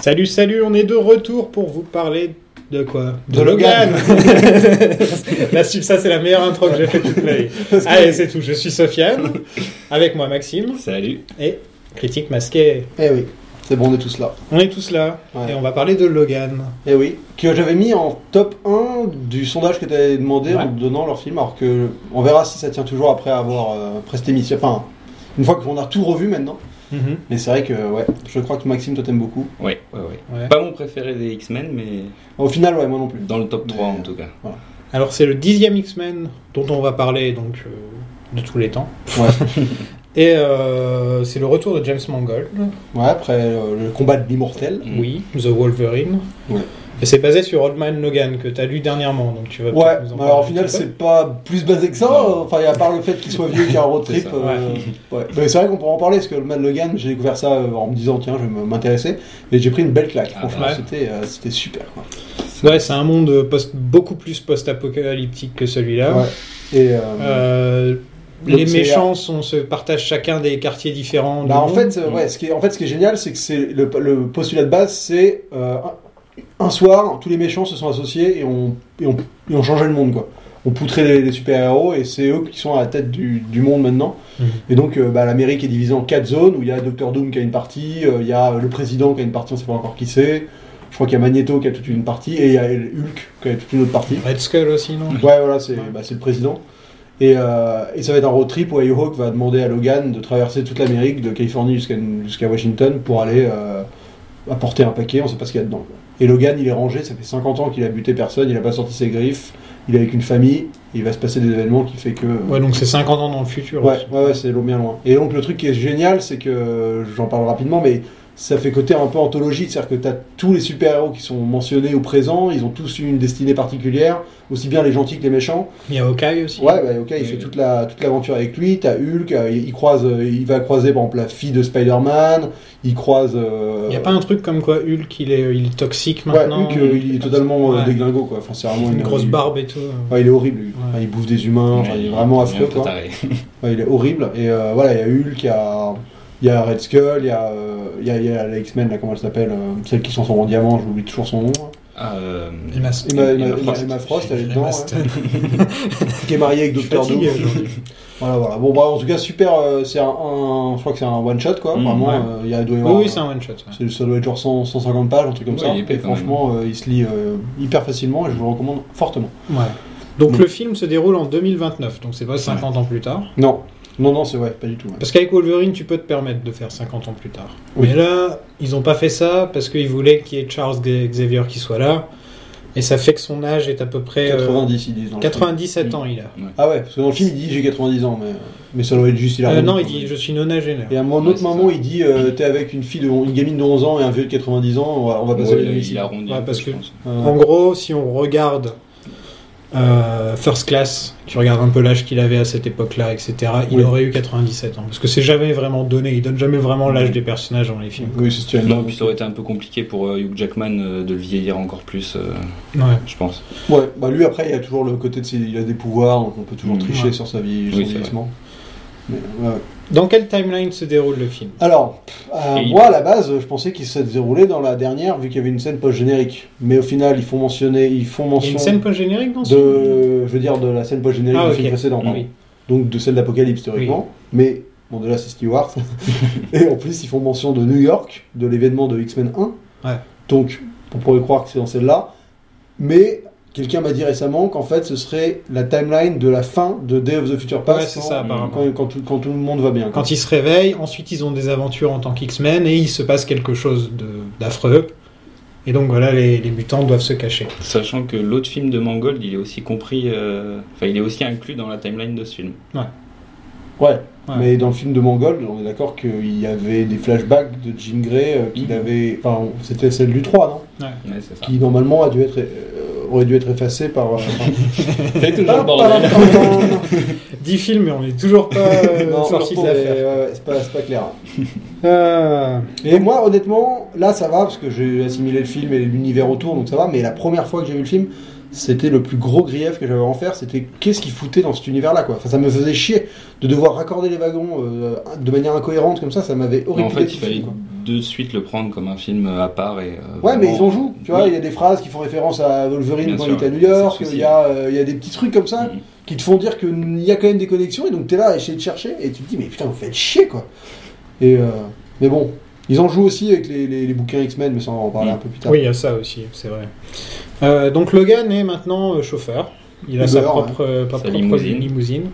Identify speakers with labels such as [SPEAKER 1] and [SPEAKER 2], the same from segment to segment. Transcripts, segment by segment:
[SPEAKER 1] Salut, salut, on est de retour pour vous parler de quoi
[SPEAKER 2] De Logan.
[SPEAKER 1] Là, suivre ça, c'est la meilleure intro que j'ai faite toute ma vie. Allez, Ah, c'est tout. Je suis Sofiane, avec moi Maxime
[SPEAKER 3] Salut.
[SPEAKER 1] et Critique Masqué.
[SPEAKER 2] Eh oui, c'est bon de tout cela.
[SPEAKER 1] On est tous là
[SPEAKER 2] Ouais.
[SPEAKER 1] et on va parler de Logan.
[SPEAKER 2] Eh oui, que j'avais mis en top 1 du sondage que tu avais demandé en
[SPEAKER 3] Ouais.
[SPEAKER 2] te donnant leur film, alors que on verra si ça tient toujours après avoir euh, après cette émission. Enfin, une fois qu'on a tout revu maintenant.
[SPEAKER 1] Mhm,
[SPEAKER 2] Mais c'est vrai que ouais, je crois que Maxime toi t'aimes beaucoup.
[SPEAKER 3] Ouais, ouais, ouais.
[SPEAKER 1] ouais.
[SPEAKER 3] Pas mon préféré des X-Men, mais
[SPEAKER 2] Au final ouais moi non plus.
[SPEAKER 3] dans le top 3
[SPEAKER 2] Mais-
[SPEAKER 3] en tout cas.
[SPEAKER 1] Alors, c'est le dixième X-Men dont on va parler, donc, euh, de tous les temps.
[SPEAKER 2] Ouais,
[SPEAKER 1] Et euh, c'est le retour de James Mangold,
[SPEAKER 2] Ouais, après euh, le combat de l'immortel.
[SPEAKER 3] Mm.
[SPEAKER 1] oui, The Wolverine.
[SPEAKER 2] Ouais.
[SPEAKER 1] Et c'est basé sur Old Man Logan que tu as lu dernièrement, donc tu vas
[SPEAKER 2] Ouais,
[SPEAKER 1] peut-être nous en
[SPEAKER 2] mais alors au
[SPEAKER 1] parler un
[SPEAKER 2] final
[SPEAKER 1] petit peu.
[SPEAKER 2] c'est pas plus basé que ça, euh,
[SPEAKER 3] Non.
[SPEAKER 2] enfin et à part le fait qu'il soit vieux qu'il y a un road
[SPEAKER 3] C'est
[SPEAKER 2] trip.
[SPEAKER 3] ça,
[SPEAKER 2] euh, ouais. Mais c'est vrai qu'on pourra en parler parce que le Mad Logan, j'ai découvert ça euh, en me disant tiens je vais m'intéresser et j'ai pris une belle claque.
[SPEAKER 3] Ah,
[SPEAKER 2] Franchement
[SPEAKER 1] ouais.
[SPEAKER 2] c'était euh, c'était super quoi.
[SPEAKER 1] Ouais, c'est un monde post- beaucoup plus post-apocalyptique que celui-là.
[SPEAKER 2] Ouais. Et euh,
[SPEAKER 1] Euh,
[SPEAKER 2] Donc
[SPEAKER 1] les
[SPEAKER 2] c'est-
[SPEAKER 1] méchants, on se partage chacun des quartiers différents. du
[SPEAKER 2] bah, en
[SPEAKER 1] monde.
[SPEAKER 2] fait, euh, ouais, ce qui est, en fait, ce qui est génial, c'est que c'est le, le postulat de base, c'est euh, un, un soir, tous les méchants se sont associés et ont et ont, et ont changé le monde quoi. On poutrait les, les super-héros et c'est eux qui sont à la tête du, du monde maintenant.
[SPEAKER 1] Mhm.
[SPEAKER 2] Et donc euh, bah, l'Amérique est divisée en quatre zones où il y a Doctor Doom qui a une partie, euh, il y a le président qui a une partie, on sait pas encore qui c'est. Je crois qu'il y a Magneto qui a toute une partie et il y a Hulk qui a toute une autre partie.
[SPEAKER 1] Red Skull aussi, non
[SPEAKER 2] Ouais, voilà, c'est
[SPEAKER 1] Ouais.
[SPEAKER 2] bah, c'est le président. Et, euh, et ça va être un road trip où Hawk va demander à Logan de traverser toute l'Amérique, de Californie jusqu'à jusqu'à Washington, pour aller euh, apporter un paquet, on sait pas ce qu'il y a dedans. quoi. Et Logan, il est rangé, ça fait 50 ans qu'il a buté personne, il a pas sorti ses griffes, il est avec une famille, et il va se passer des événements qui fait que... euh,
[SPEAKER 1] Ouais, donc c'est 50 ans dans le futur.
[SPEAKER 2] Ouais, ouais, ouais, c'est lo- bien loin. Et donc le truc qui est génial, c'est que j'en parle rapidement, mais ça fait côté un peu anthologie, c'est-à-dire que t'as tous les super-héros qui sont mentionnés ou présents, ils ont tous eu une destinée particulière, aussi bien les gentils que les méchants.
[SPEAKER 1] Il y a Hawkeye aussi.
[SPEAKER 2] Ouais, bah, ok, il
[SPEAKER 3] Oui,
[SPEAKER 2] fait
[SPEAKER 3] oui.
[SPEAKER 2] toute la toute l'aventure avec lui. T'as Hulk, euh, il il croise, euh, il va croiser par exemple la fille de Spider-Man. Il croise. euh,
[SPEAKER 1] Il n'y a pas un truc comme quoi Hulk, il est, il est toxique
[SPEAKER 2] Ouais,
[SPEAKER 1] maintenant.
[SPEAKER 2] Hulk, euh, il est totalement euh,
[SPEAKER 1] Ouais.
[SPEAKER 2] déglingo quoi. Enfin, c'est vraiment
[SPEAKER 1] Une grosse
[SPEAKER 2] il-
[SPEAKER 1] barbe et tout.
[SPEAKER 2] Ouais, il est horrible. lui.
[SPEAKER 1] Ouais.
[SPEAKER 2] Enfin, il bouffe des humains. Enfin, il est vraiment affreux quoi. Ouais, il est horrible. Et euh, voilà, il y a Hulk, il y a, il y a Red Skull, il y a, euh, il y a, il y a la X-Men, là, comment elle s'appelle euh, Celle qui s'en sort en diamant, j'oublie toujours son nom.
[SPEAKER 3] Euh,
[SPEAKER 1] Et ma...
[SPEAKER 2] Emma, Emma,
[SPEAKER 3] Emma
[SPEAKER 2] Emma- Emma
[SPEAKER 3] Frost.
[SPEAKER 2] Frost. elle est dedans, ouais, qui est mariée avec
[SPEAKER 1] Je suis
[SPEAKER 2] Doctor Doom.
[SPEAKER 1] fatigué aujourd'hui.
[SPEAKER 2] Voilà, voilà. Bon, bah, en tout cas, super. euh, c'est un, un- Je crois que c'est un one-shot, quoi.
[SPEAKER 3] Mm,
[SPEAKER 2] Vraiment,
[SPEAKER 1] ouais.
[SPEAKER 2] euh, il y a, doit y
[SPEAKER 1] Oui,
[SPEAKER 2] avoir-
[SPEAKER 1] oui, c'est un one shot. ouais.
[SPEAKER 2] c'est- Ça doit être genre 100, 150 pages, un truc comme
[SPEAKER 3] Ouais,
[SPEAKER 2] ça.
[SPEAKER 3] il est épais,
[SPEAKER 2] Et
[SPEAKER 3] quand même.
[SPEAKER 2] franchement, euh, il se lit euh, hyper facilement et je vous le recommande fortement.
[SPEAKER 1] Ouais. Donc
[SPEAKER 2] Mm.
[SPEAKER 1] le film se déroule en 2029, donc c'est pas 50 ans plus tard.
[SPEAKER 2] Non, non, non, c'est vrai, pas du tout. ouais.
[SPEAKER 1] Parce qu'avec Wolverine, tu peux te permettre de faire 50 ans plus tard.
[SPEAKER 2] Oui.
[SPEAKER 1] Mais là, ils n'ont pas fait ça parce qu'ils voulaient qu'il y ait Charles Xavier qui soit là. Et ça fait que son âge est à peu près euh,
[SPEAKER 2] 90, ils disent. dans le film.
[SPEAKER 1] 97 ans, il a.
[SPEAKER 2] Ah ouais, parce que dans le film, il dit j'ai 90 ans, mais, mais ça doit être juste. Il a
[SPEAKER 1] Euh,
[SPEAKER 2] rien
[SPEAKER 1] non,
[SPEAKER 2] dit,
[SPEAKER 1] il
[SPEAKER 2] quoi.
[SPEAKER 1] dit je suis nonagénaire.
[SPEAKER 2] Et à un
[SPEAKER 3] Ouais,
[SPEAKER 2] autre
[SPEAKER 3] c'est
[SPEAKER 2] moment,
[SPEAKER 3] ça.
[SPEAKER 2] il dit euh, T'es avec une fille, de, une gamine de 11 ans et un vieux de 90 ans, on va, on va passer la nuit ici.
[SPEAKER 3] il a arrondi.
[SPEAKER 1] Ouais,
[SPEAKER 3] un peu,
[SPEAKER 1] parce
[SPEAKER 3] je
[SPEAKER 1] que-
[SPEAKER 3] pense.
[SPEAKER 2] Euh,
[SPEAKER 1] En gros, si on regarde euh, First Class, tu regardes un peu l'âge qu'il avait à cette époque-là, etc., il
[SPEAKER 2] Oui.
[SPEAKER 1] aurait eu 97 ans. Parce que c'est jamais vraiment donné, il donne jamais vraiment l'âge des personnages dans les films.
[SPEAKER 2] oui, c'est Stuart
[SPEAKER 3] Non,
[SPEAKER 2] Gordon.
[SPEAKER 3] puis ça aurait été un peu compliqué pour euh, Hugh Jackman euh, de le vieillir encore plus, euh,
[SPEAKER 1] Ouais.
[SPEAKER 3] je pense.
[SPEAKER 2] Ouais, bah lui après, il a toujours le côté de ses, il a des pouvoirs, donc on peut toujours
[SPEAKER 3] Mm.
[SPEAKER 2] tricher
[SPEAKER 1] Ouais.
[SPEAKER 2] sur sa vie, son
[SPEAKER 3] c'est vrai.
[SPEAKER 2] vieillissement. Mais, ouais, ouais.
[SPEAKER 1] Dans quelle timeline se déroule le film
[SPEAKER 2] Alors, pff, euh,
[SPEAKER 3] Et il-
[SPEAKER 2] moi à la base, je pensais qu'il se déroulait dans la dernière, vu qu'il y avait une scène post-générique. Mais au final, ils font mentionner, ils font
[SPEAKER 1] Il y a
[SPEAKER 2] mention
[SPEAKER 1] une scène post-générique dans ce film
[SPEAKER 2] de, je veux dire, de la scène post-générique
[SPEAKER 1] Ah,
[SPEAKER 2] du
[SPEAKER 1] ok.
[SPEAKER 2] film précédent.
[SPEAKER 3] Mm.
[SPEAKER 2] pardon. donc de celle d'Apocalypse théoriquement, mais bon de là c'est Stewart. et en plus ils font mention de New York, de l'événement de X-Men 1.
[SPEAKER 1] Ouais.
[SPEAKER 2] Donc on pourrait croire que c'est dans celle-là, mais quelqu'un m'a dit récemment qu'en fait ce serait la timeline de la fin de Day of the Future Past.
[SPEAKER 1] Ouais, c'est
[SPEAKER 2] quand-
[SPEAKER 1] ça, apparemment.
[SPEAKER 2] Quand, quand tout, quand tout le monde va bien. quoi.
[SPEAKER 1] Quand ils se réveillent, ensuite ils ont des aventures en tant qu'X-Men et il se passe quelque chose de- d'affreux. Et donc voilà, les, les mutants doivent se cacher.
[SPEAKER 3] Sachant que l'autre film de Mangold, il est aussi compris, euh, enfin, il est aussi inclus dans la timeline de ce film.
[SPEAKER 2] Ouais.
[SPEAKER 1] Ouais.
[SPEAKER 2] Mais dans le film de Mangold, on est d'accord qu'il y avait des flashbacks de Jean Grey euh, qu'il
[SPEAKER 3] Mhm. Ah.
[SPEAKER 2] avait. Enfin, on- c'était celle du 3, non
[SPEAKER 3] Ouais, c'est ça.
[SPEAKER 2] Qui normalement a dû être, euh, aurait dû être effacée par. euh, Ah,
[SPEAKER 3] C'est toujours le bordel.
[SPEAKER 2] par-
[SPEAKER 1] 10 films et on n'est toujours pas euh,
[SPEAKER 2] Non,
[SPEAKER 1] sorti de
[SPEAKER 2] surtout,
[SPEAKER 1] l'affaire.
[SPEAKER 2] mais, ouais, ouais, c'est pas, c'est pas clair.
[SPEAKER 1] Euh,
[SPEAKER 2] Et moi, honnêtement, là, ça va parce que j'ai assimilé le film et l'univers autour, donc ça va. Mais la première fois que j'ai vu le film, c'était le plus gros grief que j'avais à en faire, c'était qu'est-ce qu'ils foutaient dans cet univers-là, quoi. Enfin, ça me faisait chier de devoir raccorder les wagons euh, de manière incohérente comme ça, ça m'avait
[SPEAKER 3] Mais en
[SPEAKER 2] horrible.
[SPEAKER 3] fait, il fallait de suite le prendre comme un film à part. Et, euh,
[SPEAKER 2] Ouais, mais ils
[SPEAKER 3] vraiment-
[SPEAKER 2] en jouent, tu vois,
[SPEAKER 3] Oui.
[SPEAKER 2] il y a des phrases qui font référence à Wolverine
[SPEAKER 3] Bien
[SPEAKER 2] quand
[SPEAKER 3] sûr,
[SPEAKER 2] il était à New
[SPEAKER 3] c'est le
[SPEAKER 2] York,
[SPEAKER 3] souci.
[SPEAKER 2] il y, a, euh, il y a des petits trucs comme ça
[SPEAKER 3] Mhm.
[SPEAKER 2] qui te font dire qu'il y a quand même des connexions, et donc t'es là à essayer de chercher, et tu te dis, mais putain, vous faites chier, quoi. Et, euh, mais bon, ils en jouent aussi avec les, les- les bouquins X-Men, mais ça, on va en parler
[SPEAKER 3] Mhm.
[SPEAKER 2] un peu plus tard.
[SPEAKER 1] Mm. Oui, il y a ça aussi, c'est vrai. Euh, donc Logan est maintenant euh, chauffeur. Il a sa
[SPEAKER 2] Uber,
[SPEAKER 1] propre, euh, pas
[SPEAKER 3] Sa
[SPEAKER 1] propre limousine.
[SPEAKER 3] limousine.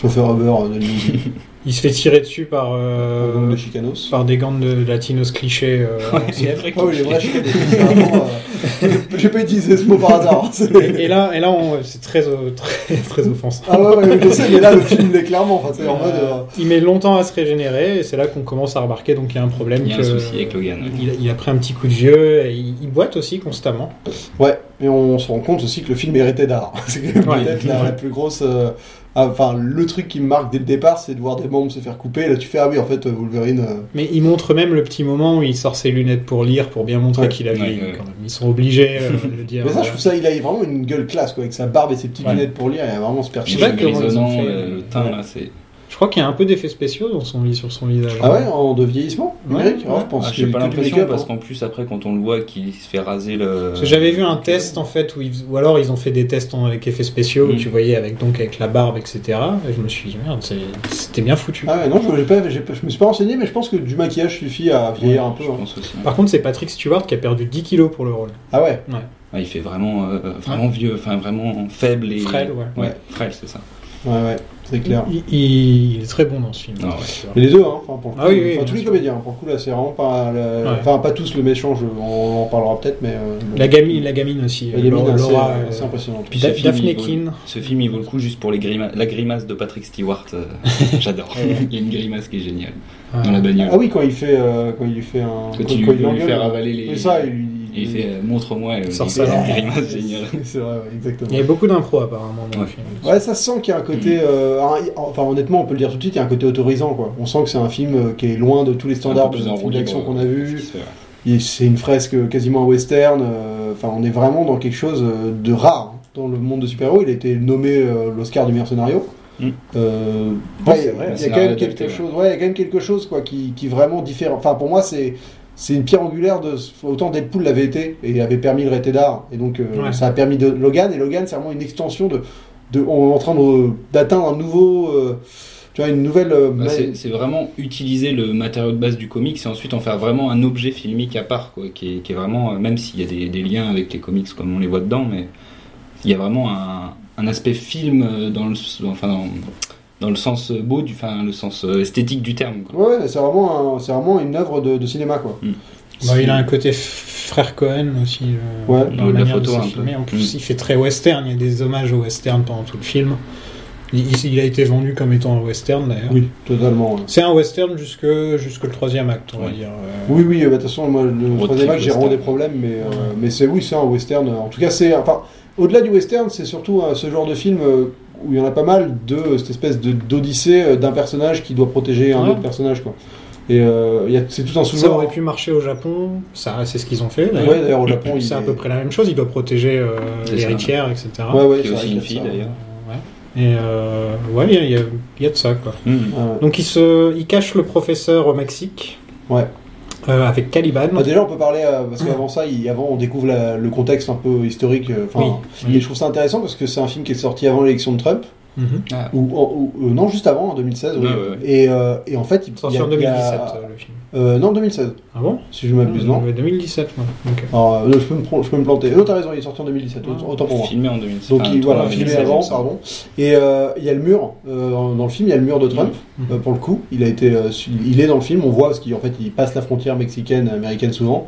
[SPEAKER 2] Chauffeur Uber euh, de l'usine,
[SPEAKER 1] Il se fait tirer dessus par,
[SPEAKER 2] un
[SPEAKER 1] euh,
[SPEAKER 2] gang de Chicanos.
[SPEAKER 1] par des gangs de latinos clichés. euh, à l'ancienne.
[SPEAKER 3] Après,
[SPEAKER 2] Ah oui, les vrais Chicanos, c'est vraiment, euh, J'ai pas utilisé ce mot par hasard. hein, c'est-
[SPEAKER 1] et, et là, et là on- c'est très, euh, très, très offensant.
[SPEAKER 2] Ah ouais, ouais, je sais, mais là, le film l'est clairement. Enfin, c'est en mode.
[SPEAKER 1] Euh,
[SPEAKER 2] euh,
[SPEAKER 1] il met longtemps à se régénérer et c'est là qu'on commence à remarquer donc il y a un problème.
[SPEAKER 3] Il y a un
[SPEAKER 1] que-
[SPEAKER 3] souci avec Logan, ouais.
[SPEAKER 1] Il, il a pris un petit coup de vieux et il, il boite aussi constamment.
[SPEAKER 2] Ouais, mais on se rend compte aussi que le film est hérité d'art. C'est quand même
[SPEAKER 1] Ouais.
[SPEAKER 2] peut-être la, la plus grosse. euh, ah, Enfin, le truc qui me marque dès le départ, c'est de voir des membres se faire couper. Là, tu fais, ah oui, en fait, euh, Wolverine. euh,
[SPEAKER 1] Mais il montre même le petit moment où il sort ses lunettes pour lire pour bien montrer
[SPEAKER 2] Ouais.
[SPEAKER 1] qu'il a
[SPEAKER 3] Ouais,
[SPEAKER 1] vieilli
[SPEAKER 3] ouais.
[SPEAKER 1] quand même. Ils sont obligés euh, de le dire.
[SPEAKER 2] Mais ça, je trouve ça, il a vraiment une gueule classe, quoi, avec sa barbe et ses petites
[SPEAKER 1] Ouais.
[SPEAKER 2] lunettes pour lire, il a vraiment ce
[SPEAKER 3] Je
[SPEAKER 1] Je
[SPEAKER 2] personnage.
[SPEAKER 1] sais pas comment ils ont
[SPEAKER 3] grisonnant,
[SPEAKER 1] fait,
[SPEAKER 3] le,
[SPEAKER 1] mais-
[SPEAKER 3] le teint
[SPEAKER 1] Ouais.
[SPEAKER 3] là, c'est.
[SPEAKER 1] Je crois qu'il y a un peu d'effets spéciaux dans son, sur son visage.
[SPEAKER 2] Ah ouais, en de vieillissement numérique
[SPEAKER 1] Ouais,
[SPEAKER 2] Alors,
[SPEAKER 1] ouais.
[SPEAKER 2] Je pense
[SPEAKER 3] Ah,
[SPEAKER 2] que
[SPEAKER 3] J'ai pas
[SPEAKER 2] que du
[SPEAKER 3] l'impression
[SPEAKER 2] make-up,
[SPEAKER 3] parce
[SPEAKER 2] hein.
[SPEAKER 3] qu'en plus, après, quand on le voit, qu'il se fait raser le.
[SPEAKER 1] Parce que j'avais vu un test en fait, où ils- ou alors ils ont fait des tests en- avec effets spéciaux, où
[SPEAKER 3] Mm.
[SPEAKER 1] tu voyais avec, donc, avec la barbe, etc. Et je me suis dit, merde, c'est- c'était bien foutu.
[SPEAKER 2] Ah ouais, non, je, j'ai pas, j'ai pas- je me suis pas renseigné, mais je pense que du maquillage suffit à vieillir un peu.
[SPEAKER 3] Je
[SPEAKER 2] hein.
[SPEAKER 3] pense aussi.
[SPEAKER 1] Par contre, c'est Patrick Stewart qui a perdu 10 kilos pour le rôle.
[SPEAKER 2] Ah ouais,
[SPEAKER 3] Ouais, il fait vraiment, euh, vraiment vieux, enfin vraiment faible et.
[SPEAKER 1] Frêle, ouais.
[SPEAKER 3] Ouais, frêle, c'est ça.
[SPEAKER 2] ouais, ouais,
[SPEAKER 3] Mm.
[SPEAKER 2] c'est clair.
[SPEAKER 1] Il, il- il est très bon dans ce film.
[SPEAKER 3] Ah ouais.
[SPEAKER 1] C'est
[SPEAKER 2] Mais
[SPEAKER 1] vrai.
[SPEAKER 2] les deux, hein, enfin, pour le coup,
[SPEAKER 1] Ah oui, oui,
[SPEAKER 2] enfin,
[SPEAKER 1] bien
[SPEAKER 2] tous les
[SPEAKER 1] sûr.
[SPEAKER 2] comédiens, pour le coup, là, c'est vraiment pas. le-
[SPEAKER 1] Ouais.
[SPEAKER 2] Enfin, pas tous le méchant, je- on en parlera peut-être, mais. euh, le-
[SPEAKER 1] La gamine, la gamine aussi.
[SPEAKER 2] la gamine,
[SPEAKER 1] Laura-
[SPEAKER 2] c'est
[SPEAKER 1] Laura,
[SPEAKER 2] euh,
[SPEAKER 1] euh,
[SPEAKER 2] c'est impressionnant.
[SPEAKER 3] Puis
[SPEAKER 1] Da-
[SPEAKER 3] ce film,
[SPEAKER 1] Daphne
[SPEAKER 3] il vaut-
[SPEAKER 1] Keane.
[SPEAKER 3] Ce film, il vaut le coup juste pour les grima- la grimace de Patrick Stewart. euh, J'adore. il y a une grimace qui est géniale dans la bagnole.
[SPEAKER 2] Ah oui, quand il fait. euh, quand il lui fait un.
[SPEAKER 3] Quand il veut lui
[SPEAKER 2] l'engueule,
[SPEAKER 3] faire
[SPEAKER 2] là.
[SPEAKER 3] avaler les.
[SPEAKER 2] Mais ça, il.
[SPEAKER 3] Et il fait euh, montre-moi. et
[SPEAKER 1] Il sort
[SPEAKER 3] il
[SPEAKER 1] ça
[SPEAKER 3] fait
[SPEAKER 1] dans-
[SPEAKER 3] une grimace géniale.
[SPEAKER 2] C'est vrai, ouais, exactement.
[SPEAKER 1] Il y avait beaucoup d'impro apparemment dans le
[SPEAKER 3] Ouais.
[SPEAKER 1] film.
[SPEAKER 2] Ouais, ça sent qu'il y a un
[SPEAKER 3] Mm.
[SPEAKER 2] côté. euh, un- enfin, honnêtement, on peut le dire tout de suite, il y a un côté autorisant, quoi. On sent que c'est un film euh, qui est loin de tous les standards
[SPEAKER 3] Un peu
[SPEAKER 2] de
[SPEAKER 3] plus en roue
[SPEAKER 2] films d'action
[SPEAKER 3] libre,
[SPEAKER 2] qu'on a
[SPEAKER 3] ce euh, qui
[SPEAKER 2] vu.
[SPEAKER 3] se fait, ouais.
[SPEAKER 2] Et C'est une fresque quasiment western. euh, Enfin, on est vraiment dans quelque chose euh, de rare hein. dans le monde de super-héros. Il a été nommé euh, l'Oscar du meilleur scénario.
[SPEAKER 3] Mm.
[SPEAKER 2] Euh,
[SPEAKER 3] Bon,
[SPEAKER 2] ouais,
[SPEAKER 3] c'est
[SPEAKER 2] ouais,
[SPEAKER 3] vrai,
[SPEAKER 2] il y a
[SPEAKER 3] scénario
[SPEAKER 2] quand même
[SPEAKER 3] adapté,
[SPEAKER 2] quelque
[SPEAKER 3] ouais.
[SPEAKER 2] chose. Ouais, il y a quand même quelque chose quoi qui, qui est vraiment différent. Enfin, pour moi, c'est c'est une pierre angulaire de autant Deadpool l'avait été et avait permis le raté d'art. Et donc, euh,
[SPEAKER 1] Ouais.
[SPEAKER 2] ça a permis de Logan. Et Logan, c'est vraiment une extension de, de on est en train de- d'atteindre un nouveau. euh, tu vois, une nouvelle. euh,
[SPEAKER 3] Bah,
[SPEAKER 2] ma-
[SPEAKER 3] c'est c'est vraiment utiliser le matériau de base du comics et ensuite en faire vraiment un objet filmique à part, quoi, qui, est, qui est vraiment, euh, même s'il y a des, des liens avec les comics comme on les voit dedans, mais il y a vraiment un, un aspect film euh, dans le, s- enfin, dans, dans le sens euh, beau, du, enfin, le sens euh, esthétique du terme. Quoi.
[SPEAKER 2] Ouais, ouais, c'est vraiment, un- c'est vraiment une œuvre de, de cinéma quoi.
[SPEAKER 3] Mm.
[SPEAKER 1] Bah, il a un côté f- frère Cohen aussi. euh,
[SPEAKER 2] Ouais.
[SPEAKER 1] dans
[SPEAKER 3] Dans la
[SPEAKER 1] la manière
[SPEAKER 3] photo,
[SPEAKER 1] de se
[SPEAKER 3] un peu. Mm.
[SPEAKER 1] filmer. En plus, il fait très western. Il y a des hommages au western pendant tout le film. Il, il- il a été vendu comme étant un western
[SPEAKER 3] Hein.
[SPEAKER 1] d'ailleurs.
[SPEAKER 2] Oui, totalement. ouais.
[SPEAKER 1] C'est un western jusque, jusque le troisième acte, on va
[SPEAKER 3] Oui.
[SPEAKER 1] dire. euh,
[SPEAKER 2] Oui, oui, euh, bah, de toute façon, moi, le
[SPEAKER 3] Road
[SPEAKER 2] troisième
[SPEAKER 3] trip
[SPEAKER 2] acte, j'ai vraiment des
[SPEAKER 3] western.
[SPEAKER 2] problèmes, mais, euh,
[SPEAKER 1] Ouais.
[SPEAKER 2] mais c'est oui, c'est un western. euh, En tout cas, c'est. Enfin, au-delà du western, c'est surtout euh, ce genre de film euh, où il y en a pas mal de euh, cette espèce de- d'odyssée euh, d'un personnage qui doit protéger un
[SPEAKER 1] Ouais.
[SPEAKER 2] autre personnage, quoi. Et euh, il y a- c'est tout un
[SPEAKER 1] Ça
[SPEAKER 2] sous-genre.
[SPEAKER 1] aurait pu marcher au Japon. Ça, c'est ce qu'ils ont fait.
[SPEAKER 2] Ouais, d'ailleurs, au Japon, il
[SPEAKER 1] c'est à
[SPEAKER 2] est-
[SPEAKER 1] peu près la même chose. Il doit protéger euh,
[SPEAKER 3] C'est ça.
[SPEAKER 1] l'héritière, etc.
[SPEAKER 2] Ouais, ouais, c'est
[SPEAKER 3] qui est
[SPEAKER 2] vrai
[SPEAKER 3] aussi
[SPEAKER 2] qu'il y
[SPEAKER 3] une
[SPEAKER 2] a
[SPEAKER 3] fille
[SPEAKER 2] ça.
[SPEAKER 3] d'ailleurs.
[SPEAKER 1] Et euh, ouais, il y a- il y, a- il y a de ça quoi.
[SPEAKER 3] Mmh.
[SPEAKER 2] Ah, Ouais, ouais.
[SPEAKER 1] Donc il se, il cache le professeur au Mexique.
[SPEAKER 2] Ouais.
[SPEAKER 1] Euh, avec Caliban.
[SPEAKER 2] Bah, déjà, on peut parler, euh, parce qu'avant ça, il- avant, on découvre la- le contexte un peu historique. euh,
[SPEAKER 1] Oui.
[SPEAKER 2] Enfin,
[SPEAKER 1] Oui.
[SPEAKER 2] Et je trouve ça intéressant parce que c'est un film qui est sorti avant l'élection de Trump,
[SPEAKER 1] Mhm.
[SPEAKER 2] ou, ou- ou- euh, non, juste avant, en 2016. oui.
[SPEAKER 3] Ah, Ouais, ouais, ouais.
[SPEAKER 2] Et, euh, et en fait, il il
[SPEAKER 1] Sorti
[SPEAKER 2] y a-
[SPEAKER 1] en
[SPEAKER 2] il y
[SPEAKER 1] 2017
[SPEAKER 2] a-
[SPEAKER 1] euh, le film.
[SPEAKER 2] Euh, non, 2016,
[SPEAKER 1] Ah bon
[SPEAKER 2] si je m'abuse, non
[SPEAKER 1] 2017, moi. Ok.
[SPEAKER 2] Alors, euh, je, peux me, pro- je peux me planter. Non, t'as raison, il est sorti en 2017,
[SPEAKER 1] Ah.
[SPEAKER 2] autant pour moi.
[SPEAKER 3] Filmé en 2016.
[SPEAKER 2] Donc,
[SPEAKER 3] enfin,
[SPEAKER 2] il, voilà,
[SPEAKER 3] en
[SPEAKER 2] filmé
[SPEAKER 3] 2016, Ah, il
[SPEAKER 2] avant,
[SPEAKER 3] me semble.
[SPEAKER 2] pardon. Et euh, il y a le mur, euh, dans, dans le film, il y a le mur de Trump,
[SPEAKER 1] Mhm.
[SPEAKER 2] euh, pour le coup. Il, a été, euh, su- il est dans le film, on voit, parce qu'en fait, il passe la frontière mexicaine, américaine souvent,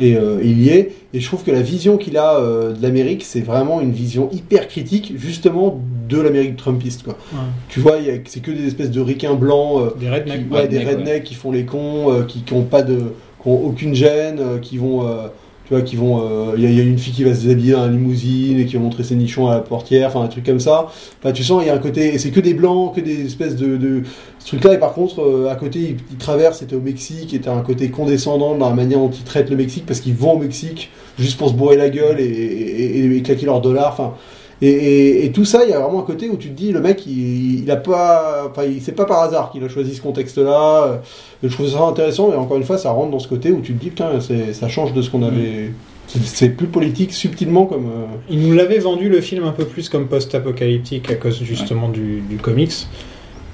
[SPEAKER 2] et euh, il y est. Et je trouve que la vision qu'il a euh, de l'Amérique, c'est vraiment une vision hyper critique, justement, de l'Amérique trumpiste, quoi.
[SPEAKER 1] Ouais.
[SPEAKER 2] Tu vois, il y a- c'est que des espèces de ricains blancs. euh,
[SPEAKER 1] Des rednecks.
[SPEAKER 2] qui-
[SPEAKER 1] quoi.
[SPEAKER 2] ouais, des
[SPEAKER 3] Redneck,
[SPEAKER 2] rednecks qui font les cons, euh, qui n'ont pas de, qui ont aucune gêne, euh, qui vont, euh, tu tu vois, qui vont. Il y, a une fille qui va se déshabiller dans la limousine et qui va montrer ses nichons à la portière, enfin, un truc comme ça. Enfin, tu sens, il y a un côté. Et c'est que des blancs, que des espèces de. de ce truc-là, et par contre, euh, à côté, ils, ils traversent, c'était au Mexique, et t'as un côté condescendant dans la manière dont ils traitent le Mexique, parce qu'ils vont au Mexique juste pour se bourrer la gueule et, et- et- et claquer leurs dollars, enfin. Et, et- et tout ça, il y a vraiment un côté où tu te dis, le mec, il, il a pas, enfin, il- c'est pas par hasard qu'il a choisi ce contexte-là. Euh, Je trouve ça intéressant, mais encore une fois, ça rentre dans ce côté où tu te dis, putain, c'est- ça change de ce qu'on avait. c'est- C'est plus politique, subtilement, comme. euh,
[SPEAKER 1] Ils nous l'avaient vendu le film un peu plus comme post-apocalyptique à cause justement du, du comics.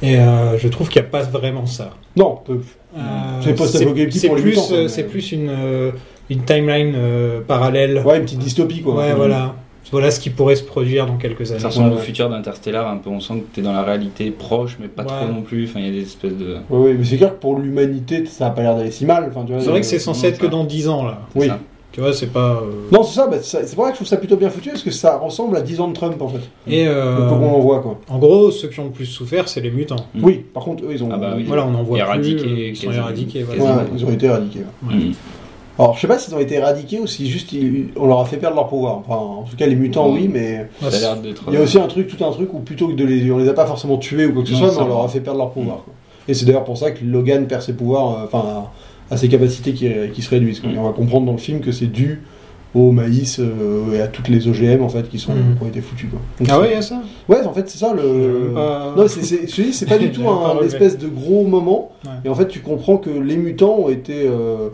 [SPEAKER 1] Et euh, je trouve qu'il n'y a pas vraiment ça.
[SPEAKER 2] Non, peu-
[SPEAKER 1] Euh,
[SPEAKER 2] C'est post-apocalyptique
[SPEAKER 1] c'est
[SPEAKER 2] pour les
[SPEAKER 1] plus,
[SPEAKER 2] mutants,
[SPEAKER 1] euh,
[SPEAKER 2] mais-
[SPEAKER 1] C'est plus une, euh, une timeline euh, parallèle.
[SPEAKER 2] ouais, une petite dystopie, quoi.
[SPEAKER 1] Ouais, voilà. Voilà ce qui pourrait se produire dans quelques années.
[SPEAKER 3] Ça ressemble au
[SPEAKER 2] ouais.
[SPEAKER 3] futur d'Interstellar un peu. On sent que t'es dans la réalité proche, mais pas
[SPEAKER 1] Ouais.
[SPEAKER 3] trop non plus. Enfin, il y a des espèces de.
[SPEAKER 2] Ouais, ouais, mais c'est clair que pour l'humanité, ça a pas l'air d'aller si mal. Enfin, tu vois,
[SPEAKER 1] C'est vrai
[SPEAKER 2] euh,
[SPEAKER 1] que c'est censé être que dans 10 ans, là.
[SPEAKER 2] Oui.
[SPEAKER 3] ça.
[SPEAKER 1] Tu vois, c'est pas... euh,
[SPEAKER 2] Non, c'est ça, bah, ça- c'est pour ça que je trouve ça plutôt bien foutu, parce que ça ressemble à 10 ans de Trump, en fait.
[SPEAKER 1] Et euh, hmm.
[SPEAKER 2] Le peu qu'on en voit, quoi.
[SPEAKER 1] en gros, ceux qui ont le plus souffert, c'est les mutants.
[SPEAKER 3] Mm.
[SPEAKER 2] Oui, par contre, eux, ils ont,
[SPEAKER 3] Ah bah oui.
[SPEAKER 1] Voilà, on en voit
[SPEAKER 3] Éradiqués,
[SPEAKER 1] plus. euh, Ils sont
[SPEAKER 3] quasi-
[SPEAKER 1] éradiqués.
[SPEAKER 2] Ouais,
[SPEAKER 1] Voilà.
[SPEAKER 3] quasi-
[SPEAKER 2] ils ont été éradiqués. ouais.
[SPEAKER 1] Ouais.
[SPEAKER 3] Mm.
[SPEAKER 2] Alors, je sais pas s'ils ont été éradiqués ou si juste ils- on leur a fait perdre leur pouvoir. Enfin, en tout cas, les mutants,
[SPEAKER 3] Ouais.
[SPEAKER 2] oui, mais
[SPEAKER 1] Ouais,
[SPEAKER 3] Ça a
[SPEAKER 1] c'est-
[SPEAKER 3] l'air d'être.
[SPEAKER 2] il y a aussi un truc, tout un truc où plutôt que de les. On les a pas forcément tués ou quoi que ce
[SPEAKER 3] Non,
[SPEAKER 2] soit,
[SPEAKER 3] ça
[SPEAKER 2] mais on
[SPEAKER 3] va. Mm.
[SPEAKER 2] leur a fait perdre leur pouvoir. quoi. Et c'est d'ailleurs pour ça que Logan perd ses pouvoirs, euh, enfin, à à ses capacités qui, qui se réduisent. quoi.
[SPEAKER 3] Mm.
[SPEAKER 2] Et on va comprendre dans le film que c'est dû au maïs euh, et à toutes les OGM en fait qui sont
[SPEAKER 1] Mm.
[SPEAKER 2] qui ont été foutues quoi. Donc,
[SPEAKER 1] Ah
[SPEAKER 2] c'est-
[SPEAKER 1] ouais, il y a ça
[SPEAKER 2] Ouais, en fait, c'est ça le.
[SPEAKER 3] Euh,
[SPEAKER 1] Pas-
[SPEAKER 2] Euh, Non, c'est, c'est, je te dis, c'est pas du tout
[SPEAKER 1] J'avais pas
[SPEAKER 2] un
[SPEAKER 1] relevé.
[SPEAKER 2] espèce de gros moment.
[SPEAKER 1] Ouais.
[SPEAKER 2] Et en fait, tu comprends que les mutants ont été euh,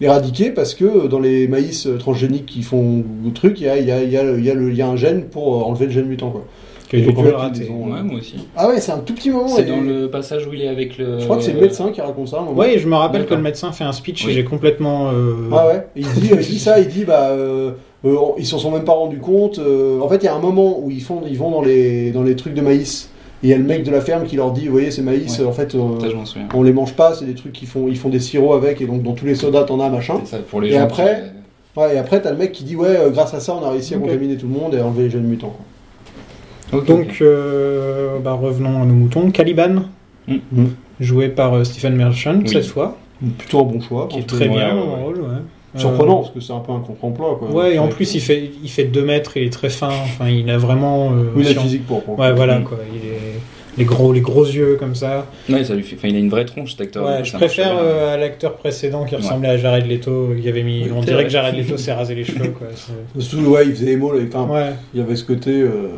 [SPEAKER 2] éradiqués parce que euh, dans les maïs euh, transgéniques qui font le truc, il y a, il y, a, il y, a le- il y, a le- il y a un gène pour euh, enlever le gène mutant. Quoi.
[SPEAKER 1] Que j'ai
[SPEAKER 2] Donc,
[SPEAKER 1] dû
[SPEAKER 2] en fait,
[SPEAKER 1] le
[SPEAKER 2] ils
[SPEAKER 1] rater.
[SPEAKER 2] ont-
[SPEAKER 3] Ouais, moi aussi.
[SPEAKER 2] Ah ouais, c'est un tout petit moment.
[SPEAKER 3] C'est
[SPEAKER 2] et-
[SPEAKER 3] dans le passage où il est avec le.
[SPEAKER 2] Je crois que c'est le médecin qui raconte ça. à un moment.
[SPEAKER 1] Ouais, je me rappelle que
[SPEAKER 3] D'accord.
[SPEAKER 1] le médecin fait un speech
[SPEAKER 3] Oui.
[SPEAKER 1] et j'ai complètement... euh,
[SPEAKER 2] Ah ouais. Et il, dit, il dit ça, il dit bah. euh, euh, ils s'en sont même pas rendus compte. euh, en fait, il y a un moment où ils, font, ils vont dans les, dans les trucs de maïs. Et il y a le mec de la ferme qui leur dit, vous voyez, ces maïs,
[SPEAKER 3] Ouais.
[SPEAKER 2] en fait, euh,
[SPEAKER 3] Ça, je m'en souviens.
[SPEAKER 2] on les mange pas, c'est des trucs qui font, ils font des sirops avec, et donc dans tous les sodas t'en as machin.
[SPEAKER 3] C'est ça pour les
[SPEAKER 2] Et
[SPEAKER 3] gens.
[SPEAKER 2] après- Ouais, et après t'as le mec qui dit ouais, euh, grâce à ça on a réussi à
[SPEAKER 1] Ok.
[SPEAKER 2] contaminer tout le monde et à enlever les jeunes mutants. quoi.
[SPEAKER 3] qui- Ok,
[SPEAKER 1] Donc,
[SPEAKER 3] ok.
[SPEAKER 1] euh, bah, revenons à nos moutons. Caliban,
[SPEAKER 3] Mm.
[SPEAKER 2] Mm.
[SPEAKER 1] joué par euh, Stephen Merchant
[SPEAKER 3] Oui.
[SPEAKER 1] cette fois,
[SPEAKER 3] Mm.
[SPEAKER 2] Donc, Plutôt un bon choix.
[SPEAKER 1] qui est
[SPEAKER 2] parce
[SPEAKER 1] très
[SPEAKER 2] que-
[SPEAKER 3] ouais,
[SPEAKER 1] bien
[SPEAKER 3] ouais,
[SPEAKER 1] en
[SPEAKER 3] ouais.
[SPEAKER 1] rôle. ouais.
[SPEAKER 2] Surprenant parce que c'est un peu un contre-emploi quoi.
[SPEAKER 1] Euh, ouais, et en
[SPEAKER 2] C'est-
[SPEAKER 1] plus, il fait, il fait 2 mètres, il est très fin. Enfin, il a vraiment. euh,
[SPEAKER 2] Oui,
[SPEAKER 1] si
[SPEAKER 2] la
[SPEAKER 1] on-
[SPEAKER 2] physique pour. pour-
[SPEAKER 1] Ouais, voilà,
[SPEAKER 3] Mm.
[SPEAKER 1] quoi. Il est. Les gros, les gros yeux comme ça.
[SPEAKER 3] Ouais, ça lui fait. Enfin, il a une vraie tronche cet acteur.
[SPEAKER 1] Ouais,
[SPEAKER 3] Ça
[SPEAKER 1] je
[SPEAKER 3] marche
[SPEAKER 1] préfère
[SPEAKER 3] bien.
[SPEAKER 1] euh, à l'acteur précédent qui ressemblait à Jared Leto. Il avait mis,
[SPEAKER 3] Oui,
[SPEAKER 1] on
[SPEAKER 3] c'est
[SPEAKER 1] dirait
[SPEAKER 3] vrai.
[SPEAKER 1] que Jared Leto s'est rasé les cheveux. Quoi. C'est-
[SPEAKER 2] Sous- ouais, il faisait émo, là,
[SPEAKER 3] Ah.
[SPEAKER 2] enfin,
[SPEAKER 1] Ouais.
[SPEAKER 2] il y avait ce côté. euh,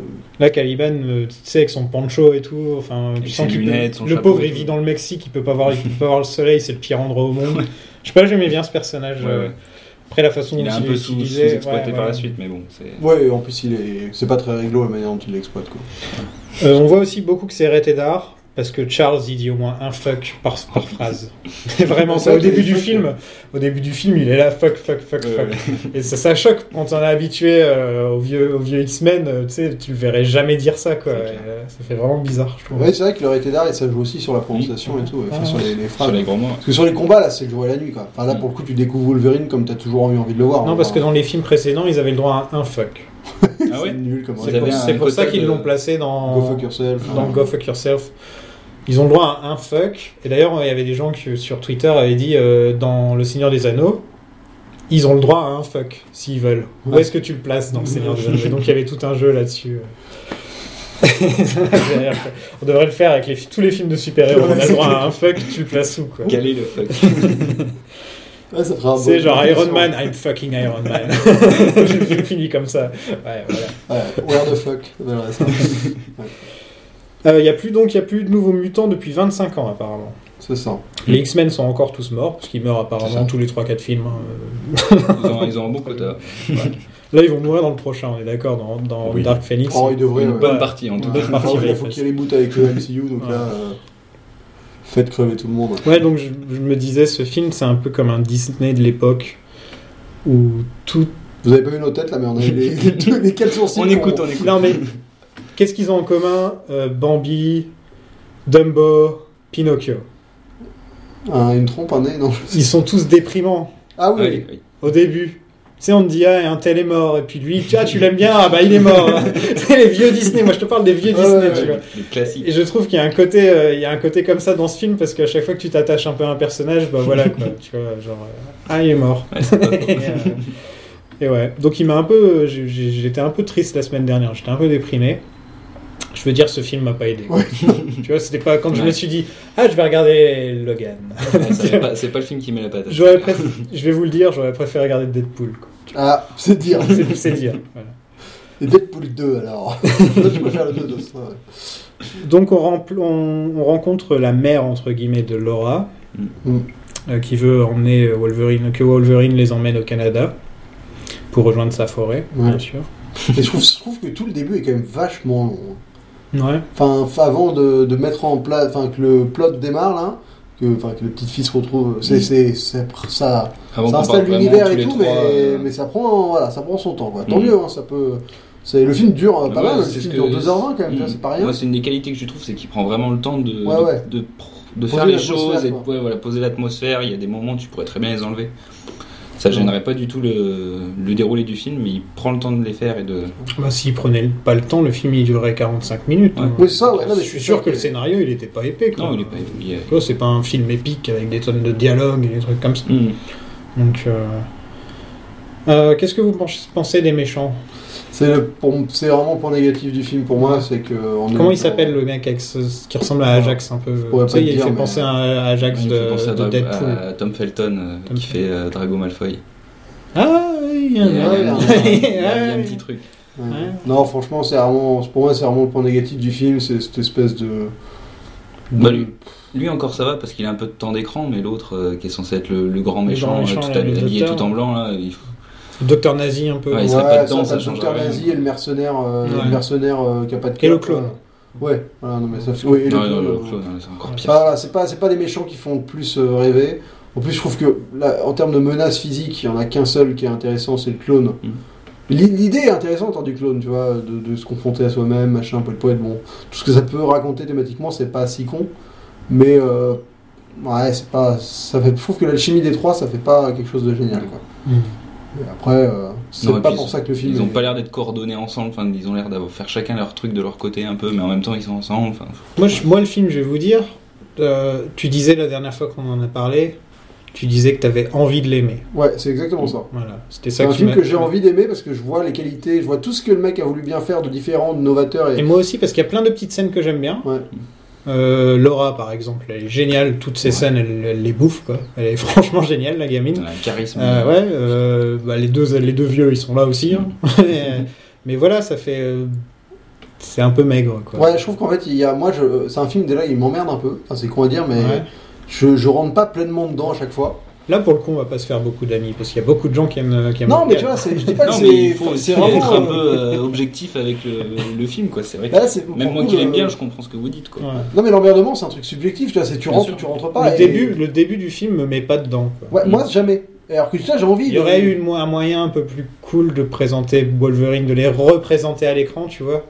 [SPEAKER 1] Là, Caliban, euh, tu sais, avec son pancho et tout, enfin,
[SPEAKER 3] Et
[SPEAKER 1] tu
[SPEAKER 3] ses
[SPEAKER 1] sens qu'il
[SPEAKER 3] lunettes,
[SPEAKER 1] peut-
[SPEAKER 3] son
[SPEAKER 1] le
[SPEAKER 3] chapeau
[SPEAKER 1] pauvre,
[SPEAKER 3] et
[SPEAKER 1] il vit
[SPEAKER 3] tout.
[SPEAKER 1] dans le Mexique, il peut pas voir, il peut pas voir le soleil, c'est le pire endroit au monde. Je sais pas, j'aimais bien ce personnage.
[SPEAKER 3] Ouais,
[SPEAKER 1] euh,
[SPEAKER 3] ouais.
[SPEAKER 1] Après, la façon
[SPEAKER 3] Il
[SPEAKER 1] dont
[SPEAKER 3] est un
[SPEAKER 1] il
[SPEAKER 3] peu
[SPEAKER 1] est
[SPEAKER 3] sous-
[SPEAKER 1] utilisé,
[SPEAKER 3] sous-exploité
[SPEAKER 1] ouais,
[SPEAKER 3] par
[SPEAKER 1] voilà.
[SPEAKER 3] la suite, mais bon, c'est.
[SPEAKER 2] Ouais, et en plus il est, c'est pas très réglo la manière dont il l'exploite quoi.
[SPEAKER 1] Euh, on voit aussi beaucoup que c'est raté d'art. Parce que Charles, il dit au moins un fuck par, par phrase. C'est vraiment ça. Au début du film, au début du film, il est là fuck, fuck, fuck,
[SPEAKER 3] Ouais,
[SPEAKER 1] fuck.
[SPEAKER 3] ouais.
[SPEAKER 1] Et ça, ça choque quand on est habitué euh, aux vieux, aux vieux X-Men. euh, tu sais, tu le verrais jamais dire ça, quoi.
[SPEAKER 3] C'est clair.
[SPEAKER 1] Et, euh, ça fait vraiment bizarre, je trouve.
[SPEAKER 2] Ouais, c'est vrai qu'il aurait été d'art et ça joue aussi sur la prononciation et tout, ouais, enfin,
[SPEAKER 1] Ah.
[SPEAKER 2] sur les, les
[SPEAKER 3] Sur
[SPEAKER 2] phrases.
[SPEAKER 3] les Mm. grands mots.
[SPEAKER 2] Parce que sur les combats là, c'est le jour et la nuit quoi. Enfin là pour le coup tu découvres Wolverine comme t'as toujours eu envie de le voir.
[SPEAKER 1] Non,
[SPEAKER 2] hein.
[SPEAKER 1] parce que dans les films précédents, ils avaient le droit à un fuck.
[SPEAKER 3] Ah
[SPEAKER 2] c'est
[SPEAKER 3] ouais
[SPEAKER 2] nul comme
[SPEAKER 3] Vous
[SPEAKER 1] C'est
[SPEAKER 2] réponse.
[SPEAKER 1] pour,
[SPEAKER 3] avez un
[SPEAKER 1] c'est pour ça
[SPEAKER 3] quota
[SPEAKER 1] qu'ils
[SPEAKER 3] de-
[SPEAKER 1] l'ont placé
[SPEAKER 2] Go
[SPEAKER 1] dans,
[SPEAKER 2] fuck yourself.
[SPEAKER 1] dans Go Fuck Yourself. Ils ont le droit à un fuck. Et d'ailleurs, il y avait des gens qui, sur Twitter, avaient dit euh, dans Le Seigneur des Anneaux, ils ont le droit à un fuck, s'ils veulent. Où
[SPEAKER 2] Ouais.
[SPEAKER 1] est-ce que tu le places dans Le Seigneur des Anneaux Et Donc il y avait tout un jeu là-dessus. euh. on devrait le faire avec les, fi- tous les films de super-héros. On a le droit à un fuck, tu le places où quoi
[SPEAKER 3] Quel est le fuck
[SPEAKER 2] Ouais, ça fera un
[SPEAKER 1] C'est
[SPEAKER 2] bon-
[SPEAKER 1] genre Iron Man, I'm fucking Iron Man. Je finis comme ça. Ouais, voilà.
[SPEAKER 2] Ouais, where the fuck. Voilà, ça,
[SPEAKER 1] Il n'y a plus donc il Euh, y a plus de nouveaux mutants depuis 25 ans apparemment.
[SPEAKER 2] c'est ça.
[SPEAKER 1] Les X-Men sont encore tous morts parce qu'ils meurent apparemment
[SPEAKER 3] Mm. ça.
[SPEAKER 1] tous les 3-4 films. hein.
[SPEAKER 3] ils, ont, ils ont un bon quota.
[SPEAKER 1] Là ils vont mourir dans le prochain, on est d'accord dans, dans
[SPEAKER 3] Oui.
[SPEAKER 1] Dark Phoenix.
[SPEAKER 2] Oh, il devrait.
[SPEAKER 3] Une
[SPEAKER 2] ouais.
[SPEAKER 3] bonne partie en tout
[SPEAKER 1] Ouais.
[SPEAKER 3] cas.
[SPEAKER 1] bonne partie,
[SPEAKER 2] Il
[SPEAKER 1] ouais,
[SPEAKER 2] faut
[SPEAKER 1] parce-
[SPEAKER 2] qu'il reboot avec le MCU, donc
[SPEAKER 1] Ouais.
[SPEAKER 2] là, euh, faites crever tout le monde.
[SPEAKER 1] Ouais donc je, je me disais ce film c'est un peu comme un Disney de l'époque où tout.
[SPEAKER 2] Vous avez pas vu nos têtes là, mais on a eu les, les, les quatre sourcils.
[SPEAKER 3] On
[SPEAKER 2] qu'on-
[SPEAKER 3] écoute, on écoute.
[SPEAKER 1] Non mais qu'est-ce qu'ils ont en commun Euh, Bambi, Dumbo, Pinocchio.
[SPEAKER 2] Un- une trompe, un nez, non je sais.
[SPEAKER 1] Ils sont tous déprimants
[SPEAKER 2] Ah oui,
[SPEAKER 3] Oui, oui.
[SPEAKER 1] au début. Tu sais, on te dit, ah, un tel est mort, et puis lui, ah, tu l'aimes bien, ah, bah, il est mort. C'est les vieux Disney, moi, je te parle des vieux
[SPEAKER 2] Ouais,
[SPEAKER 1] Disney,
[SPEAKER 2] ouais,
[SPEAKER 1] tu
[SPEAKER 2] ouais.
[SPEAKER 1] vois.
[SPEAKER 3] Les classiques.
[SPEAKER 1] Et je trouve qu'il y a un côté, euh, il y a un côté comme ça dans ce film parce qu'à chaque fois que tu t'attaches un peu à un personnage, bah voilà quoi, tu vois, genre euh, ah il est mort.
[SPEAKER 3] Ouais, c'est pas faux.
[SPEAKER 1] Et, euh, Et ouais, donc il m'a un peu, euh, j'ai- j'ai- j'étais un peu triste la semaine dernière, j'étais un peu déprimé. Je veux dire, ce film m'a pas aidé. quoi. tu vois, c'était pas quand je
[SPEAKER 3] Ouais.
[SPEAKER 1] me suis dit, ah, je vais regarder Logan.
[SPEAKER 3] Ouais, ça va pas- C'est pas le film qui met la patate.
[SPEAKER 1] J'aurais préf- je vais vous le dire, j'aurais préféré regarder Deadpool. quoi.
[SPEAKER 2] Ah, c'est dire.
[SPEAKER 1] C'est c'est dire. voilà.
[SPEAKER 2] Et Deadpool 2 alors. je préfère le 2 de ça. ouais.
[SPEAKER 1] Donc on, rempl- on- on rencontre la mère entre guillemets de Laura,
[SPEAKER 2] Mm.
[SPEAKER 1] euh, qui veut emmener Wolverine, que Wolverine les emmène au Canada pour rejoindre sa forêt,
[SPEAKER 2] Ouais.
[SPEAKER 1] bien sûr.
[SPEAKER 2] Et je trouve, je trouve que tout le début est quand même vachement long. hein.
[SPEAKER 1] Ouais.
[SPEAKER 2] Enfin, f- avant de, de mettre en place, enfin que le plot démarre là, que, enfin, que le petit fils retrouve, c'est,
[SPEAKER 3] Oui.
[SPEAKER 2] c'est, c'est- ça, ça
[SPEAKER 3] Avant qu'on parle
[SPEAKER 2] installe
[SPEAKER 3] Ah, vraiment
[SPEAKER 2] l'univers
[SPEAKER 3] tous
[SPEAKER 2] et
[SPEAKER 3] les
[SPEAKER 2] tout,
[SPEAKER 3] trois,
[SPEAKER 2] mais,
[SPEAKER 3] euh,
[SPEAKER 2] mais ça prend, voilà, ça prend son temps. Quoi. Tant
[SPEAKER 3] Mm.
[SPEAKER 2] mieux, hein, ça peut. C'est, le film dure euh, pas
[SPEAKER 3] Ouais,
[SPEAKER 2] mal, le
[SPEAKER 3] c'est
[SPEAKER 2] film
[SPEAKER 3] ce
[SPEAKER 2] dure
[SPEAKER 3] que- Mm.
[SPEAKER 2] 2h20 quand même, tu vois, c'est pas rien.
[SPEAKER 3] Moi, c'est une des qualités que je trouve, c'est qu'il prend vraiment le temps de,
[SPEAKER 2] Ouais,
[SPEAKER 3] de-
[SPEAKER 2] ouais.
[SPEAKER 3] de, pr- de
[SPEAKER 2] Poser
[SPEAKER 3] faire les
[SPEAKER 2] l'atmosphère,
[SPEAKER 3] choses et de-
[SPEAKER 2] quoi.
[SPEAKER 3] ouais, voilà, poser l'atmosphère. Il y a des moments où tu pourrais très bien les enlever.
[SPEAKER 2] Mm.
[SPEAKER 3] Ça gênerait pas du tout le, le déroulé du film, mais il prend le temps de les faire et de.
[SPEAKER 1] Bah, S'il prenait pas le temps, le film il durait 45 minutes.
[SPEAKER 3] Ouais.
[SPEAKER 1] hein.
[SPEAKER 2] Oui, c'est ça, ouais. Non, mais
[SPEAKER 1] je suis sûr que le scénario il était pas épais. Quoi.
[SPEAKER 3] Non, il est pas. il est-
[SPEAKER 1] Tu vois, c'est pas un film épique avec des tonnes de dialogues et des trucs comme ça.
[SPEAKER 3] Hmm.
[SPEAKER 1] Donc, euh, euh, qu'est-ce que vous pense- pensez des méchants
[SPEAKER 2] C'est, le, pour- c'est vraiment le point négatif du film pour moi, c'est que. euh, on est-
[SPEAKER 1] Comment il s'appelle le mec avec ce- qui ressemble à Ajax un peu
[SPEAKER 2] pourrais
[SPEAKER 1] Tu
[SPEAKER 2] pas
[SPEAKER 1] sais,
[SPEAKER 2] le
[SPEAKER 1] il
[SPEAKER 2] dire,
[SPEAKER 1] fait
[SPEAKER 2] mais-
[SPEAKER 1] penser à Ajax
[SPEAKER 3] Il me
[SPEAKER 1] de,
[SPEAKER 3] fait penser à,
[SPEAKER 1] euh, de
[SPEAKER 3] Dra-
[SPEAKER 1] Deadpool.
[SPEAKER 3] à Tom Felton euh,
[SPEAKER 1] Tom
[SPEAKER 3] qui fait euh, Drago Malfoy.
[SPEAKER 1] Ah, oui, il y en
[SPEAKER 3] Il y a- il y a-
[SPEAKER 1] a.
[SPEAKER 3] il y a- il y a un petit truc.
[SPEAKER 2] Ouais.
[SPEAKER 1] Ouais.
[SPEAKER 2] Non, franchement, c'est vraiment, pour moi, c'est vraiment le point négatif du film, c'est cette espèce de.
[SPEAKER 3] Bah, lui, lui encore ça va parce qu'il a un peu de temps d'écran, mais l'autre euh, qui est censé être le, le grand
[SPEAKER 1] Le
[SPEAKER 3] méchant,
[SPEAKER 1] grand
[SPEAKER 3] euh,
[SPEAKER 1] méchant,
[SPEAKER 3] tout
[SPEAKER 1] là, le
[SPEAKER 3] habillé
[SPEAKER 1] docteur.
[SPEAKER 3] tout en blanc là, il-
[SPEAKER 1] Docteur nazi un peu.
[SPEAKER 3] Ouais, bah, il
[SPEAKER 2] ouais,
[SPEAKER 3] serait pas dedans,
[SPEAKER 2] ça,
[SPEAKER 3] ça
[SPEAKER 2] le
[SPEAKER 3] changerait
[SPEAKER 2] docteur
[SPEAKER 3] rien.
[SPEAKER 2] nazi et le mercenaire, euh,
[SPEAKER 1] Ouais.
[SPEAKER 2] le mercenaire euh, qui a pas de
[SPEAKER 1] Et le
[SPEAKER 2] cœur,
[SPEAKER 1] clone.
[SPEAKER 2] quoi. Ouais, voilà, non, mais ça fait. oui, et le euh,
[SPEAKER 3] Non, non,
[SPEAKER 2] clone,
[SPEAKER 3] le
[SPEAKER 2] ouais.
[SPEAKER 3] clone, hein, c'est encore pire.
[SPEAKER 2] Enfin, voilà, Bah, c'est pas, c'est pas les méchants qui font le plus euh, rêver. En plus, je trouve que là, en termes de menaces physiques, il y en a qu'un seul qui est intéressant, c'est le clone.
[SPEAKER 3] Mhm.
[SPEAKER 2] L'i- L'idée est intéressante hein, du clone, tu vois, de, de se confronter à soi-même, machin, poète, poète. Bon, tout ce que ça peut raconter thématiquement, c'est pas si con. Mais euh, ouais, c'est pas. Ça fait, je trouve que l'alchimie des trois, ça fait pas quelque chose de génial. Quoi.
[SPEAKER 1] Mm.
[SPEAKER 2] Et après, euh, c'est
[SPEAKER 3] Non, et
[SPEAKER 2] pas
[SPEAKER 3] puis
[SPEAKER 2] pour
[SPEAKER 3] ils-
[SPEAKER 2] ça que le film.
[SPEAKER 3] Ils ont
[SPEAKER 2] est-
[SPEAKER 3] pas l'air d'être coordonnés ensemble, enfin ils ont l'air d'avoir faire chacun leur truc de leur côté un peu, mais en même temps ils sont ensemble. Enfin,
[SPEAKER 1] Moi, je- moi, le film, je vais vous dire, euh, tu disais la dernière fois qu'on en a parlé, tu disais que tu avais envie de l'aimer.
[SPEAKER 2] Ouais, c'est exactement ça.
[SPEAKER 1] Voilà, c'était ça
[SPEAKER 2] C'est un
[SPEAKER 1] qui
[SPEAKER 2] film
[SPEAKER 1] m'a-
[SPEAKER 2] que j'ai envie d'aimer parce que je vois les qualités, je vois tout ce que le mec a voulu bien faire de différent, de novateur
[SPEAKER 1] Et
[SPEAKER 2] et.
[SPEAKER 1] moi aussi, parce qu'il y a plein de petites scènes que j'aime bien.
[SPEAKER 2] Ouais.
[SPEAKER 1] Euh, Laura, par exemple, elle est géniale. Toutes ces
[SPEAKER 3] Ouais.
[SPEAKER 1] scènes, elle, elle les bouffe, quoi. Elle est franchement géniale, la gamine.
[SPEAKER 3] il a un charisme.
[SPEAKER 1] Euh, ouais, euh, bah, les, deux, les deux vieux, ils sont là aussi. hein. mais, mais voilà, ça fait. euh, c'est un peu maigre, quoi.
[SPEAKER 2] Ouais, je trouve qu'en fait, il y a, moi, je, c'est un film, déjà, il m'emmerde un peu. Enfin, c'est con à dire, mais
[SPEAKER 1] Ouais.
[SPEAKER 2] je, je rentre pas pleinement dedans à chaque fois.
[SPEAKER 1] Là, pour le coup, on va pas se faire beaucoup d'amis, parce qu'il y a beaucoup de gens qui aiment. euh, Qui aiment
[SPEAKER 2] Non,
[SPEAKER 1] le
[SPEAKER 2] mais
[SPEAKER 1] cas.
[SPEAKER 2] tu vois, c'est, je dis pas que
[SPEAKER 3] Non,
[SPEAKER 2] c'est.
[SPEAKER 3] mais il faut
[SPEAKER 2] c'est
[SPEAKER 3] aussi
[SPEAKER 2] vraiment,
[SPEAKER 3] être un
[SPEAKER 2] euh,
[SPEAKER 3] peu euh, objectif avec le, le film, quoi. C'est vrai. que
[SPEAKER 2] bah là, c'est- pour
[SPEAKER 3] même moi
[SPEAKER 2] le
[SPEAKER 3] qui
[SPEAKER 2] coup,
[SPEAKER 3] l'aime bien,
[SPEAKER 2] euh,
[SPEAKER 3] je comprends ce que vous dites, quoi.
[SPEAKER 1] Ouais.
[SPEAKER 2] Non, mais l'emmerdement, c'est un truc subjectif, tu vois, c'est tu
[SPEAKER 3] Bien
[SPEAKER 2] rentres
[SPEAKER 3] sûr.
[SPEAKER 2] ou tu rentres pas.
[SPEAKER 1] le,
[SPEAKER 2] et-
[SPEAKER 1] début, le début du film me met pas dedans. quoi.
[SPEAKER 2] Ouais, moi, jamais. Alors que tu vois, j'ai envie.
[SPEAKER 1] Il y
[SPEAKER 2] de-
[SPEAKER 1] aurait eu une mo- un moyen un peu plus cool de présenter Wolverine, de les représenter à l'écran, tu vois.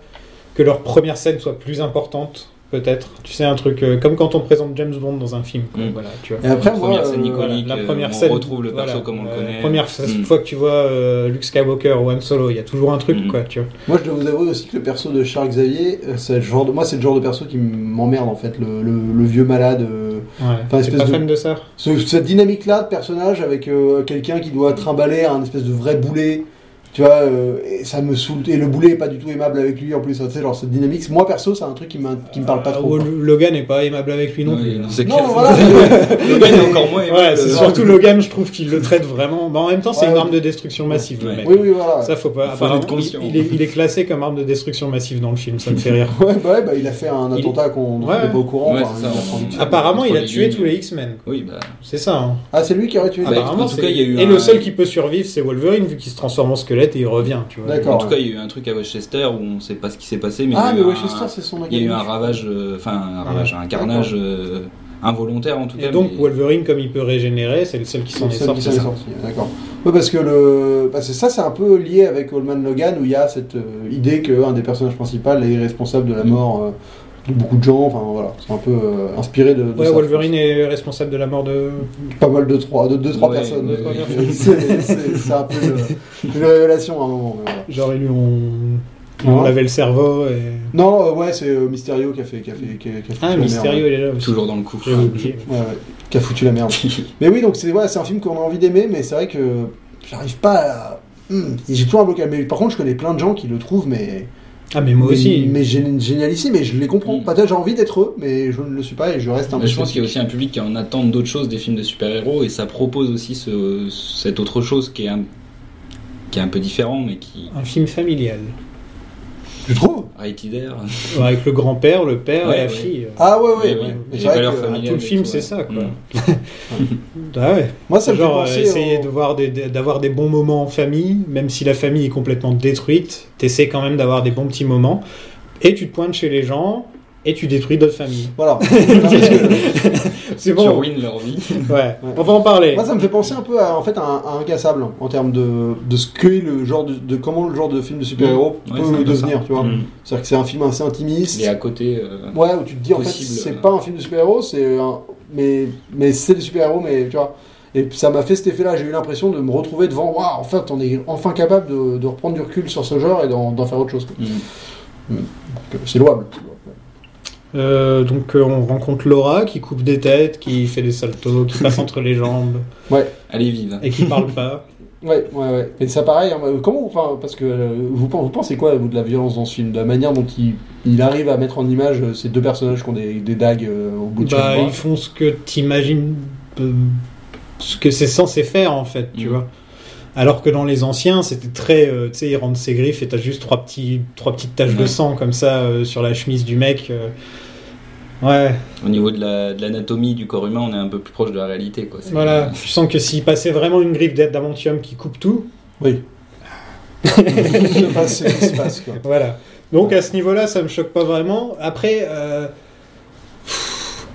[SPEAKER 1] Que leur première scène soit plus importante, peut-être. Tu sais, un truc euh, comme quand on présente James Bond dans un film. quoi.
[SPEAKER 3] Mm.
[SPEAKER 1] Voilà, tu vois.
[SPEAKER 2] Et après,
[SPEAKER 3] La
[SPEAKER 2] moi,
[SPEAKER 3] première
[SPEAKER 2] euh,
[SPEAKER 3] scène
[SPEAKER 1] Voilà,
[SPEAKER 3] iconique,
[SPEAKER 1] la
[SPEAKER 3] euh,
[SPEAKER 1] première
[SPEAKER 3] on
[SPEAKER 1] scène.
[SPEAKER 3] retrouve le
[SPEAKER 1] voilà,
[SPEAKER 3] perso comme on le
[SPEAKER 1] euh,
[SPEAKER 3] connaît.
[SPEAKER 1] Première
[SPEAKER 3] Mm.
[SPEAKER 1] fois que tu vois euh, Luke Skywalker ou Han Solo, il y a toujours un truc,
[SPEAKER 3] Mm.
[SPEAKER 1] quoi, tu vois.
[SPEAKER 2] moi, je dois vous avouer aussi que le perso de Charles Xavier, euh, c'est le genre de- moi, c'est le genre de perso qui m'emmerde, en fait, le, le- le vieux malade. euh,
[SPEAKER 1] Ouais.
[SPEAKER 2] Enfin,
[SPEAKER 1] T'es
[SPEAKER 2] espèce
[SPEAKER 1] pas
[SPEAKER 2] de-
[SPEAKER 1] fan de ça
[SPEAKER 2] Ce- cette dynamique-là de personnage avec euh, quelqu'un qui doit trimballer un espèce de vrai boulet, tu vois, euh, et ça me saoule. Et le boulet est pas du tout aimable avec lui en plus, hein, tu sais, genre cette dynamique. Moi perso, c'est un truc qui, m'in- qui me parle pas
[SPEAKER 1] Euh,
[SPEAKER 2] trop.
[SPEAKER 1] Wol- Logan n'est pas aimable avec lui non
[SPEAKER 3] Ouais,
[SPEAKER 1] plus. hein.
[SPEAKER 3] non, c'est
[SPEAKER 2] Non,
[SPEAKER 3] clair.
[SPEAKER 2] voilà.
[SPEAKER 3] Le mec est encore moins.
[SPEAKER 1] Ouais,
[SPEAKER 3] aimable.
[SPEAKER 1] c'est
[SPEAKER 2] Euh,
[SPEAKER 1] surtout Logan, je trouve qu'il le traite vraiment. Bah, en même temps, c'est
[SPEAKER 2] Ouais.
[SPEAKER 1] une arme de destruction massive, le
[SPEAKER 3] Ouais.
[SPEAKER 1] mec.
[SPEAKER 2] Oui, oui, voilà.
[SPEAKER 1] Ça, faut pas.
[SPEAKER 3] Faut en être
[SPEAKER 1] apparemment,
[SPEAKER 3] conscient.
[SPEAKER 1] il, il est, il est classé comme arme de destruction massive dans le film, ça me fait rire.
[SPEAKER 2] Ouais, bah, ouais, bah, il a fait un
[SPEAKER 1] Il-
[SPEAKER 2] attentat qu'on
[SPEAKER 1] Ouais.
[SPEAKER 2] n'est pas au courant.
[SPEAKER 3] Ouais,
[SPEAKER 2] enfin,
[SPEAKER 3] c'est ça,
[SPEAKER 2] il a
[SPEAKER 3] on-
[SPEAKER 2] entendu tuer.
[SPEAKER 1] Apparemment, il a
[SPEAKER 3] les
[SPEAKER 1] tué
[SPEAKER 3] lignes.
[SPEAKER 1] tous les X-Men.
[SPEAKER 3] Oui, bah.
[SPEAKER 1] C'est ça. hein.
[SPEAKER 2] Ah, c'est lui qui aurait tué.
[SPEAKER 3] Ah, bah,
[SPEAKER 1] Apparemment,
[SPEAKER 3] en tout
[SPEAKER 1] c'est-
[SPEAKER 3] cas, il y a eu
[SPEAKER 1] Et
[SPEAKER 3] un-
[SPEAKER 1] le seul qui peut survivre, c'est Wolverine, vu qu'il se transforme en squelette et il revient, tu vois.
[SPEAKER 2] D'accord.
[SPEAKER 3] En tout cas, il y a eu un truc à Westchester où on sait pas ce qui s'est passé, mais
[SPEAKER 2] ah,
[SPEAKER 3] il y
[SPEAKER 2] mais
[SPEAKER 3] a eu un-
[SPEAKER 2] Westchester, c'est son
[SPEAKER 3] il y a eu un
[SPEAKER 2] académique.
[SPEAKER 3] ravage, euh, enfin un ravage, un carnage euh, involontaire en tout cas.
[SPEAKER 1] Et donc,
[SPEAKER 3] mais-
[SPEAKER 1] Wolverine, comme il peut régénérer, c'est le seul qui s'en est
[SPEAKER 2] C'est le seul qui
[SPEAKER 1] sorti.
[SPEAKER 2] s'en est sorti, d'accord. Ouais, parce que le... bah, c'est ça, c'est un peu lié avec Oldman Logan, où il y a cette euh, idée qu'un des personnages principaux est responsable de la mort euh, de beaucoup de gens, enfin voilà, c'est un peu euh, inspiré de, de
[SPEAKER 1] Ouais,
[SPEAKER 2] ça,
[SPEAKER 1] Wolverine est responsable de la mort de.
[SPEAKER 2] je pense. Pas mal de trois, de deux, trois
[SPEAKER 3] Ouais,
[SPEAKER 2] personnes.
[SPEAKER 3] ouais,
[SPEAKER 1] ouais.
[SPEAKER 2] c'est c'est- c'est un peu le- une révélation à un moment. mais voilà.
[SPEAKER 1] Genre, ils lui ont. ils
[SPEAKER 2] Non.
[SPEAKER 1] ont lavé le cerveau et.
[SPEAKER 2] Non, euh, ouais, c'est euh, Mysterio qui a fait, qui a fait, qui a- qui a foutu la
[SPEAKER 1] Ah,
[SPEAKER 2] merde.
[SPEAKER 1] Mysterio, il est là aussi.
[SPEAKER 3] Toujours dans le coup.
[SPEAKER 1] J'ai oublié.
[SPEAKER 2] Ouais, ouais, qui a foutu la merde. Mais oui, donc c'est ouais, c'est un film qu'on a envie d'aimer, mais c'est vrai que j'arrive pas à hmm, j'ai toujours un blocage. Mais par contre, je connais plein de gens qui le trouvent, mais.
[SPEAKER 1] Ah, mais moi
[SPEAKER 2] mais-
[SPEAKER 1] aussi.
[SPEAKER 2] Mais gé- génialissime, et je les comprends.
[SPEAKER 3] Mm.
[SPEAKER 2] Pas j'ai envie d'être eux, mais je ne le suis pas et je reste un
[SPEAKER 3] Mais
[SPEAKER 2] peu.
[SPEAKER 3] je pense qu'il y a
[SPEAKER 2] sceptique.
[SPEAKER 3] aussi un public qui en attend d'autres choses des films de super-héros et ça propose aussi ce, cette autre chose qui est un, qui est un peu différent mais qui.
[SPEAKER 1] Un film familial.
[SPEAKER 2] Tu trouves
[SPEAKER 3] Rated R.
[SPEAKER 1] Avec le grand-père, le père
[SPEAKER 3] Ouais,
[SPEAKER 1] et la
[SPEAKER 3] ouais.
[SPEAKER 1] fille.
[SPEAKER 2] Ah ouais, ouais.
[SPEAKER 3] Et
[SPEAKER 2] ouais.
[SPEAKER 3] oui,
[SPEAKER 2] Mais c'est
[SPEAKER 3] et les
[SPEAKER 2] vrai
[SPEAKER 3] valeurs
[SPEAKER 2] que, euh,
[SPEAKER 3] familiales
[SPEAKER 1] tout le
[SPEAKER 3] et
[SPEAKER 1] film,
[SPEAKER 3] tout,
[SPEAKER 1] c'est
[SPEAKER 3] ouais.
[SPEAKER 1] ça, quoi.
[SPEAKER 3] Mm.
[SPEAKER 1] Ah ouais.
[SPEAKER 2] Moi, ça me
[SPEAKER 1] Genre, euh,
[SPEAKER 2] fait penser.
[SPEAKER 1] essayer
[SPEAKER 2] au-
[SPEAKER 1] de voir des- de- d'avoir des bons moments en famille, même si la famille est complètement détruite, t'essaies quand même d'avoir des bons petits moments, et tu te pointes chez les gens, et tu détruis d'autres familles.
[SPEAKER 2] Voilà. Parce que-
[SPEAKER 1] C'est
[SPEAKER 3] Tu
[SPEAKER 1] bon,
[SPEAKER 3] ruines leur vie.
[SPEAKER 1] ouais. on va en parler.
[SPEAKER 2] Moi, ça me fait penser un peu à, en fait, à, un- à Incassable en termes de, de ce qu'est le genre de, de comment le genre de film de super-héros
[SPEAKER 3] Mmh. Ouais, c'est un
[SPEAKER 2] peut
[SPEAKER 3] peu
[SPEAKER 2] devenir, tu vois.
[SPEAKER 3] Mm.
[SPEAKER 2] C'est-à-dire que c'est un film assez intimiste.
[SPEAKER 3] Et à côté. euh,
[SPEAKER 2] Ouais, où tu te dis en fait,
[SPEAKER 3] Possible,
[SPEAKER 2] c'est
[SPEAKER 3] euh.
[SPEAKER 2] pas un film de super-héros, c'est un- mais mais c'est des super-héros, mais tu vois. Et ça m'a fait cet effet-là. J'ai eu l'impression de me retrouver devant. Waouh, en fait, on est enfin capable de, de reprendre du recul sur ce genre et d'en d'en faire autre chose. quoi.
[SPEAKER 3] mm.
[SPEAKER 2] Donc, C'est louable.
[SPEAKER 1] Euh, donc euh, on rencontre Laura qui coupe des têtes, qui fait des saltos, qui passe entre les jambes,
[SPEAKER 3] Allez, vive.
[SPEAKER 1] et qui parle pas.
[SPEAKER 2] Ouais, ouais, ouais. Et ça, pareil, hein, comment vous parlez Parce que euh, vous, pen- vous pensez quoi, vous, de la violence dans ce film De la manière dont il, il arrive à mettre en image euh, ces deux personnages qui ont des, des dagues euh, au bout de
[SPEAKER 1] Bah,
[SPEAKER 2] chaque bras
[SPEAKER 1] ils font ce que t'imagines euh, ce que c'est censé faire en fait, tu
[SPEAKER 3] Mhm.
[SPEAKER 1] vois. Alors que dans les anciens, c'était très, euh, tu sais, il rentre ses griffes et t'as juste trois petits, trois petites taches de
[SPEAKER 3] Ouais.
[SPEAKER 1] sang comme ça euh, sur la chemise du mec. euh. Ouais,
[SPEAKER 3] Au niveau de la- de l'anatomie du corps humain, on est un peu plus proche de la réalité. Quoi. C'est-
[SPEAKER 1] voilà. Tu sens que s'il passait vraiment une griffe d'adamantium qui coupe tout,
[SPEAKER 2] Oui. Je sais pas ce qui se passe, quoi.
[SPEAKER 1] voilà. Donc à ce niveau-là, ça me choque pas vraiment. Après, euh, pff,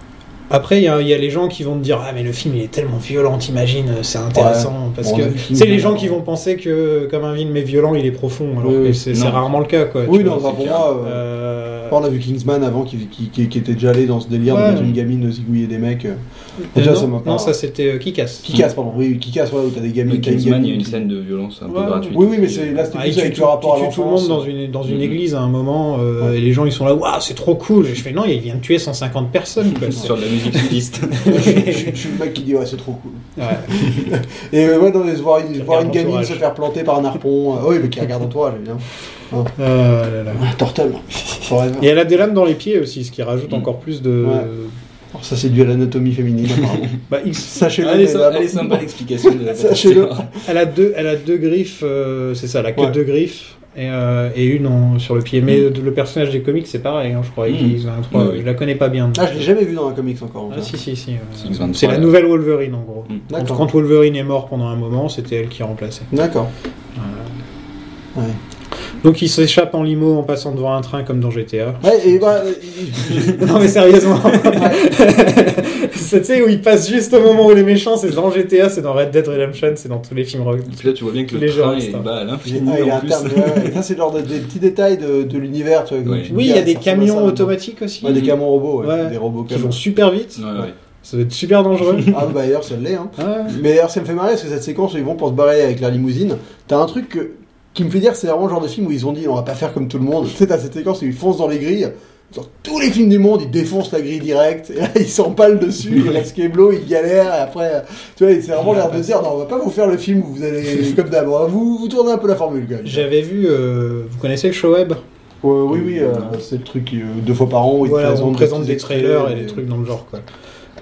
[SPEAKER 1] après, il y, a- il y a les gens qui vont te dire ah mais le film il est tellement violent, t'imagines, euh, c'est intéressant parce
[SPEAKER 2] Bon,
[SPEAKER 1] que
[SPEAKER 2] le film,
[SPEAKER 1] c'est les
[SPEAKER 2] voilà.
[SPEAKER 1] gens qui vont penser que comme un film est violent, il est profond, alors
[SPEAKER 2] Oui,
[SPEAKER 1] que
[SPEAKER 2] oui.
[SPEAKER 1] c'est c'est
[SPEAKER 3] Non.
[SPEAKER 1] rarement le cas quoi. tu
[SPEAKER 2] Oui,
[SPEAKER 1] vois.
[SPEAKER 2] non,
[SPEAKER 3] c'est
[SPEAKER 2] bah, pour
[SPEAKER 3] clair.
[SPEAKER 2] moi, euh,
[SPEAKER 1] Euh,
[SPEAKER 2] on a vu Kingsman avant qui, qui, qui- qui était déjà allé dans ce délire
[SPEAKER 1] Ouais.
[SPEAKER 2] de mettre une gamine zigouiller des mecs. euh.
[SPEAKER 1] euh,
[SPEAKER 2] Déjà,
[SPEAKER 1] non,
[SPEAKER 2] ça m'a
[SPEAKER 1] non,
[SPEAKER 2] pas-
[SPEAKER 1] ça c'était euh, Kick-Ass.
[SPEAKER 2] Qui casse, pardon. Oui, qui casse, ouais, où t'as des gamines.
[SPEAKER 3] Le
[SPEAKER 2] t'as une
[SPEAKER 3] Mm. Kingsman, il y a
[SPEAKER 2] gamine
[SPEAKER 3] une
[SPEAKER 2] qui-
[SPEAKER 3] scène de violence un peu
[SPEAKER 1] Ouais.
[SPEAKER 3] gratuite.
[SPEAKER 2] Oui, oui, mais c'est là, c'était
[SPEAKER 1] Ah,
[SPEAKER 2] plus
[SPEAKER 1] il tue
[SPEAKER 2] avec
[SPEAKER 1] tout,
[SPEAKER 2] le rapport à
[SPEAKER 1] il tue tout le
[SPEAKER 2] l'enfance. Mm-hmm.
[SPEAKER 1] monde dans une, dans une
[SPEAKER 3] Mhm.
[SPEAKER 1] église à un moment, euh,
[SPEAKER 2] Ouais.
[SPEAKER 1] et les gens ils sont là, waouh, c'est trop cool. Et je fais non, il vient de tuer 150 personnes. Quoi.
[SPEAKER 3] Sur de la musique sudiste.
[SPEAKER 2] Je suis- je suis je suis le mec qui dit, ouais, c'est trop cool.
[SPEAKER 1] Ouais.
[SPEAKER 2] Et euh, ouais, non, mais se voir une,
[SPEAKER 1] Qui
[SPEAKER 2] voir
[SPEAKER 1] regarde
[SPEAKER 2] une gamine
[SPEAKER 1] l'entourage.
[SPEAKER 2] se faire planter par un harpon, euh, oui, mais qui regarde entourage, bien.
[SPEAKER 1] Euh, là, là.
[SPEAKER 2] Ouais, Turtle, forever.
[SPEAKER 1] Et elle a des lames dans les pieds aussi, ce qui rajoute
[SPEAKER 3] Mm.
[SPEAKER 1] encore plus de.
[SPEAKER 2] Ouais. Alors, Oh, ça, c'est dû à l'anatomie féminine, apparemment.
[SPEAKER 1] Bah, X-
[SPEAKER 2] Sachez-le.
[SPEAKER 3] Allez,
[SPEAKER 2] mais
[SPEAKER 3] ça-
[SPEAKER 2] là-
[SPEAKER 3] allez, sympa l'explication de la
[SPEAKER 2] Sachez-le.
[SPEAKER 1] elle a deux, elle a deux griffes, euh, c'est ça, elle a que
[SPEAKER 2] Ouais. Mm.
[SPEAKER 1] deux griffes et, euh, et une en- sur le pied. Mais euh, le personnage des comics, c'est pareil, hein, je crois.
[SPEAKER 3] Mm.
[SPEAKER 1] Ils ont un trois-
[SPEAKER 3] Oui, oui.
[SPEAKER 1] Je la connais pas bien.
[SPEAKER 2] Ah, je l'ai jamais vu dans un comics encore. en
[SPEAKER 1] Ah,
[SPEAKER 2] fait.
[SPEAKER 1] si, si, si. euh,
[SPEAKER 3] X-23,
[SPEAKER 1] c'est la
[SPEAKER 3] là.
[SPEAKER 1] nouvelle Wolverine en gros.
[SPEAKER 3] Mm.
[SPEAKER 1] Quand,
[SPEAKER 2] D'accord.
[SPEAKER 1] quand Wolverine est mort pendant un moment, c'était elle qui remplaçait.
[SPEAKER 2] D'accord. Ouais.
[SPEAKER 1] Donc il s'échappe en limo en passant devant un train comme dans GTA.
[SPEAKER 2] Ouais, et bah, euh, je-
[SPEAKER 1] non mais sérieusement, C'est- tu sais où il passe juste au moment où les méchants, c'est dans GTA, c'est dans Red Dead Redemption, c'est dans tous les films rock.
[SPEAKER 3] Puis là, tu vois bien que le
[SPEAKER 1] Les gens,
[SPEAKER 3] train
[SPEAKER 1] c'est
[SPEAKER 3] est
[SPEAKER 1] ça.
[SPEAKER 3] bas à
[SPEAKER 2] j'ai-
[SPEAKER 3] l'infini
[SPEAKER 2] ah, il est
[SPEAKER 3] en
[SPEAKER 2] à
[SPEAKER 3] plus.
[SPEAKER 2] terme, ouais, ouais. Ça, c'est genre de- des petits détails de, de l'univers, tu vois. comme
[SPEAKER 3] Ouais.
[SPEAKER 2] tu
[SPEAKER 1] Oui,
[SPEAKER 2] dis,
[SPEAKER 1] il y a
[SPEAKER 2] ah,
[SPEAKER 1] des
[SPEAKER 2] ça ressemble à ça,
[SPEAKER 1] camions
[SPEAKER 2] maintenant.
[SPEAKER 1] automatiques aussi
[SPEAKER 2] Ouais, des camions robots, ouais.
[SPEAKER 1] Ouais.
[SPEAKER 2] des robots
[SPEAKER 1] qui vont
[SPEAKER 2] camions.
[SPEAKER 1] super vite.
[SPEAKER 3] Ouais, ouais.
[SPEAKER 1] Ça doit être super dangereux. Ah
[SPEAKER 2] Ah, bah, d'ailleurs, ça l'est, hein.
[SPEAKER 1] Ouais.
[SPEAKER 2] Mais d'ailleurs, ça me fait marrer parce que cette séquence où ils vont pour se barrer avec la limousine, t'as un truc que- qui me fait dire que c'est vraiment le genre de film où ils ont dit on va pas faire comme tout le monde. Tu sais, t'as cette séquence où ils foncent dans les grilles. Dans tous les films du monde, ils défoncent la grille direct, et là, ils s'empalent dessus, ils restent keblo, ils galèrent, et après, tu vois, c'est vraiment l'air de dire, non, on va pas vous faire le film où vous allez, comme d'hab, hein. vous, vous tournez un peu la formule, quand même.
[SPEAKER 1] J'avais vu, euh, vous connaissez le show web
[SPEAKER 2] Ouais, oui, oui, euh, c'est le truc, euh, deux fois par an, où ils te
[SPEAKER 1] Voilà,
[SPEAKER 2] présentent
[SPEAKER 1] on présente
[SPEAKER 2] petits
[SPEAKER 1] des trailers et
[SPEAKER 2] extraits,
[SPEAKER 1] des trucs dans le genre quoi.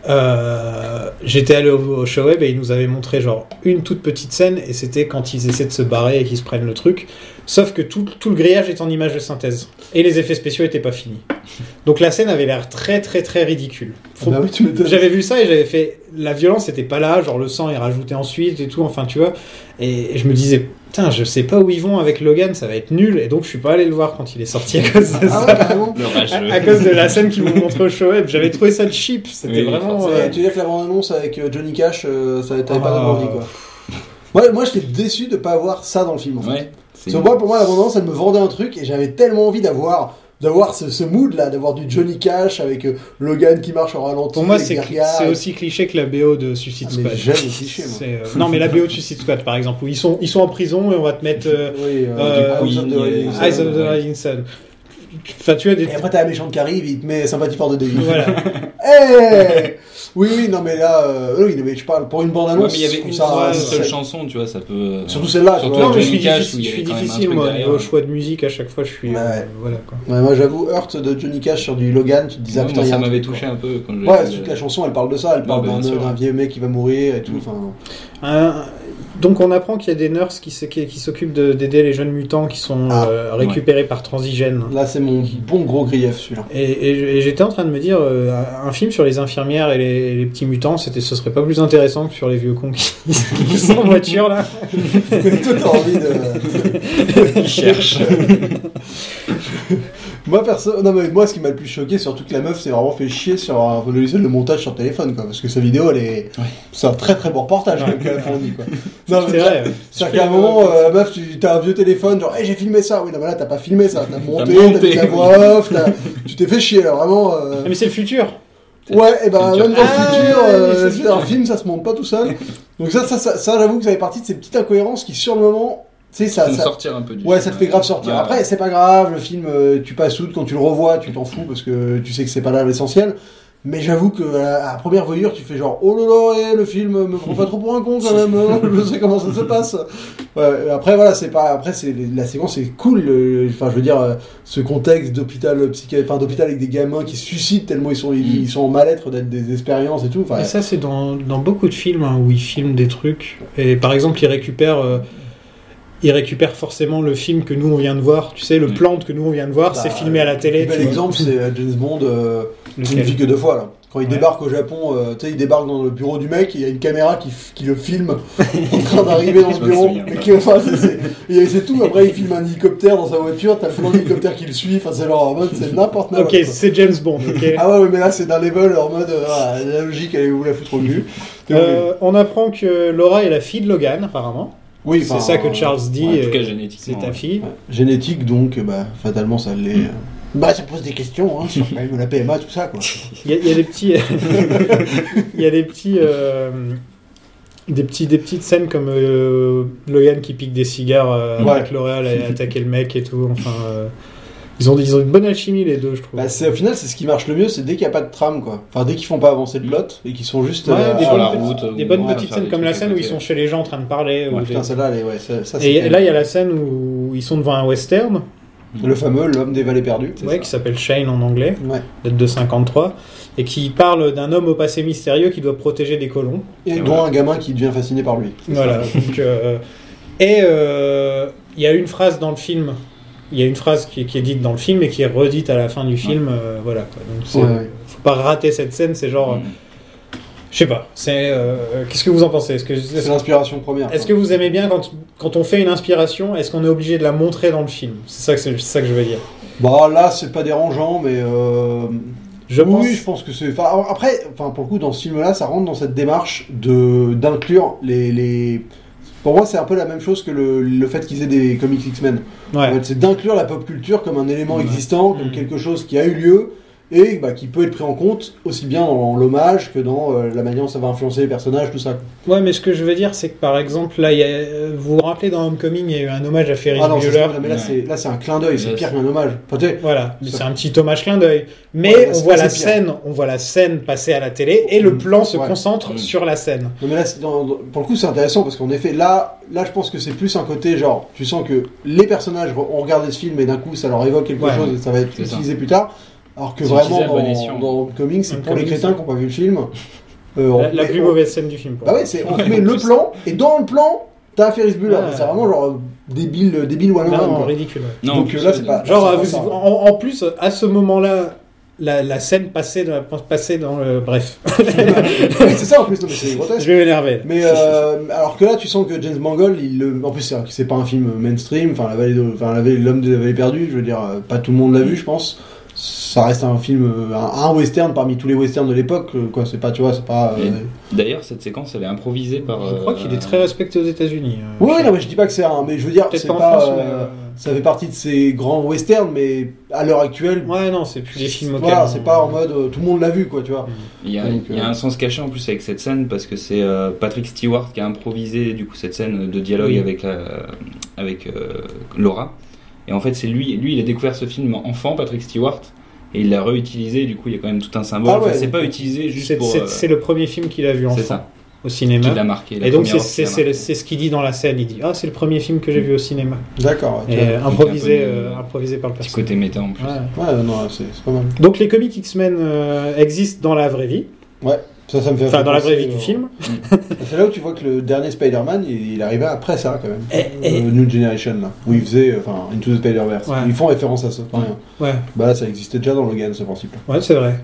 [SPEAKER 1] Euh, J'étais allé au, au show web et ils nous avaient montré genre une toute petite scène et c'était quand ils essaient de se barrer et qu'ils se prennent le truc. Sauf que tout, tout le grillage est en image de synthèse et les effets spéciaux étaient pas finis. Donc la scène avait l'air très très très ridicule.
[SPEAKER 2] Ah bah oui, tu m'étonnes.
[SPEAKER 1] J'avais vu ça et j'avais fait la violence n'était pas là, genre le sang est rajouté ensuite et tout. Enfin tu vois. Et je me disais putain je sais pas où ils vont avec Logan, ça va être nul et donc je suis pas allé le voir quand il est sorti à cause de
[SPEAKER 2] Ah
[SPEAKER 1] ça
[SPEAKER 2] ouais, carrément.
[SPEAKER 3] Le rageux.
[SPEAKER 1] à, à cause de la scène qu'ils m'ont montré au show web, j'avais trouvé ça cheap. C'était
[SPEAKER 3] Oui,
[SPEAKER 1] vraiment.
[SPEAKER 3] forcément.
[SPEAKER 1] euh,
[SPEAKER 2] Ouais, tu veux dire que la bande-annonce avec euh, Johnny Cash, euh, ça t'avais
[SPEAKER 1] Ah.
[SPEAKER 2] pas vraiment envie, quoi. Moi, moi j'étais déçu de pas avoir ça dans le film, en fait.
[SPEAKER 3] Ouais, c'est-
[SPEAKER 2] Parce que moi, pour moi, la bande-annonce, elle me vendait un truc et j'avais tellement envie d'avoir d'avoir ce, ce mood-là, d'avoir du Johnny Cash avec euh, Logan qui marche en ralenti.
[SPEAKER 1] Pour moi,
[SPEAKER 2] avec
[SPEAKER 1] c'est
[SPEAKER 2] des regards,
[SPEAKER 1] c'est
[SPEAKER 2] et-
[SPEAKER 1] aussi cliché que la BO de
[SPEAKER 2] Ah,
[SPEAKER 1] Suicide
[SPEAKER 2] mais
[SPEAKER 1] Squad.
[SPEAKER 2] j'aime les clichés, moi.
[SPEAKER 1] C'est, euh, Non, mais la BO de Suicide Squad, par exemple, où ils sont, ils sont en prison et on va te mettre euh,
[SPEAKER 2] Oui, euh,
[SPEAKER 1] Euh,
[SPEAKER 2] House of the
[SPEAKER 3] Queen,
[SPEAKER 2] Rising
[SPEAKER 3] euh,
[SPEAKER 2] Sun.
[SPEAKER 1] Eyes of the Rising Sun. Enfin, tu as des.
[SPEAKER 2] Et après, t'as la méchante qui arrive, il te met sympathie fort de David.
[SPEAKER 1] Voilà.
[SPEAKER 2] Hey Eh oui, oui, non, mais là, euh, oui, non, mais je parle pour une
[SPEAKER 1] Ah
[SPEAKER 3] Ouais,
[SPEAKER 2] bande-annonce.
[SPEAKER 3] mais il y avait une,
[SPEAKER 2] ça,
[SPEAKER 3] seule-
[SPEAKER 2] ça-
[SPEAKER 3] seule chanson, tu vois, ça peut. euh,
[SPEAKER 2] Surtout celle-là, tu
[SPEAKER 3] Surtout
[SPEAKER 2] vois.
[SPEAKER 1] Non, mais je suis
[SPEAKER 3] Johnny Cash,
[SPEAKER 1] difficile,
[SPEAKER 3] où il y
[SPEAKER 1] je
[SPEAKER 3] avait
[SPEAKER 1] suis
[SPEAKER 3] quand même un
[SPEAKER 1] difficile
[SPEAKER 3] truc
[SPEAKER 1] moi,
[SPEAKER 3] derrière.
[SPEAKER 1] niveau choix de musique, à chaque fois, je suis.
[SPEAKER 2] Ouais.
[SPEAKER 1] euh, voilà quoi.
[SPEAKER 2] Ouais, moi, j'avoue, Hurt de Johnny Cash sur du Logan, tu te disais, ah,
[SPEAKER 3] Ouais,
[SPEAKER 2] putain,
[SPEAKER 3] moi,
[SPEAKER 2] il y a
[SPEAKER 3] ça
[SPEAKER 2] un
[SPEAKER 3] m'avait
[SPEAKER 2] truc,
[SPEAKER 3] touché
[SPEAKER 2] quoi.
[SPEAKER 3] un peu quand j'ai
[SPEAKER 2] Ouais,
[SPEAKER 3] vu
[SPEAKER 2] toute
[SPEAKER 3] le-
[SPEAKER 2] la chanson, elle parle de ça, elle parle
[SPEAKER 3] bah, bien
[SPEAKER 2] d'un-
[SPEAKER 3] sûr.
[SPEAKER 2] d'un vieil mec qui va mourir et tout. Enfin,
[SPEAKER 1] Un- Donc on apprend qu'il y a des nurses qui se- qui- qui s'occupent de- d'aider les jeunes mutants qui sont
[SPEAKER 2] Ah,
[SPEAKER 1] euh, récupérés par Transigène.
[SPEAKER 2] là, c'est mon bon gros grief, celui-là.
[SPEAKER 1] Et, et- et j'étais en train de me dire, euh, un film sur les infirmières et les, et les petits mutants, c'était, ce serait pas plus intéressant que sur les vieux cons qui, qui sont en voiture là.
[SPEAKER 2] Toi, t'as envie de.
[SPEAKER 3] Il cherche.
[SPEAKER 2] Moi, perso, non, mais moi, ce qui m'a le plus choqué, surtout que la meuf s'est vraiment fait chier sur un- le, le montage sur téléphone, quoi. Parce que sa vidéo, elle est.
[SPEAKER 3] Ouais.
[SPEAKER 2] C'est un très très bon reportage, hein, quand même, qu'elle a fourni, quoi.
[SPEAKER 3] Ah,
[SPEAKER 2] Non,
[SPEAKER 1] C'est
[SPEAKER 2] mais
[SPEAKER 1] vrai.
[SPEAKER 2] C'est-à-dire qu'à un moment, euh, la meuf, tu as un vieux téléphone, genre, hey, j'ai filmé ça. Oui, non, mais là, t'as pas filmé ça. T'as monté, t'as
[SPEAKER 3] monté.
[SPEAKER 2] mis la voix off, t'as- tu t'es fait chier, là, vraiment. euh.
[SPEAKER 1] Ah, Mais c'est le futur.
[SPEAKER 2] Ouais, et ben,
[SPEAKER 3] Future.
[SPEAKER 2] même dans le
[SPEAKER 1] Ah,
[SPEAKER 2] futur, euh,
[SPEAKER 1] oui, c'est
[SPEAKER 2] c'est un film, ça se monte pas tout seul. Donc, ça, ça, ça, ça, j'avoue que ça fait partie de ces petites incohérences qui, sur le moment, tu sais, ça.
[SPEAKER 3] Faut me
[SPEAKER 2] ça-
[SPEAKER 3] sortir un peu du. euh,
[SPEAKER 2] Ouais, ça te fait grave sortir.
[SPEAKER 3] Ouais.
[SPEAKER 2] Après, c'est pas grave, le film, euh, tu passes outre, quand tu le revois, tu t'en fous parce que tu sais que c'est pas là l'essentiel. Mais j'avoue que à la- à la première voyure, tu fais genre oh là là, eh, le film me prend pas trop pour un con quand même. hein, je sais comment ça se passe. Ouais, après voilà, c'est pas après c'est la séquence est cool. euh, Enfin, je veux dire euh, ce contexte d'hôpital psychiatrique, enfin d'hôpital avec des gamins qui se suicident tellement ils sont ils,
[SPEAKER 3] Mm.
[SPEAKER 2] ils sont en mal-être d'être des expériences et tout. Enfin,
[SPEAKER 1] Et ça, c'est dans, dans beaucoup de films hein, où ils filment des trucs. Et par exemple, ils récupèrent, euh, ils récupèrent forcément le film que nous on vient de voir. Tu sais, le
[SPEAKER 3] Oui.
[SPEAKER 1] plan que nous on vient de voir,
[SPEAKER 2] bah,
[SPEAKER 1] c'est filmé à la
[SPEAKER 2] Le
[SPEAKER 1] télé.
[SPEAKER 2] plus
[SPEAKER 1] tu
[SPEAKER 2] bel
[SPEAKER 1] vois.
[SPEAKER 2] exemple, c'est euh, James Bond. euh, Il ne
[SPEAKER 1] Lequel
[SPEAKER 2] vit que deux fois là. Quand il
[SPEAKER 1] Ouais.
[SPEAKER 2] débarque au Japon, euh, tu sais, il débarque dans le bureau du mec, il y a une caméra qui, f- qui le filme en train d'arriver dans
[SPEAKER 3] Je
[SPEAKER 2] le
[SPEAKER 3] me
[SPEAKER 2] bureau.
[SPEAKER 3] souviens.
[SPEAKER 2] Et qui- enfin, c'est- c'est et c'est tout. Après, il filme un hélicoptère dans sa voiture, t'as le plan d'hélicoptère qui le suit. Enfin, c'est genre en mode, c'est n'importe
[SPEAKER 1] Ok,
[SPEAKER 2] quoi.
[SPEAKER 1] c'est James Bond. ok.
[SPEAKER 2] Ah ouais, ouais, mais là, c'est d'un level en mode, euh, ah, la logique, allez vous la foutre au cul. T'es obligé.
[SPEAKER 1] Euh, on apprend que Laura est la fille de Logan, apparemment.
[SPEAKER 2] oui,
[SPEAKER 1] C'est
[SPEAKER 2] enfin,
[SPEAKER 1] ça que Charles dit.
[SPEAKER 3] Ouais, en
[SPEAKER 1] euh,
[SPEAKER 3] tout cas,
[SPEAKER 1] c'est
[SPEAKER 3] génétiquement.
[SPEAKER 1] ta
[SPEAKER 3] ouais.
[SPEAKER 1] fille.
[SPEAKER 2] ouais. Génétique, donc, bah, fatalement, ça l'est.
[SPEAKER 1] Hmm.
[SPEAKER 2] euh. Bah, ça pose des questions, hein, sur quand même la PMA, tout ça, quoi.
[SPEAKER 1] Il y, a- il y a des petits, il y a des petits, euh, des petits, des petites scènes comme euh, Logan qui pique des cigares euh,
[SPEAKER 2] Ouais.
[SPEAKER 1] avec L'Oréal a attaqué le mec et tout. Enfin, euh, ils ont, ils ont une bonne alchimie les deux, je trouve.
[SPEAKER 2] Bah c'est au final c'est ce qui marche le mieux, c'est dès qu'il n'y a pas de trame quoi. Enfin dès qu'ils font pas avancer le plot et qu'ils sont juste
[SPEAKER 1] Ouais,
[SPEAKER 2] euh,
[SPEAKER 1] des
[SPEAKER 2] ah,
[SPEAKER 3] Sur
[SPEAKER 1] bonnes
[SPEAKER 3] la
[SPEAKER 1] petites-
[SPEAKER 3] route.
[SPEAKER 1] des
[SPEAKER 3] où
[SPEAKER 1] bonnes
[SPEAKER 3] on va
[SPEAKER 1] petites
[SPEAKER 3] faire
[SPEAKER 1] scènes
[SPEAKER 3] des
[SPEAKER 1] comme la
[SPEAKER 3] trucs à
[SPEAKER 1] scène où ils
[SPEAKER 3] côté.
[SPEAKER 1] sont chez les gens en train de parler. ou
[SPEAKER 3] Ouais,
[SPEAKER 1] des-
[SPEAKER 2] euh, Putain celle-là elle est- ouais ça, ça, c'est
[SPEAKER 1] et,
[SPEAKER 2] quand
[SPEAKER 1] là, il
[SPEAKER 2] même-
[SPEAKER 1] y a la scène où ils sont devant un western,
[SPEAKER 2] le fameux l'homme des vallées perdues.
[SPEAKER 3] C'est
[SPEAKER 1] ouais,
[SPEAKER 3] ça.
[SPEAKER 1] qui s'appelle Shane en anglais,
[SPEAKER 2] Ouais.
[SPEAKER 1] date de 53, et qui parle d'un homme au passé mystérieux qui doit protéger des colons.
[SPEAKER 2] Et,
[SPEAKER 3] Et
[SPEAKER 2] dont
[SPEAKER 3] voilà.
[SPEAKER 2] un gamin qui devient fasciné par lui.
[SPEAKER 1] Voilà. donc, euh, et euh, il y a une phrase dans le film. Il y a une phrase qui, qui est dite dans le film et qui est redite à la fin du film. euh, voilà. quoi. Donc, c'est-
[SPEAKER 2] Ouais, ouais.
[SPEAKER 1] faut pas rater cette scène. C'est genre, euh,
[SPEAKER 3] Mm.
[SPEAKER 1] je sais pas. C'est. euh, Qu'est-ce que vous en pensez Est-ce que,
[SPEAKER 2] C'est
[SPEAKER 1] est
[SPEAKER 2] l'inspiration première.
[SPEAKER 1] que vous aimez bien quand, quand on fait une inspiration Est-ce qu'on est obligé de la montrer dans le film C'est ça que c'est c'est ça que je veux dire.
[SPEAKER 2] Bah là c'est pas dérangeant mais euh...
[SPEAKER 1] Je
[SPEAKER 2] oui
[SPEAKER 1] pense.
[SPEAKER 2] je pense que c'est. Enfin, après enfin pour le coup dans ce film là ça rentre dans cette démarche de d'inclure les les. Pour moi c'est un peu la même chose que le, le fait qu'ils aient des comics X-Men.
[SPEAKER 1] Ouais.
[SPEAKER 2] En fait, C'est d'inclure la pop culture comme un élément
[SPEAKER 1] Ouais.
[SPEAKER 2] existant, comme
[SPEAKER 1] Mm.
[SPEAKER 2] quelque chose qui a eu lieu et bah, qui peut être pris en compte aussi bien dans l'hommage que dans euh, la manière dont ça va influencer les personnages, tout ça.
[SPEAKER 1] Ouais, mais ce que je veux dire, c'est que par exemple, là, il y a- euh, vous vous rappelez dans Homecoming, il y a eu un hommage à Ferris
[SPEAKER 2] Ah non, c'est
[SPEAKER 1] Bueller.
[SPEAKER 2] ça, mais là
[SPEAKER 3] Ouais.
[SPEAKER 2] c'est là, c'est un clin d'œil, c'est
[SPEAKER 3] Yes.
[SPEAKER 2] pire qu'un hommage. Enfin, tu sais,
[SPEAKER 1] Voilà, mais
[SPEAKER 2] Ça-
[SPEAKER 1] c'est un petit hommage clin d'œil. Mais
[SPEAKER 2] Ouais, bah,
[SPEAKER 1] on
[SPEAKER 2] c'est-
[SPEAKER 1] voit
[SPEAKER 2] c'est
[SPEAKER 1] la
[SPEAKER 2] pire.
[SPEAKER 1] scène, on voit la scène passer à la télé et le
[SPEAKER 2] Mm.
[SPEAKER 1] plan se
[SPEAKER 2] Ouais.
[SPEAKER 1] concentre
[SPEAKER 3] Mm.
[SPEAKER 1] sur la scène.
[SPEAKER 2] non, mais là, c'est dans- dans- pour le coup c'est intéressant parce qu'en effet là, là je pense que c'est plus un côté genre tu sens que les personnages re- ont regardé ce film et d'un coup ça leur évoque quelque
[SPEAKER 1] Ouais.
[SPEAKER 2] chose et ça va être
[SPEAKER 3] C'est ça.
[SPEAKER 2] utilisé plus tard. Alors que
[SPEAKER 3] C'est
[SPEAKER 2] vraiment
[SPEAKER 3] utilisé à bon
[SPEAKER 2] dans,
[SPEAKER 3] escient.
[SPEAKER 2] dans Homecoming c'est pour les
[SPEAKER 1] Homecoming,
[SPEAKER 2] crétins
[SPEAKER 1] c'est-
[SPEAKER 2] qui n'ont pas vu le film. Euh,
[SPEAKER 1] La,
[SPEAKER 2] on-
[SPEAKER 1] la
[SPEAKER 2] mais
[SPEAKER 1] plus
[SPEAKER 2] on-
[SPEAKER 1] mauvaise scène du film. Pour
[SPEAKER 2] Bah
[SPEAKER 1] moi.
[SPEAKER 2] ouais, c'est on te met le plan et dans le plan, t'as Ferris Bueller.
[SPEAKER 1] Ouais. Bah,
[SPEAKER 2] C'est vraiment genre euh, débile, euh, débile one on
[SPEAKER 1] Là,
[SPEAKER 2] one.
[SPEAKER 1] en
[SPEAKER 2] quoi.
[SPEAKER 1] ridicule. ouais.
[SPEAKER 3] Non,
[SPEAKER 2] Donc, euh, là, c'est pas-
[SPEAKER 1] Genre,
[SPEAKER 2] c'est
[SPEAKER 1] vous-
[SPEAKER 2] ça.
[SPEAKER 1] en, en plus, à ce moment-là, la, la scène passée, dans la- passée dans le. Bref,
[SPEAKER 2] Ouais, c'est ça en plus, non, mais c'est
[SPEAKER 1] je
[SPEAKER 2] grotesque.
[SPEAKER 1] vais m'énerver.
[SPEAKER 2] Mais euh, alors que là, tu sens que James Mangold, il, le- en plus c'est- c'est pas un film mainstream. Enfin, la vallée, de- enfin, la vallée- l'homme de la vallée perdue. Je veux dire, euh, pas tout le monde l'a vu, je pense. Ça reste un film, euh, un, un western parmi tous les westerns de l'époque. euh, Quoi, c'est pas, tu vois, c'est pas. euh,
[SPEAKER 3] D'ailleurs, cette séquence, elle est improvisée par.
[SPEAKER 1] Je crois
[SPEAKER 3] euh,
[SPEAKER 1] qu'il est très respecté aux États-Unis. euh,
[SPEAKER 2] Oui,
[SPEAKER 1] je-
[SPEAKER 2] oui, non, mais je dis pas que c'est un. Mais je veux dire,
[SPEAKER 1] Peut-être
[SPEAKER 2] c'est
[SPEAKER 1] pas en
[SPEAKER 2] pas.
[SPEAKER 1] France,
[SPEAKER 2] euh,
[SPEAKER 1] mais, euh,
[SPEAKER 2] Ça fait partie de ces grands westerns, mais à l'heure actuelle,
[SPEAKER 1] Ouais, non, c'est plus des films auxquels.
[SPEAKER 2] Voilà,
[SPEAKER 1] on-
[SPEAKER 2] c'est pas en mode euh, tout le monde l'a vu, quoi, tu vois.
[SPEAKER 3] Il y, a,
[SPEAKER 2] Donc,
[SPEAKER 3] il y a
[SPEAKER 2] euh,
[SPEAKER 3] un sens caché en plus avec cette scène parce que c'est euh, Patrick Stewart qui a improvisé du coup cette scène de dialogue
[SPEAKER 1] Oui.
[SPEAKER 3] avec la- avec euh, Laura. Et en fait, c'est lui, lui, il a découvert ce film enfant, Patrick Stewart, et il l'a réutilisé. Du coup, il y a quand même tout un symbole.
[SPEAKER 2] Ah
[SPEAKER 3] Enfin,
[SPEAKER 2] ouais.
[SPEAKER 3] c'est pas utilisé juste
[SPEAKER 1] C'est
[SPEAKER 3] pour.
[SPEAKER 1] c'est-
[SPEAKER 3] euh,
[SPEAKER 1] c'est le premier film qu'il a vu enfant
[SPEAKER 3] c'est ça.
[SPEAKER 1] au
[SPEAKER 3] Qui
[SPEAKER 1] cinéma.
[SPEAKER 3] l'a marqué. la
[SPEAKER 1] Et donc, c'est
[SPEAKER 3] première offre qu'il
[SPEAKER 1] c'est-
[SPEAKER 3] a
[SPEAKER 1] c'est-
[SPEAKER 3] marquée.
[SPEAKER 1] c'est ce qu'il dit dans la scène. Il dit Ah, c'est le premier film que j'ai vu au cinéma.
[SPEAKER 2] D'accord. ouais,
[SPEAKER 1] Et
[SPEAKER 2] tu vois.
[SPEAKER 1] euh, improvisé,
[SPEAKER 3] un peu de-
[SPEAKER 1] euh, improvisé par le
[SPEAKER 3] Petit
[SPEAKER 1] personnage.
[SPEAKER 3] côté méta en plus.
[SPEAKER 1] Ouais.
[SPEAKER 2] Ouais, non, c'est c'est pas mal.
[SPEAKER 1] Donc, les comics X-Men euh, existent dans la vraie vie,
[SPEAKER 2] Ça, ça me fait.
[SPEAKER 1] enfin, dans la vraie vie
[SPEAKER 2] penser,
[SPEAKER 1] du
[SPEAKER 2] euh,
[SPEAKER 1] film.
[SPEAKER 2] C'est là où tu vois que le dernier Spider-Man, il, il arrivait après ça quand même.
[SPEAKER 1] Et- et-
[SPEAKER 2] Le New Generation, là, où ils faisaient, euh, enfin, Into the Spider-Verse.
[SPEAKER 1] Ouais.
[SPEAKER 2] Ils font référence à ça. par
[SPEAKER 3] Ouais.
[SPEAKER 2] exemple.
[SPEAKER 1] Ouais.
[SPEAKER 2] Bah là, ça existait déjà dans Logan, ce principe.
[SPEAKER 1] Ouais, c'est vrai.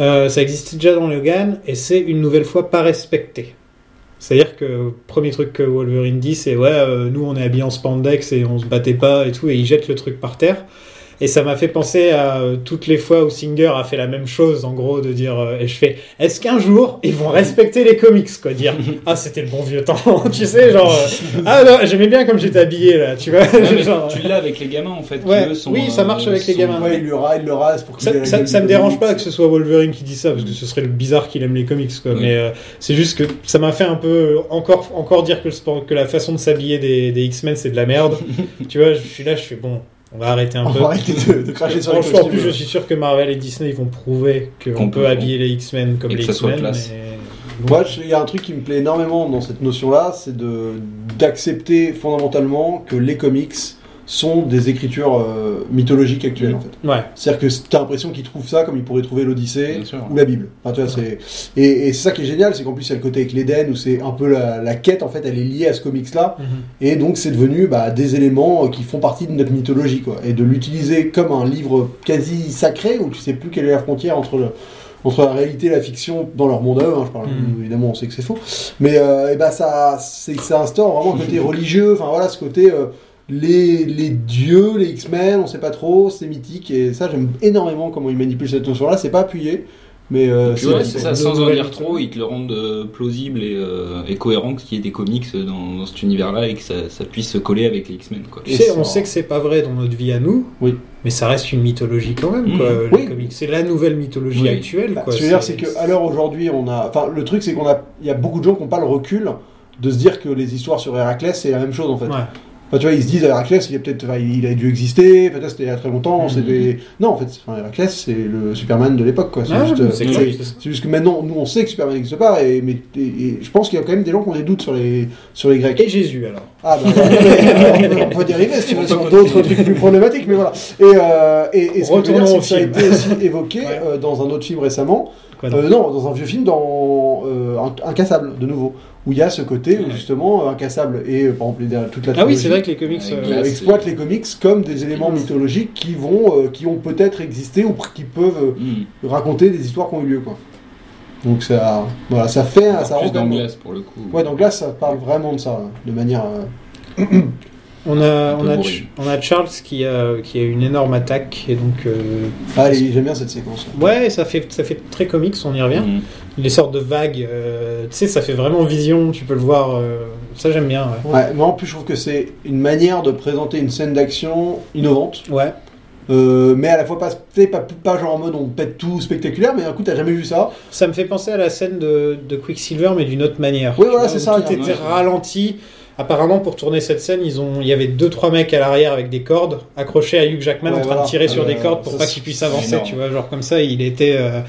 [SPEAKER 1] Euh, ça existait déjà dans Logan et c'est une nouvelle fois pas respecté. C'est-à-dire que le premier truc que Wolverine dit, c'est ouais, euh, nous on est habillés en spandex et on se battait pas et tout, et il jette le truc par terre. Et ça m'a fait penser à euh, toutes les fois où Singer a fait la même chose, en gros, de dire euh, et je fais est-ce qu'un jour ils vont respecter les comics, quoi, dire ah c'était le bon vieux temps, tu sais, genre euh, ah non, j'aimais bien comme j'étais habillé là, tu vois.
[SPEAKER 3] Ouais, mais
[SPEAKER 1] genre,
[SPEAKER 3] tu l'as avec les gamins en fait. qui,
[SPEAKER 1] Ouais.
[SPEAKER 3] eux, sont, euh,
[SPEAKER 1] Oui, ça marche avec les
[SPEAKER 3] sont-
[SPEAKER 1] gamins.
[SPEAKER 2] Ouais, il le rase, il le rase pour qu'il ait
[SPEAKER 1] Ça,
[SPEAKER 2] la
[SPEAKER 1] ça-
[SPEAKER 2] gueule
[SPEAKER 1] ça
[SPEAKER 2] du
[SPEAKER 1] me dérange
[SPEAKER 2] comics.
[SPEAKER 1] pas que ce soit Wolverine qui dit ça, parce que ce serait le bizarre qu'il aime les comics, quoi.
[SPEAKER 3] Oui.
[SPEAKER 1] Mais euh, c'est juste que ça m'a fait un peu euh, encore, encore dire que, le sport- que la façon de s'habiller des, des X-Men c'est de la merde. tu vois, je suis là, je suis bon, on va arrêter un
[SPEAKER 2] On
[SPEAKER 1] peu.
[SPEAKER 2] va arrêter de, de cracher sur les
[SPEAKER 1] Franchement, en plus,
[SPEAKER 2] costumes. euh.
[SPEAKER 1] je suis sûr que Marvel et Disney ils vont prouver qu'on
[SPEAKER 3] Qu'on
[SPEAKER 1] peut
[SPEAKER 3] peut,
[SPEAKER 1] habiller les X-Men comme
[SPEAKER 3] Et que
[SPEAKER 1] les
[SPEAKER 3] ça soit
[SPEAKER 1] X-Men.
[SPEAKER 3] classe.
[SPEAKER 1] mais-
[SPEAKER 2] Moi, je- il y a un truc qui me plaît énormément dans cette notion-là, c'est de d'accepter fondamentalement que les comics sont des écritures euh, mythologiques actuelles, en fait.
[SPEAKER 1] Ouais,
[SPEAKER 2] C'est-à-dire que t'as l'impression qu'ils trouvent ça comme ils pourraient trouver l'Odyssée,
[SPEAKER 3] Bien sûr.
[SPEAKER 2] ou la Bible. Enfin, tu vois, c'est- et et c'est ça qui est génial, c'est qu'en plus il y a le côté avec l'Éden où c'est un peu la, la quête en fait, elle est liée à ce comics là,
[SPEAKER 1] Mhm.
[SPEAKER 2] et donc c'est devenu bah, des éléments euh, qui font partie de notre mythologie quoi, et de l'utiliser comme un livre quasi sacré où tu sais plus quelle est la frontière entre le- entre la réalité et la fiction dans leur monde à eux, hein, je parle
[SPEAKER 3] Hmm.
[SPEAKER 1] Mhm.
[SPEAKER 2] évidemment on sait que c'est faux, mais euh, et bah, ça c'est ça instaure vraiment un côté religieux, enfin voilà ce côté euh, les, les dieux, les X-Men, on sait pas trop, c'est mythique et ça j'aime énormément comment ils manipulent cette notion là, c'est pas appuyé, mais euh,
[SPEAKER 3] Puis ouais,
[SPEAKER 1] c'est
[SPEAKER 3] c'est
[SPEAKER 1] une
[SPEAKER 3] ça, sans en
[SPEAKER 1] nouvelle-
[SPEAKER 3] dire trop, ils te le rendent euh, plausible et, euh, et cohérent ce qui est des comics dans, dans cet univers-là et que ça, ça puisse se coller avec les X-Men. quoi.
[SPEAKER 1] Tu sais,
[SPEAKER 2] Et
[SPEAKER 1] on
[SPEAKER 2] ça-
[SPEAKER 1] sait que c'est pas vrai dans notre vie à nous,
[SPEAKER 2] Oui.
[SPEAKER 1] mais ça reste une mythologie quand même,
[SPEAKER 3] Mhm.
[SPEAKER 1] quoi. les
[SPEAKER 2] Oui.
[SPEAKER 1] comics. C'est la nouvelle mythologie
[SPEAKER 3] Oui.
[SPEAKER 1] actuelle,
[SPEAKER 2] Bah,
[SPEAKER 1] quoi.
[SPEAKER 2] ce que je veux dire, c'est que à l'heure aujourd'hui, on a. Enfin, le truc, c'est qu'on a. Il y a beaucoup de gens qui n'ont pas le recul de se dire que les histoires sur Héraclès, c'est la même chose en fait.
[SPEAKER 1] Ouais.
[SPEAKER 2] Enfin, tu vois, ils se disent Héraclès, il a peut-être, enfin, il a dû exister. Peut-être c'était il y a très longtemps.
[SPEAKER 3] Mhm.
[SPEAKER 1] Mm.
[SPEAKER 2] C'était. Non, en fait, enfin, Héraclès, c'est le Superman de l'époque, quoi. C'est
[SPEAKER 1] Ah,
[SPEAKER 2] juste.
[SPEAKER 1] mais
[SPEAKER 2] euh,
[SPEAKER 1] c'est
[SPEAKER 2] c'est-
[SPEAKER 1] clair, c'est ça.
[SPEAKER 2] c'est juste que maintenant, nous, on sait que Superman n'existe pas, et, mais, et- et je pense qu'il y a quand même des gens qui ont des doutes sur les, sur les Grecs.
[SPEAKER 1] Et Jésus, alors.
[SPEAKER 2] Ah bah, on, peut, on peut dériver si tu veux, sur d'autres trucs plus problématiques, mais voilà. Et, euh, et, et ce que je veux dire,
[SPEAKER 1] Retournons
[SPEAKER 2] c'est
[SPEAKER 1] au
[SPEAKER 2] que ça a
[SPEAKER 1] film.
[SPEAKER 2] été aussi évoqué
[SPEAKER 1] Ouais.
[SPEAKER 2] euh, dans un autre film récemment.
[SPEAKER 1] Quoi, non
[SPEAKER 2] Euh, non, dans un vieux film, dans euh, Inc- Incassable, de nouveau, où il y a ce côté où,
[SPEAKER 3] Ouais.
[SPEAKER 2] justement euh, Incassable et euh, par exemple les dernières- toute la
[SPEAKER 1] Ah oui,
[SPEAKER 2] trilogie,
[SPEAKER 1] c'est vrai que les comics.
[SPEAKER 3] Avec
[SPEAKER 1] euh,
[SPEAKER 3] Glass.
[SPEAKER 2] euh, exploitent les comics comme des éléments mythologiques qui vont, euh, qui ont peut-être existé ou qui peuvent
[SPEAKER 3] Mmh.
[SPEAKER 2] euh, raconter des histoires qui ont eu lieu, quoi. Donc ça, voilà, ça fait,
[SPEAKER 1] Ah,
[SPEAKER 2] ça
[SPEAKER 3] Plus
[SPEAKER 2] rend quand
[SPEAKER 3] dans
[SPEAKER 2] même-
[SPEAKER 3] Glace pour le coup.
[SPEAKER 2] Ouais, donc là, ça parle vraiment de ça, hein, de manière. euh,
[SPEAKER 1] On a,
[SPEAKER 3] Un peu
[SPEAKER 1] on, a,
[SPEAKER 3] bourré.
[SPEAKER 1] Ch- on a Charles qui a, qui a une énorme attaque et donc euh,
[SPEAKER 2] Ah, allez, j'aime bien cette séquence.
[SPEAKER 1] ouais ça fait ça fait très comics on y revient
[SPEAKER 3] Mmh.
[SPEAKER 1] les sortes de vagues euh, tu sais ça fait vraiment vision tu peux le voir euh, ça j'aime bien ouais,
[SPEAKER 2] Ouais, mais en plus, je trouve que c'est une manière de présenter une scène d'action innovante,
[SPEAKER 1] ouais.
[SPEAKER 2] euh, mais à la fois pas, c'est pas, pas genre en mode on pète tout spectaculaire, mais d'un coup, t'as jamais vu ça.
[SPEAKER 1] ça me fait penser à la scène de, de Quicksilver mais d'une autre manière
[SPEAKER 2] Oui,
[SPEAKER 1] Tu
[SPEAKER 2] voilà,
[SPEAKER 1] vois,
[SPEAKER 2] c'est
[SPEAKER 1] où
[SPEAKER 2] ça,
[SPEAKER 1] tout
[SPEAKER 2] il y a-
[SPEAKER 1] était ralenti apparemment pour tourner cette scène ils ont il y avait deux trois mecs à l'arrière avec des cordes accrochés à Hugh Jackman
[SPEAKER 2] Ouais,
[SPEAKER 1] en train
[SPEAKER 2] voilà.
[SPEAKER 1] de tirer sur
[SPEAKER 2] Euh,
[SPEAKER 1] des cordes pour
[SPEAKER 2] ça,
[SPEAKER 1] pas
[SPEAKER 2] c'est-
[SPEAKER 1] qu'il puisse
[SPEAKER 2] c'est
[SPEAKER 1] avancer
[SPEAKER 3] énorme.
[SPEAKER 1] tu vois genre comme ça il était euh,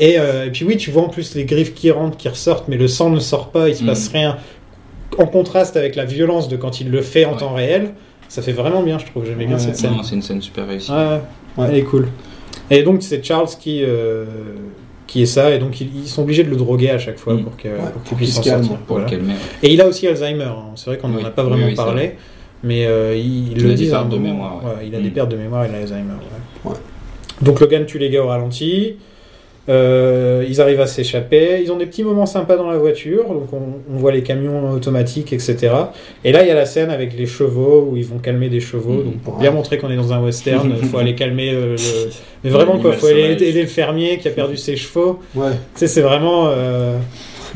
[SPEAKER 1] Et, euh, et puis oui, tu vois en plus les griffes qui rentrent, qui ressortent, mais le sang ne sort pas, il se
[SPEAKER 3] Mm.
[SPEAKER 1] passe rien. En contraste avec la violence de quand il le fait en
[SPEAKER 3] Ouais.
[SPEAKER 1] temps réel, ça fait vraiment bien, je trouve. J'aimais bien
[SPEAKER 2] Ouais.
[SPEAKER 1] cette scène.
[SPEAKER 3] Non, c'est une scène super réussie.
[SPEAKER 1] Ouais,
[SPEAKER 2] Ouais.
[SPEAKER 1] elle est cool. Et donc c'est Charles qui euh, qui est ça, et donc ils, ils sont obligés de le droguer à chaque fois
[SPEAKER 3] Mm.
[SPEAKER 1] pour que-
[SPEAKER 2] Ouais,
[SPEAKER 1] pour qu'il
[SPEAKER 2] pour
[SPEAKER 1] puisse
[SPEAKER 2] qu'il
[SPEAKER 1] en
[SPEAKER 2] se calme,
[SPEAKER 1] sortir.
[SPEAKER 3] Pour
[SPEAKER 1] Ah, Voilà.
[SPEAKER 3] le calmer.
[SPEAKER 1] Et il a aussi Alzheimer. hein. C'est vrai qu'on n'en
[SPEAKER 3] Oui.
[SPEAKER 1] a pas
[SPEAKER 3] Oui,
[SPEAKER 1] vraiment
[SPEAKER 3] oui, c'est
[SPEAKER 1] parlé, mais euh, il,
[SPEAKER 3] Il
[SPEAKER 1] le
[SPEAKER 3] a des
[SPEAKER 1] dit à un
[SPEAKER 3] pertes de
[SPEAKER 1] moment.
[SPEAKER 3] mémoire, ouais.
[SPEAKER 1] il a des
[SPEAKER 3] Mm.
[SPEAKER 1] pertes de mémoire, il a Alzheimer. ouais.
[SPEAKER 2] Ouais.
[SPEAKER 1] Donc Logan tue les gars au ralenti. Euh, ils arrivent à s'échapper. Ils ont des petits moments sympas dans la voiture. Donc on, on voit les camions automatiques, etc. Et là, il y a la scène avec les chevaux où ils vont calmer des chevaux.
[SPEAKER 3] Mhm.
[SPEAKER 1] Donc pour bien montrer qu'on est dans un western, il faut aller calmer euh, le. Mais vraiment quoi,
[SPEAKER 3] L'animal
[SPEAKER 1] faut aller
[SPEAKER 3] sauvage.
[SPEAKER 1] aider le fermier qui a perdu ses chevaux.
[SPEAKER 2] Ouais,
[SPEAKER 1] Tu sais, c'est vraiment. euh,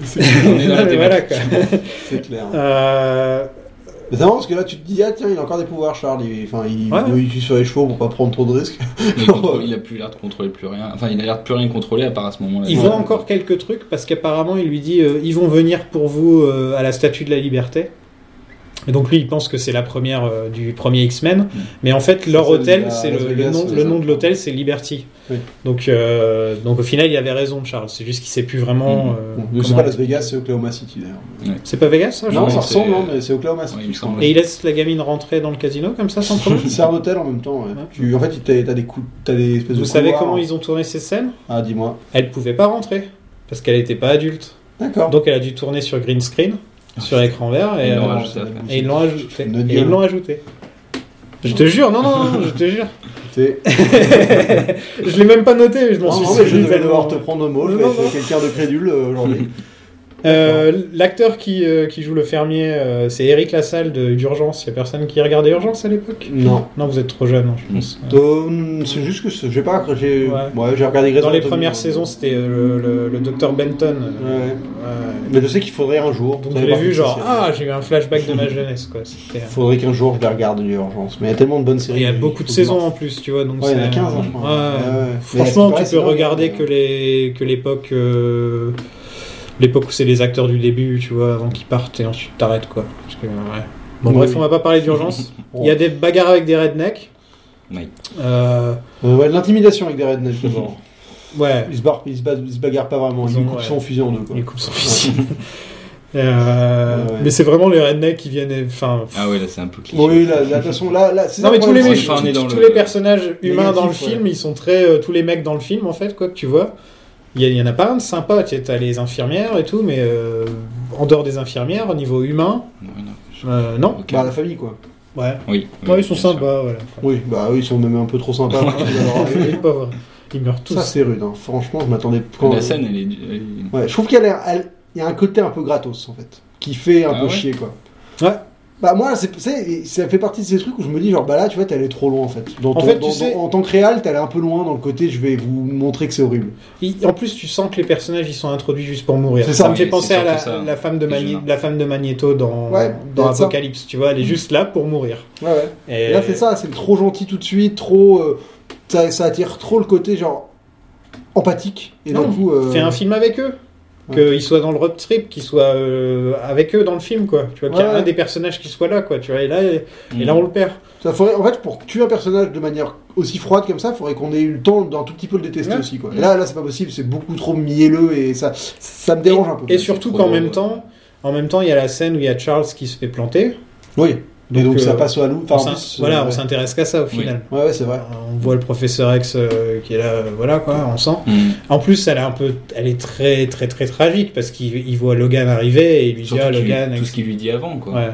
[SPEAKER 2] c'est,
[SPEAKER 3] On est dans la
[SPEAKER 1] mais voilà, quoi.
[SPEAKER 2] c'est clair.
[SPEAKER 1] Euh,
[SPEAKER 2] Mais c'est marrant parce que là, tu te dis, ah tiens, il a encore des pouvoirs, Charles. Il, enfin, il,
[SPEAKER 1] Ouais.
[SPEAKER 2] il tue sur les chevaux pour pas prendre trop de risques.
[SPEAKER 3] Mais il contrôle- il a plus l'air de contrôler plus rien. Enfin, il a l'air de plus rien contrôler à part à ce moment-là.
[SPEAKER 1] Il vend encore quelques trucs parce qu'apparemment il lui dit euh, ils vont venir pour vous euh, à la Statue de la Liberté. Et donc lui, il pense que c'est la première euh, du premier X-Men,
[SPEAKER 3] Mm.
[SPEAKER 1] mais en fait, leur
[SPEAKER 2] C'est celle
[SPEAKER 1] hôtel,
[SPEAKER 2] à
[SPEAKER 1] c'est
[SPEAKER 2] Las
[SPEAKER 1] le, le
[SPEAKER 2] Vegas,
[SPEAKER 1] nom,
[SPEAKER 2] c'est
[SPEAKER 1] le
[SPEAKER 2] ça.
[SPEAKER 1] nom de l'hôtel, c'est Liberty.
[SPEAKER 2] Oui.
[SPEAKER 1] Donc, euh, donc au final, il avait raison, Charles. C'est juste qu'il sait plus
[SPEAKER 3] Mm.
[SPEAKER 1] vraiment. euh,
[SPEAKER 2] Bon,
[SPEAKER 1] comment-
[SPEAKER 2] c'est pas Las Vegas, c'est Oklahoma City d'ailleurs.
[SPEAKER 1] C'est pas Vegas, ça
[SPEAKER 2] Non,
[SPEAKER 1] Charles
[SPEAKER 3] oui,
[SPEAKER 2] ça
[SPEAKER 3] c'est-
[SPEAKER 2] ressemble, non, mais c'est Oklahoma City.
[SPEAKER 3] Ouais, il me
[SPEAKER 2] je crois.
[SPEAKER 3] semble.
[SPEAKER 1] Et il laisse la gamine rentrer dans le casino comme ça, sans problème.
[SPEAKER 2] C'est un hôtel en même temps. ouais.
[SPEAKER 1] Ouais.
[SPEAKER 2] Tu- en fait, t'as t'as des coups, t'as des espèces de.
[SPEAKER 1] Vous savez
[SPEAKER 2] couloirs.
[SPEAKER 1] comment ils ont tourné ces scènes
[SPEAKER 2] Ah, dis-moi.
[SPEAKER 1] Elle pouvait pas rentrer parce qu'elle était pas adulte.
[SPEAKER 2] D'accord.
[SPEAKER 1] Donc elle a dû tourner sur green screen,
[SPEAKER 2] Ah,
[SPEAKER 1] sur l'écran vert, et,
[SPEAKER 3] Ils
[SPEAKER 1] euh,
[SPEAKER 3] l'ont
[SPEAKER 2] alors,
[SPEAKER 3] rajouté
[SPEAKER 2] ça
[SPEAKER 3] après.
[SPEAKER 2] va être
[SPEAKER 1] et ils l'ont ajouté.
[SPEAKER 2] Notre
[SPEAKER 1] Et ils
[SPEAKER 2] gueule.
[SPEAKER 1] l'ont ajouté. Je te jure, non, non, non, je te jure.
[SPEAKER 2] T'es-
[SPEAKER 1] je l'ai même pas noté, mais je m'en
[SPEAKER 2] Non,
[SPEAKER 1] suis
[SPEAKER 2] non, mais Ah, je
[SPEAKER 1] souvenu
[SPEAKER 2] devais
[SPEAKER 1] tellement.
[SPEAKER 2] devoir te prendre au mot. Je
[SPEAKER 1] Non,
[SPEAKER 2] vais
[SPEAKER 1] non,
[SPEAKER 2] être
[SPEAKER 1] non.
[SPEAKER 2] quelqu'un de crédule euh, aujourd'hui.
[SPEAKER 1] Euh, L'acteur qui, euh, qui joue le fermier, euh, c'est Eric Lassalle de- d'Urgence. Il a personne qui regardait Urgence à l'époque
[SPEAKER 2] non. Mm.
[SPEAKER 1] Non, vous êtes trop jeune, hein, je pense. Euh,
[SPEAKER 2] Donc, C'est juste que c'est- j'ai pas. J'ai
[SPEAKER 1] Ouais.
[SPEAKER 2] ouais, j'ai regardé Grey's
[SPEAKER 1] Dans les
[SPEAKER 2] Anatomy,
[SPEAKER 1] premières
[SPEAKER 2] ouais.
[SPEAKER 1] saisons, c'était euh, le, le- le docteur Benton. euh,
[SPEAKER 2] Ouais.
[SPEAKER 1] ouais.
[SPEAKER 2] Mais je sais qu'il faudrait un jour.
[SPEAKER 1] Donc
[SPEAKER 2] ça
[SPEAKER 1] je l'ai
[SPEAKER 2] dépend
[SPEAKER 1] vu
[SPEAKER 2] de
[SPEAKER 1] genre,
[SPEAKER 2] la série.
[SPEAKER 1] ah, j'ai eu un flashback de ma jeunesse, quoi. C'était, euh,
[SPEAKER 2] Faudrait qu'un jour je la regarde, l'urgence. Mais il y a tellement de bonnes séries.
[SPEAKER 1] Il y a beaucoup
[SPEAKER 2] faut
[SPEAKER 1] de
[SPEAKER 2] que
[SPEAKER 1] saisons
[SPEAKER 2] je
[SPEAKER 1] en plus, tu vois. Donc
[SPEAKER 2] m'en- Ouais, il y en a
[SPEAKER 1] c'est-
[SPEAKER 2] 15, hein, je crois.
[SPEAKER 1] Ouais.
[SPEAKER 2] Ouais, ouais. Mais
[SPEAKER 1] Franchement,
[SPEAKER 2] c'est
[SPEAKER 1] tu
[SPEAKER 2] pareil,
[SPEAKER 1] peux
[SPEAKER 2] c'est
[SPEAKER 1] regarder
[SPEAKER 2] dingue,
[SPEAKER 1] que les que l'époque euh, l'époque où c'est les acteurs du début, tu vois, avant qu'ils partent et ensuite t'arrêtes quoi. Parce que, ouais. Bon
[SPEAKER 2] Oui.
[SPEAKER 1] bref, on va pas parler d'urgence. Il y a des bagarres avec des rednecks.
[SPEAKER 3] Oui.
[SPEAKER 1] Euh,
[SPEAKER 2] Euh, ouais, de L'intimidation avec des rednecks d'abord.
[SPEAKER 1] ouais.
[SPEAKER 2] Ils se, barrent- ils se ba- ils se bagarrent pas vraiment, ils
[SPEAKER 1] Ils ont-
[SPEAKER 2] coupent
[SPEAKER 1] ouais.
[SPEAKER 2] son fusil en deux. Quoi.
[SPEAKER 1] Ils coupent son fusil. Euh,
[SPEAKER 2] Ouais, ouais.
[SPEAKER 1] Mais c'est vraiment les rednecks qui viennent. Enfin.
[SPEAKER 3] Ah ouais, là c'est un peu cliché.
[SPEAKER 2] Oui, là, là, de toute façon, là, là c'est
[SPEAKER 1] Non
[SPEAKER 2] ça
[SPEAKER 1] mais
[SPEAKER 2] le
[SPEAKER 1] tous les,
[SPEAKER 2] problème,
[SPEAKER 1] mecs,
[SPEAKER 2] c'est que-
[SPEAKER 3] enfin, on est dans
[SPEAKER 1] tous
[SPEAKER 3] le-
[SPEAKER 1] les personnages humains dans le
[SPEAKER 2] Négatif, ouais.
[SPEAKER 1] film, ils sont très euh, tous les mecs dans le film en fait quoi que tu vois. Il y, a- il y en a pas un de sympa. Tu sais, T'as les infirmières et tout, mais euh, en dehors des infirmières, au niveau humain,
[SPEAKER 3] Non, non, je-
[SPEAKER 1] euh, non.
[SPEAKER 3] Ok.
[SPEAKER 2] Bah, la famille, quoi.
[SPEAKER 1] Ouais.
[SPEAKER 3] Oui.
[SPEAKER 2] Mm,
[SPEAKER 1] Ouais, ils sont
[SPEAKER 3] bien sûr.
[SPEAKER 1] sympas. Voilà.
[SPEAKER 2] Oui, bah, eux, ils sont même un peu trop sympas. pour qu'ils leur arrivent.
[SPEAKER 1] les pauvres, ils meurent tous.
[SPEAKER 2] ça, c'est rude. hein. Franchement, je m'attendais quand-
[SPEAKER 3] La scène, elle est. elle est-
[SPEAKER 2] Ouais, je trouve qu'il y a l'air- elle- il y a un côté un peu gratos, en fait, qui fait un
[SPEAKER 3] Ah
[SPEAKER 2] peu
[SPEAKER 3] ouais
[SPEAKER 2] chier, quoi.
[SPEAKER 1] Ouais.
[SPEAKER 2] Bah moi, c'est, c'est- ça fait partie de ces trucs où je me dis genre bah là tu vois t'es allé trop loin en fait. Dans
[SPEAKER 1] En
[SPEAKER 2] ton-
[SPEAKER 1] fait, tu
[SPEAKER 2] dans-
[SPEAKER 1] sais-
[SPEAKER 2] dans- en tant que réal t'es allé un peu loin dans le côté je vais vous montrer que c'est horrible.
[SPEAKER 1] Ils- en plus, tu sens que les personnages ils sont introduits juste pour mourir.
[SPEAKER 2] C'est
[SPEAKER 1] Ça,
[SPEAKER 2] ça.
[SPEAKER 1] me fait
[SPEAKER 3] Oui,
[SPEAKER 1] penser
[SPEAKER 3] c'est
[SPEAKER 1] à la,
[SPEAKER 3] surtout ça.
[SPEAKER 1] la femme de
[SPEAKER 3] C'est
[SPEAKER 1] Magni-
[SPEAKER 3] gênant.
[SPEAKER 1] la femme de Magneto dans
[SPEAKER 2] Ouais,
[SPEAKER 1] dans
[SPEAKER 2] peut-être ça.
[SPEAKER 1] Apocalypse. Tu vois, elle est juste là pour mourir.
[SPEAKER 2] Ouais ouais.
[SPEAKER 1] Et,
[SPEAKER 2] Et là, c'est ça, c'est le trop gentil tout de suite, trop. euh, ça, ça attire trop le côté genre empathique. Et
[SPEAKER 1] Non,
[SPEAKER 2] d'un coup. euh,
[SPEAKER 1] Fais un film avec eux.
[SPEAKER 2] Ouais.
[SPEAKER 1] Qu'ils soient dans le road trip, qu'ils soient euh, avec eux dans le film, quoi. Tu vois, qu'il y a
[SPEAKER 2] Ouais.
[SPEAKER 1] un des personnages qui soit là, quoi. Tu vois, et là, et,
[SPEAKER 3] Mm.
[SPEAKER 1] et
[SPEAKER 3] Hmm.
[SPEAKER 1] là on le perd.
[SPEAKER 2] ça faudrait- en fait, pour tuer un personnage de manière aussi froide comme ça, faudrait qu'on ait eu le temps d'un tout petit peu le détester
[SPEAKER 1] Ouais. Mm.
[SPEAKER 2] aussi. Quoi. Et
[SPEAKER 3] Ouais.
[SPEAKER 2] là, là c'est pas possible, c'est beaucoup trop mielleux et ça, ça me dérange un peu.
[SPEAKER 1] Et surtout
[SPEAKER 3] trop
[SPEAKER 1] qu'en
[SPEAKER 3] drôle,
[SPEAKER 1] même
[SPEAKER 3] ouais.
[SPEAKER 1] temps, en même temps, il y a la scène où il y a Charles qui se fait planter.
[SPEAKER 2] Oui, et donc
[SPEAKER 1] euh,
[SPEAKER 2] ça passe au halou. Enfin,
[SPEAKER 1] on
[SPEAKER 2] en
[SPEAKER 1] s'in-
[SPEAKER 2] plus,
[SPEAKER 1] voilà,
[SPEAKER 2] euh,
[SPEAKER 1] on s'intéresse qu'à ça au
[SPEAKER 3] Oui.
[SPEAKER 1] final.
[SPEAKER 2] Ouais, ouais, c'est vrai.
[SPEAKER 1] On voit le professeur X euh, qui est là, euh, voilà quoi, on sent.
[SPEAKER 3] Mm.
[SPEAKER 1] En plus, elle est un peu, elle est très très très tragique parce qu'il il voit Logan arriver et il lui dit
[SPEAKER 3] Surtout
[SPEAKER 1] ah
[SPEAKER 3] qu'il-
[SPEAKER 1] Logan,
[SPEAKER 3] tout ce qu'il lui dit avant, quoi.
[SPEAKER 1] Ouais.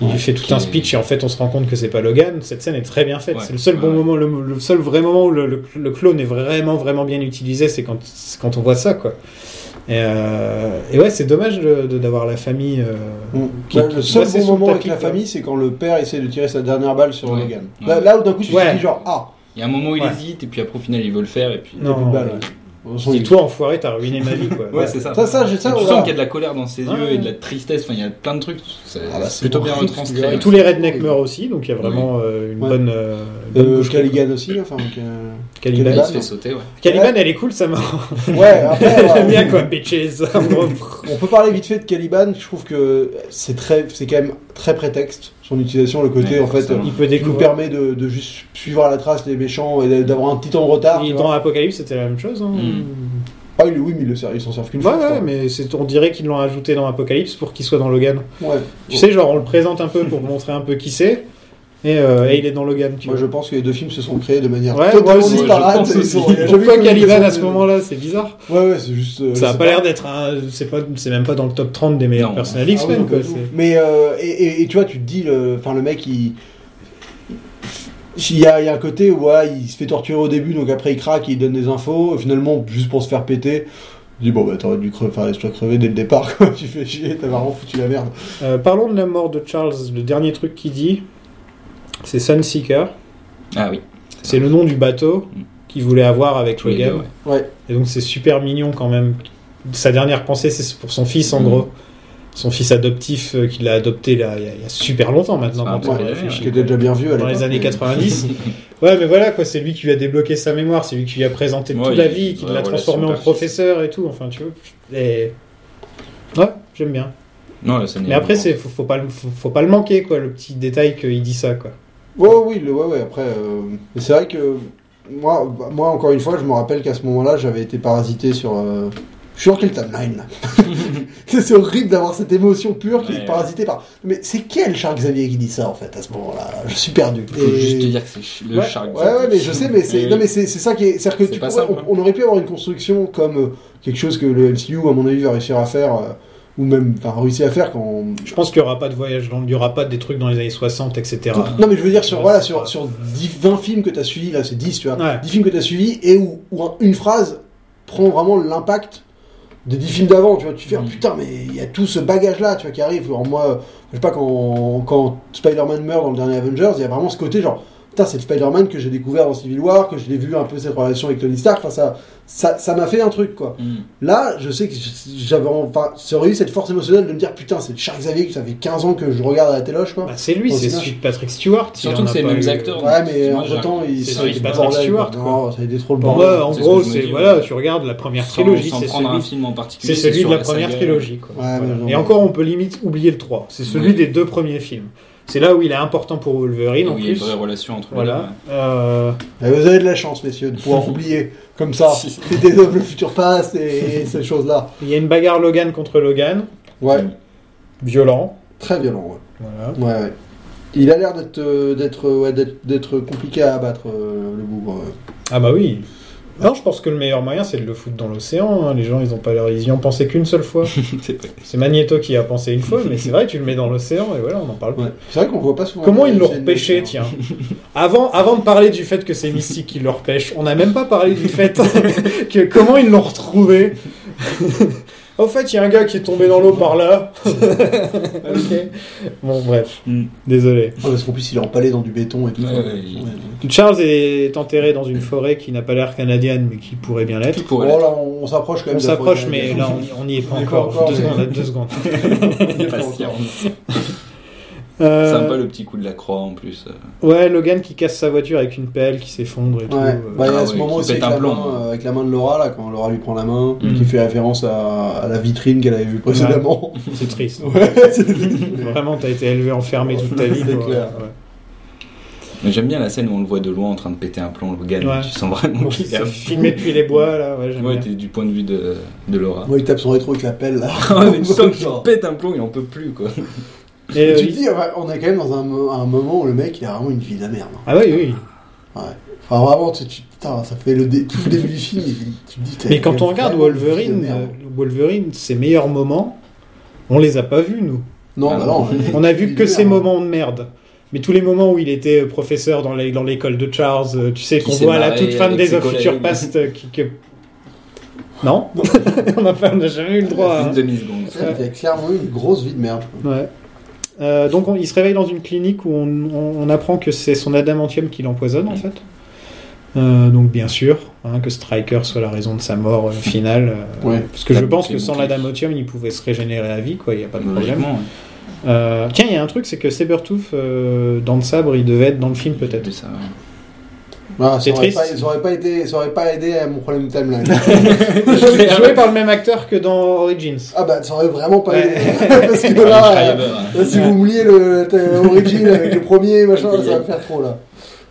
[SPEAKER 1] Il lui fait tout
[SPEAKER 3] Qui
[SPEAKER 1] un
[SPEAKER 3] est-
[SPEAKER 1] speech et en fait on se rend compte que c'est pas Logan. Cette scène est très bien faite.
[SPEAKER 3] Ouais.
[SPEAKER 1] C'est le seul bon
[SPEAKER 3] Ouais.
[SPEAKER 1] moment, le, le seul vrai moment où le, le- le clone est vraiment vraiment bien utilisé, c'est quand, c'est quand on voit ça quoi. Et, euh, et ouais, c'est dommage de- de- d'avoir la famille. euh, Qui-
[SPEAKER 2] Ouais, Bah, le
[SPEAKER 1] qui
[SPEAKER 2] seul
[SPEAKER 1] passait
[SPEAKER 2] bon
[SPEAKER 1] sous le
[SPEAKER 2] moment avec
[SPEAKER 1] tapis,
[SPEAKER 2] la
[SPEAKER 1] quoi.
[SPEAKER 2] famille, c'est quand le père essaie de tirer sa dernière balle sur
[SPEAKER 3] Ouais.
[SPEAKER 2] Logan.
[SPEAKER 3] Ouais.
[SPEAKER 2] Là, là où d'un coup tu te
[SPEAKER 1] Ouais.
[SPEAKER 2] dis genre ah,
[SPEAKER 3] Il y a un moment où il
[SPEAKER 1] Ouais.
[SPEAKER 3] hésite, et puis après, au final, il veut le faire, et puis.
[SPEAKER 2] il y a plus de
[SPEAKER 1] Non,
[SPEAKER 2] balle.
[SPEAKER 1] ouais.
[SPEAKER 2] ouais. On s'en
[SPEAKER 1] Oh. C'est
[SPEAKER 2] dit-
[SPEAKER 1] toi enfoiré, t'as ruiné ma vie quoi.
[SPEAKER 3] Ouais, c'est ça.
[SPEAKER 2] Ça, ça, j'ai ça.
[SPEAKER 3] Et tu
[SPEAKER 2] voilà.
[SPEAKER 3] sens qu'il y a de la colère dans ses
[SPEAKER 1] Ouais.
[SPEAKER 3] yeux et de la tristesse, enfin il y a plein de trucs, c'est
[SPEAKER 2] Ah bah,
[SPEAKER 3] c'est
[SPEAKER 2] c'est
[SPEAKER 3] plutôt bien
[SPEAKER 2] horrible,
[SPEAKER 3] retranscrit.
[SPEAKER 2] c'est vrai.
[SPEAKER 1] Et
[SPEAKER 3] ouais.
[SPEAKER 1] tous les rednecks meurent aussi, donc il y a vraiment euh, une
[SPEAKER 2] Ouais.
[SPEAKER 1] bonne. euh, une bonne
[SPEAKER 2] Euh,
[SPEAKER 1] couche, quoi.
[SPEAKER 2] Caligan aussi, enfin. donc, euh,
[SPEAKER 1] Caliban.
[SPEAKER 3] Il se fait
[SPEAKER 2] Caliban.
[SPEAKER 3] sauter, ouais.
[SPEAKER 1] Caliban, elle est cool, ça m'a.
[SPEAKER 2] Ouais, après,
[SPEAKER 1] J'aime
[SPEAKER 2] ouais,
[SPEAKER 1] bien quoi, bitches.
[SPEAKER 2] on peut parler vite fait de Caliban. Je trouve que c'est très, c'est quand même très prétexte son utilisation, le côté
[SPEAKER 3] Ouais,
[SPEAKER 2] en fait,
[SPEAKER 3] forcément.
[SPEAKER 2] euh,
[SPEAKER 1] Il peut
[SPEAKER 2] qui nous
[SPEAKER 1] découvrir.
[SPEAKER 2] permet de, de juste suivre à la trace les méchants et d'avoir un petit temps de retard.
[SPEAKER 1] Et
[SPEAKER 2] tu
[SPEAKER 1] dans
[SPEAKER 2] vois.
[SPEAKER 1] Apocalypse, c'était la même chose. hein.
[SPEAKER 3] Mm.
[SPEAKER 2] Ah oui, oui, mais ils le servent- ils s'en servent qu'une
[SPEAKER 1] Ouais,
[SPEAKER 2] fois.
[SPEAKER 1] ouais, mais c'est, on dirait qu'ils l'ont ajouté dans Apocalypse pour qu'il soit dans Logan.
[SPEAKER 2] mais... ouais.
[SPEAKER 1] Tu sais, genre, on le présente un peu pour montrer un peu qui c'est, et, euh, et il est dans Logan, tu
[SPEAKER 2] moi je
[SPEAKER 1] vois.
[SPEAKER 2] pense que les deux films se sont créés de manière
[SPEAKER 1] Ouais, moi
[SPEAKER 2] totalement
[SPEAKER 1] aussi, je
[SPEAKER 2] disparate.
[SPEAKER 3] pense
[SPEAKER 2] Ils sont-
[SPEAKER 3] aussi.
[SPEAKER 2] il y a jamais
[SPEAKER 1] Pourquoi
[SPEAKER 2] eu
[SPEAKER 1] Caliban
[SPEAKER 2] une-
[SPEAKER 1] à ce moment-là C'est bizarre.
[SPEAKER 2] Ouais, ouais, c'est juste. euh,
[SPEAKER 1] ça
[SPEAKER 2] je
[SPEAKER 1] a
[SPEAKER 2] sais
[SPEAKER 1] pas l'air d'être un. C'est, pas, c'est même pas dans le top 30 des meilleurs
[SPEAKER 3] Non.
[SPEAKER 1] personnages
[SPEAKER 2] Ah oui,
[SPEAKER 1] X-Men,
[SPEAKER 2] donc,
[SPEAKER 1] quoi.
[SPEAKER 2] euh,
[SPEAKER 1] c'est-
[SPEAKER 2] Mais euh, et, et- et tu vois, tu te dis, le- enfin le mec il. Il y, a, il y a un côté où voilà, il se fait torturer au début, donc après il craque, il donne des infos, et finalement, juste pour se faire péter, il dit Bon, bah t'aurais dû crever, enfin laisse-toi crever dès le départ, quoi. tu fais chier, t'as vraiment foutu la merde.
[SPEAKER 1] Euh, parlons de la mort de Charles. Le dernier truc qu'il dit, c'est Sunseeker.
[SPEAKER 3] Ah oui.
[SPEAKER 1] C'est le nom du bateau
[SPEAKER 3] Mm.
[SPEAKER 1] qu'il voulait avoir avec
[SPEAKER 3] Tous les
[SPEAKER 1] Logan.
[SPEAKER 3] deux, bah ouais.
[SPEAKER 1] Et donc c'est super mignon quand même. Sa dernière pensée, c'est pour son fils en
[SPEAKER 2] Mm.
[SPEAKER 3] Mhm.
[SPEAKER 1] gros. Son fils adoptif euh, qu'il a adopté là, il y a- il y, a super longtemps maintenant.
[SPEAKER 3] Enfin,
[SPEAKER 1] quand on
[SPEAKER 3] ouais,
[SPEAKER 1] réfléchit,
[SPEAKER 3] ouais,
[SPEAKER 2] Parce
[SPEAKER 1] quoi.
[SPEAKER 2] que t'es déjà bien vieux à
[SPEAKER 1] Dans les
[SPEAKER 2] l'époque,
[SPEAKER 1] années
[SPEAKER 2] mais-
[SPEAKER 1] 90. ouais, mais voilà quoi, c'est lui qui lui a débloqué sa mémoire, c'est lui qui lui a présenté
[SPEAKER 3] Ouais,
[SPEAKER 1] toute la
[SPEAKER 3] il-
[SPEAKER 1] vie, qui
[SPEAKER 3] ouais,
[SPEAKER 1] l'a
[SPEAKER 3] relation
[SPEAKER 1] transformé en
[SPEAKER 3] père-fils.
[SPEAKER 1] professeur et tout. Enfin, tu vois. Et... Ouais, j'aime bien.
[SPEAKER 3] Non, la scène est
[SPEAKER 1] Mais après,
[SPEAKER 3] vraiment-
[SPEAKER 1] c'est faut, faut pas le- faut, faut pas le manquer quoi, le petit détail qu'il dit ça quoi.
[SPEAKER 2] Ouais, ouais, oui, le- ouais, ouais, après. euh, mais c'est vrai que. Moi, bah, moi, encore une fois, je me rappelle qu'à ce moment-là, j'avais été parasité sur. euh, je suis sur quelle timeline là C'est c'est horrible d'avoir cette émotion pure qui
[SPEAKER 3] Ouais,
[SPEAKER 2] est parasitée par. Mais c'est quel Charles Xavier qui dit ça en fait à ce moment-là Je suis perdu.
[SPEAKER 3] Faut
[SPEAKER 2] Et-
[SPEAKER 3] juste te dire que c'est ch- le
[SPEAKER 2] ouais,
[SPEAKER 3] Shark
[SPEAKER 2] Ouais, ouais, mais je sais, mais c'est,
[SPEAKER 3] Et-
[SPEAKER 2] non, mais c'est, c'est ça qui est, c'est-à-dire que
[SPEAKER 3] C'est
[SPEAKER 2] tu
[SPEAKER 3] pas
[SPEAKER 2] pourrais-
[SPEAKER 3] simple, hein.
[SPEAKER 2] on, on aurait pu avoir une construction comme euh, quelque chose que le MCU, à mon avis, va réussir à faire, euh, ou même, enfin, réussir à faire quand.
[SPEAKER 1] Je pense qu'il y aura pas de voyage, dans- il y aura pas des trucs dans les années 60, etc.
[SPEAKER 2] Non, mais je veux dire, sur,
[SPEAKER 1] Ah. Ouais,
[SPEAKER 2] voilà,
[SPEAKER 1] c'est
[SPEAKER 2] sur,
[SPEAKER 1] pas-
[SPEAKER 2] sur 10, 20 films que t'as suivis, là, c'est 10, tu vois,
[SPEAKER 1] Ouais.
[SPEAKER 2] 10 films que t'as suivis, et où, où un- une phrase prend vraiment l'impact des 10 films d'avant, tu vois, tu fais,
[SPEAKER 1] Mm.
[SPEAKER 2] ah,
[SPEAKER 3] Mhm.
[SPEAKER 2] putain, mais il y a tout ce bagage-là, tu vois, qui arrive. Genre, moi, je sais pas, quand, quand Spider-Man meurt dans le dernier Avengers, il y a vraiment ce côté, genre, putain, c'est le Spider-Man que j'ai découvert dans Civil War, que je l'ai vu un peu cette relation avec Tony Stark, enfin, ça, ça, ça m'a fait un truc, quoi.
[SPEAKER 3] Mm.
[SPEAKER 2] Là, je sais que j'avais, enfin, ça aurait eu cette force émotionnelle de me dire, putain, c'est Charles Xavier, que ça fait 15 ans que je regarde à la téloche, quoi.
[SPEAKER 1] Bah, c'est lui,
[SPEAKER 2] Bon,
[SPEAKER 1] c'est
[SPEAKER 2] c'est
[SPEAKER 1] celui de Patrick Stewart. il
[SPEAKER 3] Surtout
[SPEAKER 1] en
[SPEAKER 3] que
[SPEAKER 1] a
[SPEAKER 3] c'est les
[SPEAKER 1] pas
[SPEAKER 3] mêmes
[SPEAKER 1] eu-
[SPEAKER 3] acteurs.
[SPEAKER 2] Ouais, mais
[SPEAKER 3] Moi,
[SPEAKER 2] entre temps, il
[SPEAKER 1] c'est
[SPEAKER 2] ça,
[SPEAKER 1] celui
[SPEAKER 2] c'est
[SPEAKER 1] de
[SPEAKER 2] le
[SPEAKER 1] Patrick
[SPEAKER 2] bordel,
[SPEAKER 1] Stewart,
[SPEAKER 2] quoi.
[SPEAKER 1] quoi.
[SPEAKER 2] Non, ça a été trop le
[SPEAKER 1] Bon, bah,
[SPEAKER 2] bordel.
[SPEAKER 1] ouais, en
[SPEAKER 3] c'est
[SPEAKER 1] gros,
[SPEAKER 3] ce que je me
[SPEAKER 1] c'est
[SPEAKER 3] dis,
[SPEAKER 1] voilà,
[SPEAKER 3] ouais.
[SPEAKER 1] tu regardes la première
[SPEAKER 3] Sans-
[SPEAKER 1] trilogie,
[SPEAKER 3] sans
[SPEAKER 1] c'est
[SPEAKER 3] prendre un
[SPEAKER 1] celui,
[SPEAKER 3] film en particulier.
[SPEAKER 1] c'est celui
[SPEAKER 3] sur
[SPEAKER 1] de la première
[SPEAKER 3] saga.
[SPEAKER 1] trilogie. quoi.
[SPEAKER 2] Ouais,
[SPEAKER 1] Voilà.
[SPEAKER 2] mais non,
[SPEAKER 1] Et
[SPEAKER 2] mais-
[SPEAKER 1] encore, on peut limite oublier le 3. C'est celui
[SPEAKER 3] Ouais.
[SPEAKER 1] des deux premiers films. C'est là où il est important pour Wolverine en
[SPEAKER 3] Où Il y a une
[SPEAKER 1] plus.
[SPEAKER 3] vraie relation entre les
[SPEAKER 1] Voilà.
[SPEAKER 3] deux.
[SPEAKER 1] Euh,
[SPEAKER 2] Eh, vous avez de la chance, messieurs, de pouvoir oublier comme ça
[SPEAKER 3] Si.
[SPEAKER 2] les dénobles, le futur passe et ces choses-là.
[SPEAKER 1] Il y a une bagarre Logan contre Logan,
[SPEAKER 2] Ouais,
[SPEAKER 1] violent.
[SPEAKER 2] très violent.
[SPEAKER 1] Voilà.
[SPEAKER 2] Ouais, ouais. ouais. Il a l'air d'être euh, d'être euh, ouais, d'être- d'être compliqué à abattre euh, le bougre. euh.
[SPEAKER 1] Ah bah oui. Non, je pense que le meilleur moyen, c'est de le foutre dans l'océan. hein. Les gens, ils ont pas leur... ils y ont pensé qu'une seule fois.
[SPEAKER 3] C'est vrai.
[SPEAKER 1] c'est Magneto qui y a pensé une fois, mais c'est vrai, tu le mets dans l'océan et voilà, on en parle plus.
[SPEAKER 2] Ouais. C'est vrai qu'on le voit pas souvent.
[SPEAKER 1] Comment ils
[SPEAKER 2] Euh,
[SPEAKER 1] l'ont
[SPEAKER 2] c'est une-
[SPEAKER 1] repêché, tiens avant, avant de parler du fait que c'est Mystique qui le repêche, on n'a même pas parlé du fait que comment ils l'ont retrouvé. Au fait, il y a un gars qui est tombé dans l'eau par là. Ok. Bon, bref,
[SPEAKER 3] Mm.
[SPEAKER 1] désolé.
[SPEAKER 2] Ouais, parce qu'en plus, il est empalé dans du béton et tout.
[SPEAKER 3] Ouais,
[SPEAKER 2] ça.
[SPEAKER 3] ouais, il-
[SPEAKER 1] Charles est enterré dans une forêt qui n'a pas l'air canadienne, mais qui pourrait bien l'être.
[SPEAKER 3] Qui pourrait
[SPEAKER 2] Bon, là, on on s'approche quand même.
[SPEAKER 1] On
[SPEAKER 2] de la
[SPEAKER 1] s'approche,
[SPEAKER 2] forêt.
[SPEAKER 1] mais là, on y- on n'y est pas
[SPEAKER 2] On y est pas
[SPEAKER 1] encore.
[SPEAKER 2] encore,
[SPEAKER 1] Deux
[SPEAKER 2] mais-
[SPEAKER 1] secondes, deux secondes.
[SPEAKER 3] l'être. Patience.
[SPEAKER 1] Euh,
[SPEAKER 3] Sympa le petit coup de la croix en plus. euh.
[SPEAKER 1] Ouais, Logan qui casse sa voiture avec une pelle qui s'effondre et tout.
[SPEAKER 2] Ouais,
[SPEAKER 1] euh,
[SPEAKER 2] bah, il y a
[SPEAKER 3] Ah
[SPEAKER 2] ce
[SPEAKER 3] ouais,
[SPEAKER 2] moment
[SPEAKER 3] qui
[SPEAKER 2] aussi
[SPEAKER 3] pète
[SPEAKER 2] avec
[SPEAKER 3] un
[SPEAKER 2] la,
[SPEAKER 3] plomb,
[SPEAKER 2] main,
[SPEAKER 3] hein.
[SPEAKER 2] euh, avec la main de Laura, là, quand Laura lui prend la main,
[SPEAKER 3] Mm.
[SPEAKER 2] qui fait référence à, à la vitrine qu'elle avait vue précédemment.
[SPEAKER 1] C'est triste.
[SPEAKER 2] Ouais, c'est
[SPEAKER 1] Vraiment, t'as été élevé enfermé toute ta vie.
[SPEAKER 2] C'est
[SPEAKER 1] quoi.
[SPEAKER 2] clair.
[SPEAKER 1] Ouais.
[SPEAKER 3] Mais j'aime bien la scène où on le voit de loin en train de péter un plomb, Logan.
[SPEAKER 1] Ouais.
[SPEAKER 3] Tu sens vraiment qu'il est à
[SPEAKER 1] C'est
[SPEAKER 3] fond.
[SPEAKER 1] filmé depuis les bois, là. Ouais, j'aime
[SPEAKER 3] Ouais,
[SPEAKER 1] bien.
[SPEAKER 3] t'es du point de vue de, de Laura.
[SPEAKER 2] Moi, il tape son rétro avec la pelle, là.
[SPEAKER 3] Ah, mais tu sens qu'il
[SPEAKER 2] Genre.
[SPEAKER 3] pète un plomb, il en peut plus quoi.
[SPEAKER 1] Et,
[SPEAKER 2] Tu
[SPEAKER 1] euh,
[SPEAKER 2] te
[SPEAKER 1] il-
[SPEAKER 2] dis, ouais, on est quand même dans un, mo- un moment où le mec, il a vraiment une vie de la merde. hein.
[SPEAKER 1] Ah oui, oui.
[SPEAKER 2] Enfin, vraiment, tu, tu- putain, ça fait le dé- tout le début du film, et tu te dis... t'as-
[SPEAKER 1] Mais quand
[SPEAKER 2] t'as
[SPEAKER 1] on regarde
[SPEAKER 2] vraiment hein. une vie de
[SPEAKER 1] Wolverine,
[SPEAKER 2] merde.
[SPEAKER 1] euh, Wolverine, ses meilleurs moments, on les a pas vus, nous.
[SPEAKER 2] Non,
[SPEAKER 3] Ah,
[SPEAKER 2] bah
[SPEAKER 3] non.
[SPEAKER 2] non. mais-
[SPEAKER 1] On a vu
[SPEAKER 2] une
[SPEAKER 1] que
[SPEAKER 2] vie de
[SPEAKER 1] ces
[SPEAKER 2] merde, hein.
[SPEAKER 1] moments de merde. Mais tous les moments où il était euh, professeur dans les- dans l'école de Charles, euh, tu sais,
[SPEAKER 3] Qui
[SPEAKER 1] qu'on
[SPEAKER 3] s'est
[SPEAKER 1] voit à la
[SPEAKER 3] marré
[SPEAKER 1] toute fin de
[SPEAKER 3] avec
[SPEAKER 1] Days
[SPEAKER 3] ses
[SPEAKER 1] of Future
[SPEAKER 3] collègues.
[SPEAKER 1] Past. euh, qui- que- Non On n'a pas- on n'a jamais eu le droit. hein.
[SPEAKER 3] Une demi-seconde.
[SPEAKER 2] Ouais, Il y a clairement eu une grosse vie de merde.
[SPEAKER 1] Ouais. Euh, donc on- il se réveille dans une clinique où on, on- on apprend que c'est son adamantium qui l'empoisonne en fait. Euh, donc bien sûr hein, que Striker soit la raison de sa mort euh, finale. euh,
[SPEAKER 2] Ouais.
[SPEAKER 1] Parce que
[SPEAKER 3] Ça
[SPEAKER 1] je
[SPEAKER 3] me
[SPEAKER 1] pense
[SPEAKER 3] fait
[SPEAKER 1] que sans
[SPEAKER 3] monter.
[SPEAKER 1] l'adamantium il pouvait se régénérer à vie quoi, il n'y a pas de problème.
[SPEAKER 3] Logiquement, ouais.
[SPEAKER 1] Euh, tiens il y a un truc c'est que Sabertooth euh, dans le sabre il devait être dans le film
[SPEAKER 3] J'ai
[SPEAKER 1] peut-être.
[SPEAKER 3] vu ça, ouais.
[SPEAKER 2] Ah,
[SPEAKER 1] C'est
[SPEAKER 2] ça aurait
[SPEAKER 1] triste.
[SPEAKER 2] pas- ça aurait pas été- ça aurait pas aidé à mon problème de timeline.
[SPEAKER 1] Joué par le même acteur que dans Origins.
[SPEAKER 2] Ah bah ça aurait vraiment pas
[SPEAKER 1] Ouais.
[SPEAKER 2] aidé. Parce que
[SPEAKER 3] Ah,
[SPEAKER 2] là, euh,
[SPEAKER 3] hein.
[SPEAKER 2] là, si vous mouliez le t'as Origin avec le premier machin, ça va faire trop là.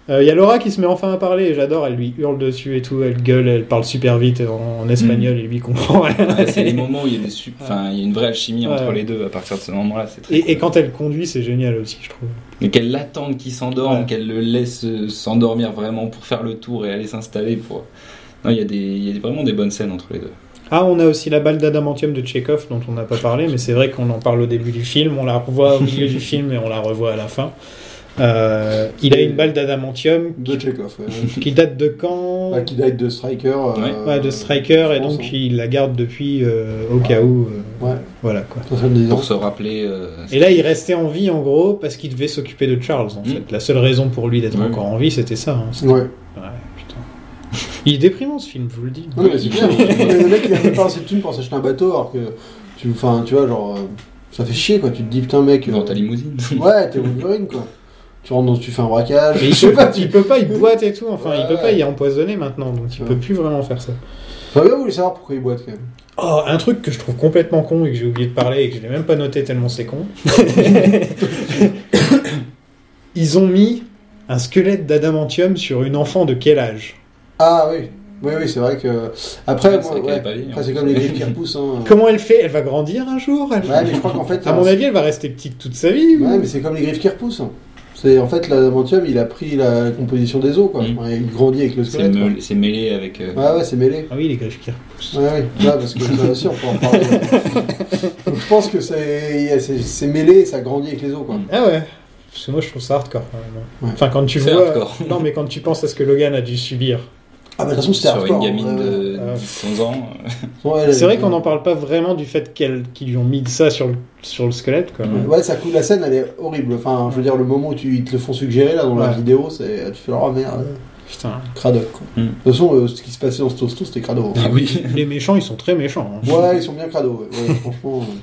[SPEAKER 1] Euh, Il y a Laura qui se met enfin à parler et j'adore, elle lui hurle dessus et tout, elle gueule, elle parle super vite en, en espagnol et lui il comprend rien.
[SPEAKER 3] Ouais, c'est les moments où il y a des sup- enfin, il y a une vraie alchimie entre
[SPEAKER 1] Ouais.
[SPEAKER 3] les deux à partir de ce moment-là, c'est très
[SPEAKER 1] Et, et
[SPEAKER 3] cool.
[SPEAKER 1] quand elle conduit, c'est génial aussi, je trouve.
[SPEAKER 3] Et qu'elle l'attende qu'il s'endorme,
[SPEAKER 1] Ouais.
[SPEAKER 3] qu'elle le laisse euh, s'endormir vraiment pour faire le tour et aller s'installer pour Non, il y a des il y a vraiment des bonnes scènes entre les deux.
[SPEAKER 1] Ah, on a aussi la balle d'adamantium de Tchekhov dont on n'a pas parlé, mais c'est vrai qu'on en parle au début du film, on la revoit au milieu du film et on la revoit à la fin. Euh, il a une balle d'adamantium
[SPEAKER 2] De Chekhov, ouais.
[SPEAKER 1] qui date de quand
[SPEAKER 2] Bah, qui date de Striker. euh,
[SPEAKER 3] Ouais.
[SPEAKER 1] Ouais, de Striker, et
[SPEAKER 2] je pense,
[SPEAKER 1] donc
[SPEAKER 2] hein.
[SPEAKER 1] il la garde depuis euh, au cas où. euh,
[SPEAKER 2] Ouais,
[SPEAKER 1] Voilà quoi.
[SPEAKER 2] ça, ça me dit-
[SPEAKER 3] Pour se rappeler euh,
[SPEAKER 1] Et là, il restait en vie en gros parce qu'il devait s'occuper de Charles en
[SPEAKER 3] Mm.
[SPEAKER 1] fait. La seule raison pour lui d'être
[SPEAKER 3] Ouais.
[SPEAKER 1] encore en vie, c'était ça. hein. C'était-
[SPEAKER 2] Hmm. Ouais.
[SPEAKER 1] Ouais, putain. Il est déprimant ce film, je vous le dis.
[SPEAKER 2] Non mais c'est bien. mais le mec il a fait pas assez de thunes pour s'acheter un bateau alors que tu, enfin, tu vois genre euh, ça fait chier quoi. Tu te dis putain mec. euh,
[SPEAKER 3] dans ta limousine.
[SPEAKER 2] ouais, t'es Wolverine quoi. Tu rentres dans, tu fais un braquage.
[SPEAKER 1] Mais il
[SPEAKER 2] je sais
[SPEAKER 1] peut
[SPEAKER 2] pas.
[SPEAKER 1] pas,
[SPEAKER 2] Tu...
[SPEAKER 1] il peut pas, il boite et tout. Enfin, il peut
[SPEAKER 2] Ouais.
[SPEAKER 1] pas, il est empoisonné maintenant, donc il
[SPEAKER 2] Ouais.
[SPEAKER 1] peut plus vraiment faire ça.
[SPEAKER 2] J'aurais bien voulu savoir pourquoi il boite quand même.
[SPEAKER 1] Oh, un truc que je trouve complètement con et que j'ai oublié de parler et que je n'ai même pas noté tellement c'est con. Ils ont mis un squelette d'adamantium sur une enfant de quel âge
[SPEAKER 2] Ah oui, oui, oui, c'est vrai que. euh, Après,
[SPEAKER 3] Ouais, c'est
[SPEAKER 2] moi,
[SPEAKER 3] vrai qu'elle
[SPEAKER 2] ouais.
[SPEAKER 3] est pas vieille,
[SPEAKER 2] Après, c'est
[SPEAKER 3] hein.
[SPEAKER 2] comme les griffes qui repoussent. Hein.
[SPEAKER 1] Comment elle fait Elle va grandir un jour elle...
[SPEAKER 2] Ouais, mais je crois qu'en fait.
[SPEAKER 1] À mon
[SPEAKER 2] hein,
[SPEAKER 1] avis, elle va rester petite toute sa vie. ou-
[SPEAKER 2] Ouais, mais c'est comme les griffes qui repoussent. hein. C'est en fait l'adamantium, il a pris la composition des os quoi.
[SPEAKER 3] Mm.
[SPEAKER 2] Ouais, il grandit avec le
[SPEAKER 3] C'est
[SPEAKER 2] squelette. quoi.
[SPEAKER 3] meul- c'est mêlé avec. euh,
[SPEAKER 2] Ouais, ouais, c'est mêlé.
[SPEAKER 1] Ah oui, les griffes qui
[SPEAKER 2] Ouais, ouais, Ouais, parce que bah, bien sûr, pour en parler. Donc, je pense que c'est c'est- c'est mêlé, ça grandit avec les os quoi.
[SPEAKER 3] Mm.
[SPEAKER 1] Ah ouais Parce que moi, je trouve ça hardcore quand même. hein.
[SPEAKER 2] Ouais.
[SPEAKER 1] Enfin, quand tu
[SPEAKER 3] C'est
[SPEAKER 1] vois.
[SPEAKER 3] hardcore.
[SPEAKER 1] Non, mais quand tu penses à ce que Logan a dû subir.
[SPEAKER 2] Ah, bah de toute façon, c'est
[SPEAKER 3] sur
[SPEAKER 2] hardcore.
[SPEAKER 3] une gamine
[SPEAKER 2] hein, ouais, ouais.
[SPEAKER 3] de
[SPEAKER 1] ouais.
[SPEAKER 3] 11 ans. euh,
[SPEAKER 2] Ouais, elle-
[SPEAKER 1] C'est vrai qu'on n'en parle pas vraiment du fait qu'elle- qu'ils lui ont mis ça sur le, sur le squelette. Quoi.
[SPEAKER 3] Ouais.
[SPEAKER 2] Ouais, ça coule la scène, elle est horrible. Enfin, je veux dire, le moment où tu, ils te le font suggérer là dans la
[SPEAKER 1] Ouais.
[SPEAKER 2] vidéo, c'est tu fais oh merde,
[SPEAKER 1] Putain.
[SPEAKER 2] cradoc. Quoi.
[SPEAKER 3] Mm.
[SPEAKER 2] De toute façon, euh, ce qui se passait dans ce toast c'était crado.
[SPEAKER 3] Ah oui.
[SPEAKER 1] Les méchants, ils sont très méchants. hein.
[SPEAKER 2] Ouais, ils sont bien crado. Ouais, ouais, franchement. euh.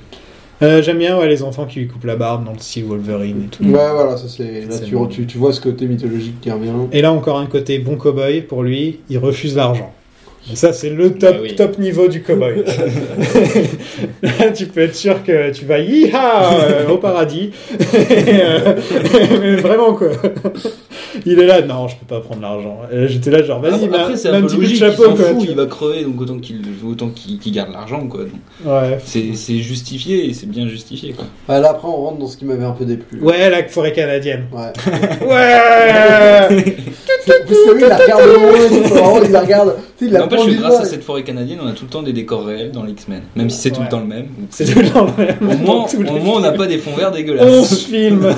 [SPEAKER 1] Euh, J'aime bien ouais, les enfants qui lui coupent la barbe dans le style Wolverine et tout.
[SPEAKER 2] Ouais, voilà, ça c'est. Là,
[SPEAKER 1] C'est
[SPEAKER 2] tu,
[SPEAKER 1] bon.
[SPEAKER 2] tu, tu vois ce côté mythologique qui revient.
[SPEAKER 1] Et là encore un côté bon cowboy pour lui, il refuse l'argent. Et ça c'est le top
[SPEAKER 3] Bah oui.
[SPEAKER 1] top niveau du cowboy. là tu peux être sûr que tu vas yiha euh, au paradis. Euh, mais vraiment quoi. Il est là, non je peux pas prendre l'argent. Et là, J'étais là genre vas-y, mets un-
[SPEAKER 3] Après, c'est
[SPEAKER 1] mets
[SPEAKER 3] un
[SPEAKER 1] un
[SPEAKER 3] peu
[SPEAKER 1] petit coup de
[SPEAKER 3] logique.
[SPEAKER 1] chapeau quoi.
[SPEAKER 3] il s'en fout,
[SPEAKER 1] tu
[SPEAKER 3] il va crever, donc autant qu'il autant qu'il qu'il garde l'argent, quoi. Donc,
[SPEAKER 1] vois. Ouais.
[SPEAKER 3] C'est c'est justifié et c'est bien justifié, quoi.
[SPEAKER 2] Ah, là, après, on rentre dans ce qui m'avait un peu déplu.
[SPEAKER 1] Ouais la forêt canadienne.
[SPEAKER 2] Ouais.
[SPEAKER 1] Ouais.
[SPEAKER 2] Parce que lui, il la regarde de loin, il dit, vraiment, il la regarde. Tu sais, il la
[SPEAKER 3] N'empêche
[SPEAKER 2] prend
[SPEAKER 3] que
[SPEAKER 2] du
[SPEAKER 3] grâce
[SPEAKER 2] doigt.
[SPEAKER 3] à cette forêt canadienne, on a tout le temps des décors réels dans les X-Men, même si c'est tout
[SPEAKER 1] Ouais.
[SPEAKER 3] le temps le même.
[SPEAKER 1] c'est tout le temps le même.
[SPEAKER 3] Au moins,
[SPEAKER 1] Dans tous les
[SPEAKER 3] au moins, on n'a
[SPEAKER 1] films.
[SPEAKER 3] pas des fonds verts
[SPEAKER 1] On
[SPEAKER 3] dégueulasses.
[SPEAKER 1] se filme.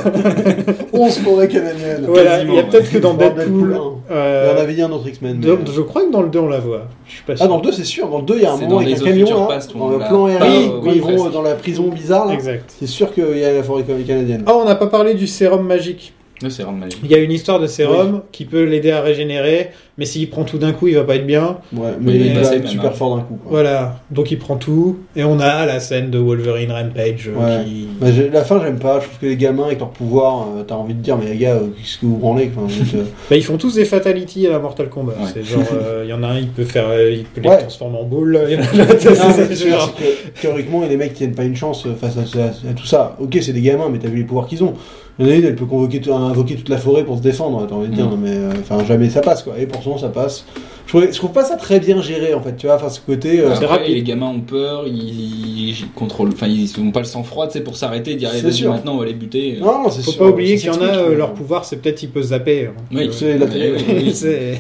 [SPEAKER 2] 11 forêts canadiennes.
[SPEAKER 1] Voilà,
[SPEAKER 3] Quasiment,
[SPEAKER 1] il y a peut-être
[SPEAKER 3] ouais.
[SPEAKER 1] que dans
[SPEAKER 2] Dans
[SPEAKER 1] Deadpool.
[SPEAKER 2] Deadpool,
[SPEAKER 1] euh,
[SPEAKER 2] On avait dit un autre X-Men. mais- euh,
[SPEAKER 1] dans- Je crois que dans le 2, on la voit. Je suis pas sûr.
[SPEAKER 2] Ah, dans le 2, c'est sûr. Dans le 2, il y a un
[SPEAKER 3] C'est
[SPEAKER 2] moment
[SPEAKER 3] dans
[SPEAKER 2] avec
[SPEAKER 3] Days
[SPEAKER 2] un
[SPEAKER 3] of
[SPEAKER 2] camion,
[SPEAKER 3] Future
[SPEAKER 2] là,
[SPEAKER 3] Past où
[SPEAKER 2] dans
[SPEAKER 3] on
[SPEAKER 2] le
[SPEAKER 3] l'a-
[SPEAKER 2] plan aérien,
[SPEAKER 1] Ah,
[SPEAKER 2] quand
[SPEAKER 1] oui,
[SPEAKER 2] ils vont
[SPEAKER 3] presque.
[SPEAKER 2] euh, dans la prison bizarre, là.
[SPEAKER 1] Exact.
[SPEAKER 2] C'est sûr qu'il y a la forêt canadienne.
[SPEAKER 1] Ah, on n'a pas parlé du sérum magique.
[SPEAKER 3] Le sérum magique.
[SPEAKER 1] Il y a une histoire de sérum qui peut l'aider à régénérer, mais s'il prend tout d'un coup, il va pas être bien.
[SPEAKER 2] Ouais, mais
[SPEAKER 3] mais
[SPEAKER 1] il est
[SPEAKER 2] il va
[SPEAKER 3] passé
[SPEAKER 2] être
[SPEAKER 3] même,
[SPEAKER 2] super
[SPEAKER 3] hein.
[SPEAKER 2] fort d'un coup. quoi.
[SPEAKER 1] Voilà. Donc il prend tout, et on a la scène de Wolverine Rampage. euh,
[SPEAKER 2] Ouais.
[SPEAKER 1] qui-
[SPEAKER 2] Bah, j'ai- la fin, j'aime pas. Je trouve que les gamins, avec leur pouvoir, euh, t'as envie de dire, mais les gars, euh, qu'est-ce que vous branlez quoi, vous êtes, euh,
[SPEAKER 1] Bah, ils font tous des fatalities à la Mortal Kombat.
[SPEAKER 3] Ouais.
[SPEAKER 1] C'est genre, euh, il y en a un, il peut faire, euh, il peut les
[SPEAKER 2] Ouais.
[SPEAKER 1] transformer en boule. Il y en a
[SPEAKER 2] Non, mais
[SPEAKER 1] un,
[SPEAKER 2] c'est
[SPEAKER 1] c'est genre-
[SPEAKER 2] sûr, c'est que, théoriquement, les mecs tiennent pas une chance euh, face à, à- à tout ça. Ok, c'est des gamins, mais t'as vu les pouvoirs qu'ils ont. Il y en a une, elle peut convoquer, tout- invoquer toute la forêt pour se défendre. T'as envie de dire,
[SPEAKER 3] Mm.
[SPEAKER 2] non, mais euh, enfin, jamais ça passe, quoi. Et pourtant, ça passe. Je trouve, je trouve pas ça très bien géré, en fait, tu vois, enfin, ce côté. euh,
[SPEAKER 1] C'est
[SPEAKER 3] Après,
[SPEAKER 1] rapide.
[SPEAKER 3] les gamins ont peur, ils, ils contrôlent, enfin ils n'ont pas le sang froid, c'est pour s'arrêter, dire allez,
[SPEAKER 2] C'est
[SPEAKER 3] vas-y,
[SPEAKER 2] sûr.
[SPEAKER 3] maintenant on va les buter.
[SPEAKER 2] non, non, c'est
[SPEAKER 1] Faut
[SPEAKER 2] sûr,
[SPEAKER 1] pas oublier
[SPEAKER 2] ça
[SPEAKER 1] qu'il y en a,
[SPEAKER 2] s'explique,
[SPEAKER 1] euh,
[SPEAKER 2] mais-
[SPEAKER 1] leur pouvoir, c'est peut-être ils peuvent zapper. hein.
[SPEAKER 3] Oui,
[SPEAKER 2] c'est la télé,
[SPEAKER 3] Oui, oui, oui.
[SPEAKER 1] C'est-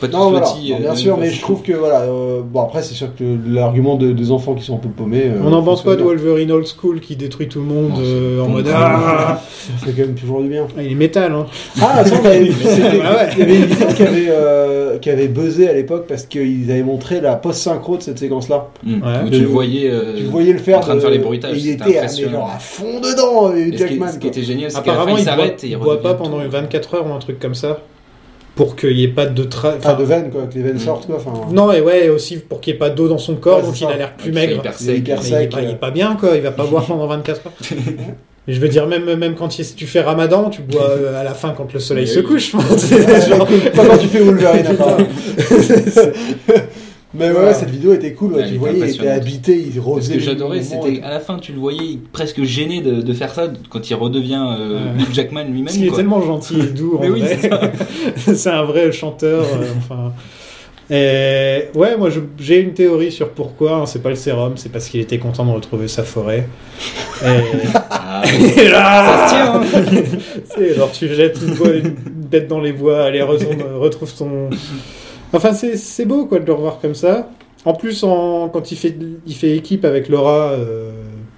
[SPEAKER 3] Pas tous
[SPEAKER 2] Non, voilà,
[SPEAKER 3] petits,
[SPEAKER 2] non,
[SPEAKER 3] euh,
[SPEAKER 2] bien
[SPEAKER 3] de
[SPEAKER 2] sûr,
[SPEAKER 3] même
[SPEAKER 2] mais
[SPEAKER 3] façon.
[SPEAKER 2] je trouve que voilà. euh, bon, après, c'est sûr que l'argument de- des enfants qui sont un peu paumés. euh,
[SPEAKER 1] On n'en pense pas
[SPEAKER 2] fonctionne
[SPEAKER 1] de Wolverine old school qui détruit tout le monde
[SPEAKER 3] Non,
[SPEAKER 1] euh, en
[SPEAKER 3] bon,
[SPEAKER 1] mode
[SPEAKER 3] quand même.
[SPEAKER 1] ah,
[SPEAKER 2] bien. Ça fait quand même toujours du bien.
[SPEAKER 1] Ah, il est métal hein.
[SPEAKER 2] Ah, ça, on avait vu. c'était-
[SPEAKER 1] Ah ouais.
[SPEAKER 2] Il y avait une vidéo qui avait, euh, qui avait buzzé à l'époque parce qu'ils avaient montré la post-synchro de cette séquence-là.
[SPEAKER 3] Mm.
[SPEAKER 1] Ouais.
[SPEAKER 3] Où tu
[SPEAKER 2] Je-
[SPEAKER 3] le voyais, euh,
[SPEAKER 2] Tu voyais le faire.
[SPEAKER 3] en train de faire les bruitages,
[SPEAKER 2] et Il
[SPEAKER 3] c'était
[SPEAKER 2] était ah, mais
[SPEAKER 3] impressionnant.
[SPEAKER 2] genre à fond dedans, euh,
[SPEAKER 3] et ce, qui,
[SPEAKER 2] Jackman.
[SPEAKER 3] ce qui
[SPEAKER 2] quoi.
[SPEAKER 3] était génial, c'est qu'à la fin
[SPEAKER 1] Apparemment,
[SPEAKER 3] il
[SPEAKER 1] il boit,
[SPEAKER 3] s'arrête et il
[SPEAKER 1] il boit
[SPEAKER 3] redevient euh,
[SPEAKER 1] pas
[SPEAKER 3] tout-
[SPEAKER 1] pendant 24 heures ou un truc comme ça pour qu'il n'y ait pas de tra...
[SPEAKER 2] Enfin,
[SPEAKER 1] enfin,
[SPEAKER 2] de veines, quoi, que les veines
[SPEAKER 3] Mm.
[SPEAKER 2] sortent, quoi. Enfin,
[SPEAKER 1] Non et ouais aussi pour qu'il n'y ait pas d'eau dans son corps
[SPEAKER 2] Ouais,
[SPEAKER 1] donc
[SPEAKER 2] c'est
[SPEAKER 1] il
[SPEAKER 2] ça.
[SPEAKER 1] a l'air plus
[SPEAKER 3] Ouais,
[SPEAKER 1] maigre.
[SPEAKER 3] hyper
[SPEAKER 2] Il est
[SPEAKER 3] sec.
[SPEAKER 2] hyper
[SPEAKER 1] Mais il, est
[SPEAKER 2] sec.
[SPEAKER 1] pas, il est
[SPEAKER 2] euh.
[SPEAKER 1] pas bien quoi, il va pas boire pendant 24 heures. Et Je veux dire même même quand il- tu fais Ramadan, tu bois euh, à la fin quand le soleil
[SPEAKER 3] Mais
[SPEAKER 1] se
[SPEAKER 3] oui.
[SPEAKER 1] couche. C'est genre-
[SPEAKER 2] Pas quand tu fais Wolverine, apparemment. Mais ouais,
[SPEAKER 1] Voilà.
[SPEAKER 2] cette vidéo était cool, ouais,
[SPEAKER 3] Elle
[SPEAKER 2] tu
[SPEAKER 3] était
[SPEAKER 2] voyais, il était
[SPEAKER 3] impressionnante.
[SPEAKER 2] habité, il
[SPEAKER 3] Ce
[SPEAKER 2] refaisait.
[SPEAKER 3] que
[SPEAKER 2] les
[SPEAKER 3] j'adorais,
[SPEAKER 2] mouvements
[SPEAKER 3] c'était
[SPEAKER 2] et-
[SPEAKER 3] à la fin, tu le voyais presque gêné de, de faire ça quand il redevient euh,
[SPEAKER 1] Ouais.
[SPEAKER 3] Hugh Jackman
[SPEAKER 1] Parce qu'il
[SPEAKER 3] lui-même.
[SPEAKER 1] est
[SPEAKER 3] quoi.
[SPEAKER 1] tellement gentil et doux, en
[SPEAKER 3] Mais oui,
[SPEAKER 1] vrai. c'est un vrai chanteur. euh, enfin. Et ouais, moi je- j'ai une théorie sur pourquoi. hein, c'est pas le sérum, c'est parce qu'il était content de retrouver sa forêt. Et,
[SPEAKER 3] Ah,
[SPEAKER 1] et là,
[SPEAKER 3] ça se tient, hein.
[SPEAKER 1] c'est genre tu jettes une, bois- une bête dans les bois, allez retourne, euh, retrouve ton. Enfin c'est c'est beau quoi de le revoir comme ça. En plus en, quand il fait il fait équipe avec Laura, euh,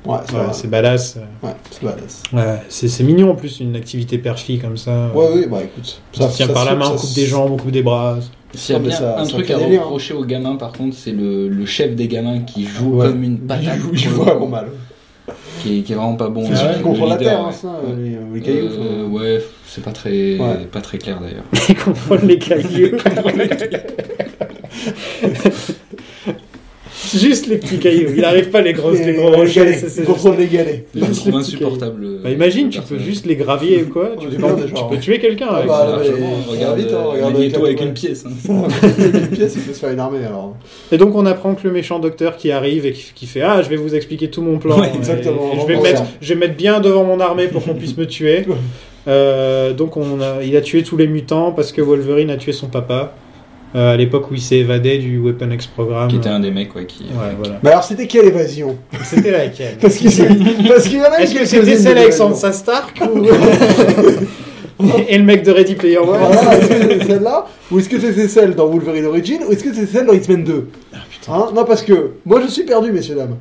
[SPEAKER 2] Ouais, c'est
[SPEAKER 1] voilà,
[SPEAKER 2] vrai.
[SPEAKER 1] c'est badass.
[SPEAKER 2] Ouais, c'est vrai.
[SPEAKER 1] Ouais, c'est c'est mignon en plus une activité perfie comme ça.
[SPEAKER 2] Ouais, ouais, bah écoute.
[SPEAKER 1] Ça se tient par la main, on coupe des jambes, on coupe des bras.
[SPEAKER 3] S'il y a
[SPEAKER 2] Non, mais
[SPEAKER 3] bien
[SPEAKER 2] ça-
[SPEAKER 3] un
[SPEAKER 2] ça
[SPEAKER 3] truc
[SPEAKER 2] fait
[SPEAKER 3] à
[SPEAKER 2] délire, hein.
[SPEAKER 3] reprocher aux gamins, par contre, c'est le, le chef des gamins qui joue
[SPEAKER 2] Ouais.
[SPEAKER 3] comme une patate,
[SPEAKER 2] Il joue- il joue
[SPEAKER 3] pour le
[SPEAKER 2] vraiment
[SPEAKER 3] coup,
[SPEAKER 2] mal.
[SPEAKER 3] Qui, est, qui est vraiment pas bon.
[SPEAKER 1] Ah
[SPEAKER 2] C'est
[SPEAKER 3] euh,
[SPEAKER 1] ouais,
[SPEAKER 2] celui
[SPEAKER 3] le
[SPEAKER 2] contre la
[SPEAKER 3] leader,
[SPEAKER 2] terre, hein,
[SPEAKER 3] ouais.
[SPEAKER 2] ça,
[SPEAKER 3] Ouais.
[SPEAKER 2] les, les cailloux.
[SPEAKER 3] Euh, ouais, c'est pas très,
[SPEAKER 2] Ouais.
[SPEAKER 3] pas très clair d'ailleurs.
[SPEAKER 1] Il contrôle les cailloux. Juste les petits cailloux. Il arrive pas les grosses, les gros
[SPEAKER 2] Et-
[SPEAKER 1] rochers.
[SPEAKER 2] galets,
[SPEAKER 1] c'est- c'est
[SPEAKER 2] pour
[SPEAKER 1] juste-
[SPEAKER 2] prendre les galets.
[SPEAKER 3] Je le
[SPEAKER 1] Juste les
[SPEAKER 3] trouve
[SPEAKER 1] petits
[SPEAKER 3] insupportable.
[SPEAKER 1] Bah imagine, tu peux juste les gravier ou quoi. Tu
[SPEAKER 2] Ouais,
[SPEAKER 1] peux,
[SPEAKER 2] du merde,
[SPEAKER 1] tu
[SPEAKER 2] genre.
[SPEAKER 1] peux tuer quelqu'un
[SPEAKER 2] Ah
[SPEAKER 1] avec
[SPEAKER 2] bah,
[SPEAKER 1] ça.
[SPEAKER 2] là,
[SPEAKER 3] largement,
[SPEAKER 2] mais-
[SPEAKER 3] regarde,
[SPEAKER 2] vite, hein,
[SPEAKER 3] euh,
[SPEAKER 2] regarde
[SPEAKER 3] Magneto
[SPEAKER 2] avec
[SPEAKER 3] avec
[SPEAKER 2] un-
[SPEAKER 3] une pièce. hein.
[SPEAKER 2] une pièce, il peut se faire une armée alors.
[SPEAKER 1] Et donc on apprend que le méchant docteur qui arrive et qui, qui fait Ah, je vais vous expliquer tout mon plan.
[SPEAKER 3] Ouais,
[SPEAKER 1] Et-
[SPEAKER 2] exactement.
[SPEAKER 1] et je, vais
[SPEAKER 2] Bon,
[SPEAKER 1] mettre,
[SPEAKER 2] ça.
[SPEAKER 1] je vais mettre bien devant mon armée pour qu'on puisse me tuer. Euh, donc on a- il a tué tous les mutants parce que Wolverine a tué son papa euh, à l'époque où il s'est évadé du Weapon X Programme.
[SPEAKER 3] Qui était un des mecs, ouais, qui.
[SPEAKER 1] Ouais, voilà.
[SPEAKER 2] Bah alors c'était quelle évasion
[SPEAKER 1] C'était laquelle
[SPEAKER 2] Parce qu'il s'est- parce qu'il y en a eu
[SPEAKER 1] Est-ce que
[SPEAKER 2] quelques-unes
[SPEAKER 1] c'était celle
[SPEAKER 2] des
[SPEAKER 1] avec Sansa
[SPEAKER 2] évasions.
[SPEAKER 1] Stark ou... Et le mec de Ready Player One
[SPEAKER 2] Voilà, est-ce que c'était celle-là Ou est-ce que c'était celle dans Wolverine Origin Ou est-ce que c'était celle dans X-Men 2 Hein Non parce que moi je suis perdu messieurs dames.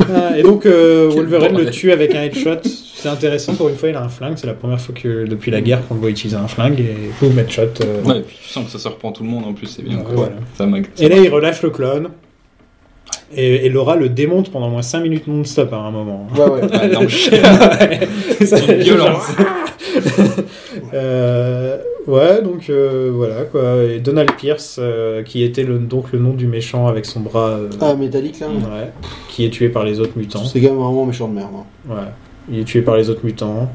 [SPEAKER 1] Ah, Et donc euh,
[SPEAKER 3] Quel
[SPEAKER 1] Wolverine le
[SPEAKER 3] bordel.
[SPEAKER 1] tue avec un headshot. C'est intéressant pour une fois, il a un flingue. C'est la première fois que depuis la guerre qu'on le voit utiliser un flingue et boum, headshot. euh,
[SPEAKER 3] Ouais, et puis tu sens que ça surprend tout le monde en plus, c'est bien.
[SPEAKER 1] Ouais,
[SPEAKER 3] quoi.
[SPEAKER 1] voilà.
[SPEAKER 3] Ça m'a- ça
[SPEAKER 1] Et là,
[SPEAKER 3] m'a-
[SPEAKER 1] il relâche le clone. Et, et Laura le démonte pendant au moins 5 minutes non-stop à un moment.
[SPEAKER 2] Ouais ouais.
[SPEAKER 3] Ouais, non, mais-
[SPEAKER 1] C'est hein.
[SPEAKER 3] une violence.
[SPEAKER 1] Euh, ouais, donc euh, voilà quoi. Et Donald Pierce, euh, qui était le, donc le nom du méchant avec son bras, euh,
[SPEAKER 2] Ah métallique là.
[SPEAKER 1] ouais, qui est tué par les autres mutants.
[SPEAKER 2] C'est quand même vraiment méchant de merde. hein.
[SPEAKER 1] Ouais. Il est tué par les autres mutants.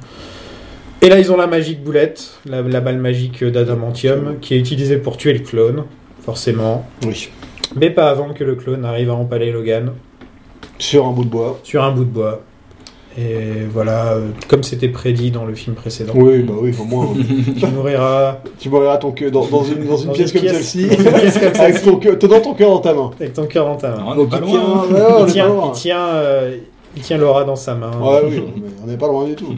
[SPEAKER 1] Et là, ils ont la magique boulette, la, la balle magique d'adamantium, qui est utilisée pour tuer le clone, forcément.
[SPEAKER 2] Oui.
[SPEAKER 1] Mais pas avant que le clone arrive à empaler Logan
[SPEAKER 2] Sur un bout de bois.
[SPEAKER 1] sur un bout de bois. Et voilà, euh, comme c'était prédit dans le film précédent,
[SPEAKER 2] Oui bah oui au moins.
[SPEAKER 1] tu mourras
[SPEAKER 2] tu mourras ton queue dans, dans une, dans une
[SPEAKER 1] Dans
[SPEAKER 2] pièce
[SPEAKER 1] une
[SPEAKER 2] comme
[SPEAKER 1] pièce.
[SPEAKER 2] celle-ci.
[SPEAKER 1] Dans une pièce comme
[SPEAKER 2] Avec ton cœur- tenant ton cœur dans ta main.
[SPEAKER 1] avec ton cœur dans ta main.
[SPEAKER 3] On n'est pas
[SPEAKER 2] il
[SPEAKER 3] loin,
[SPEAKER 2] tient-
[SPEAKER 3] hein.
[SPEAKER 2] ouais, on est
[SPEAKER 1] Il
[SPEAKER 2] pas
[SPEAKER 1] tient,
[SPEAKER 2] loin.
[SPEAKER 1] il tient, euh, il tient Laura dans sa main.
[SPEAKER 2] Oh, Ouais, oui, mais on n'est pas loin du tout.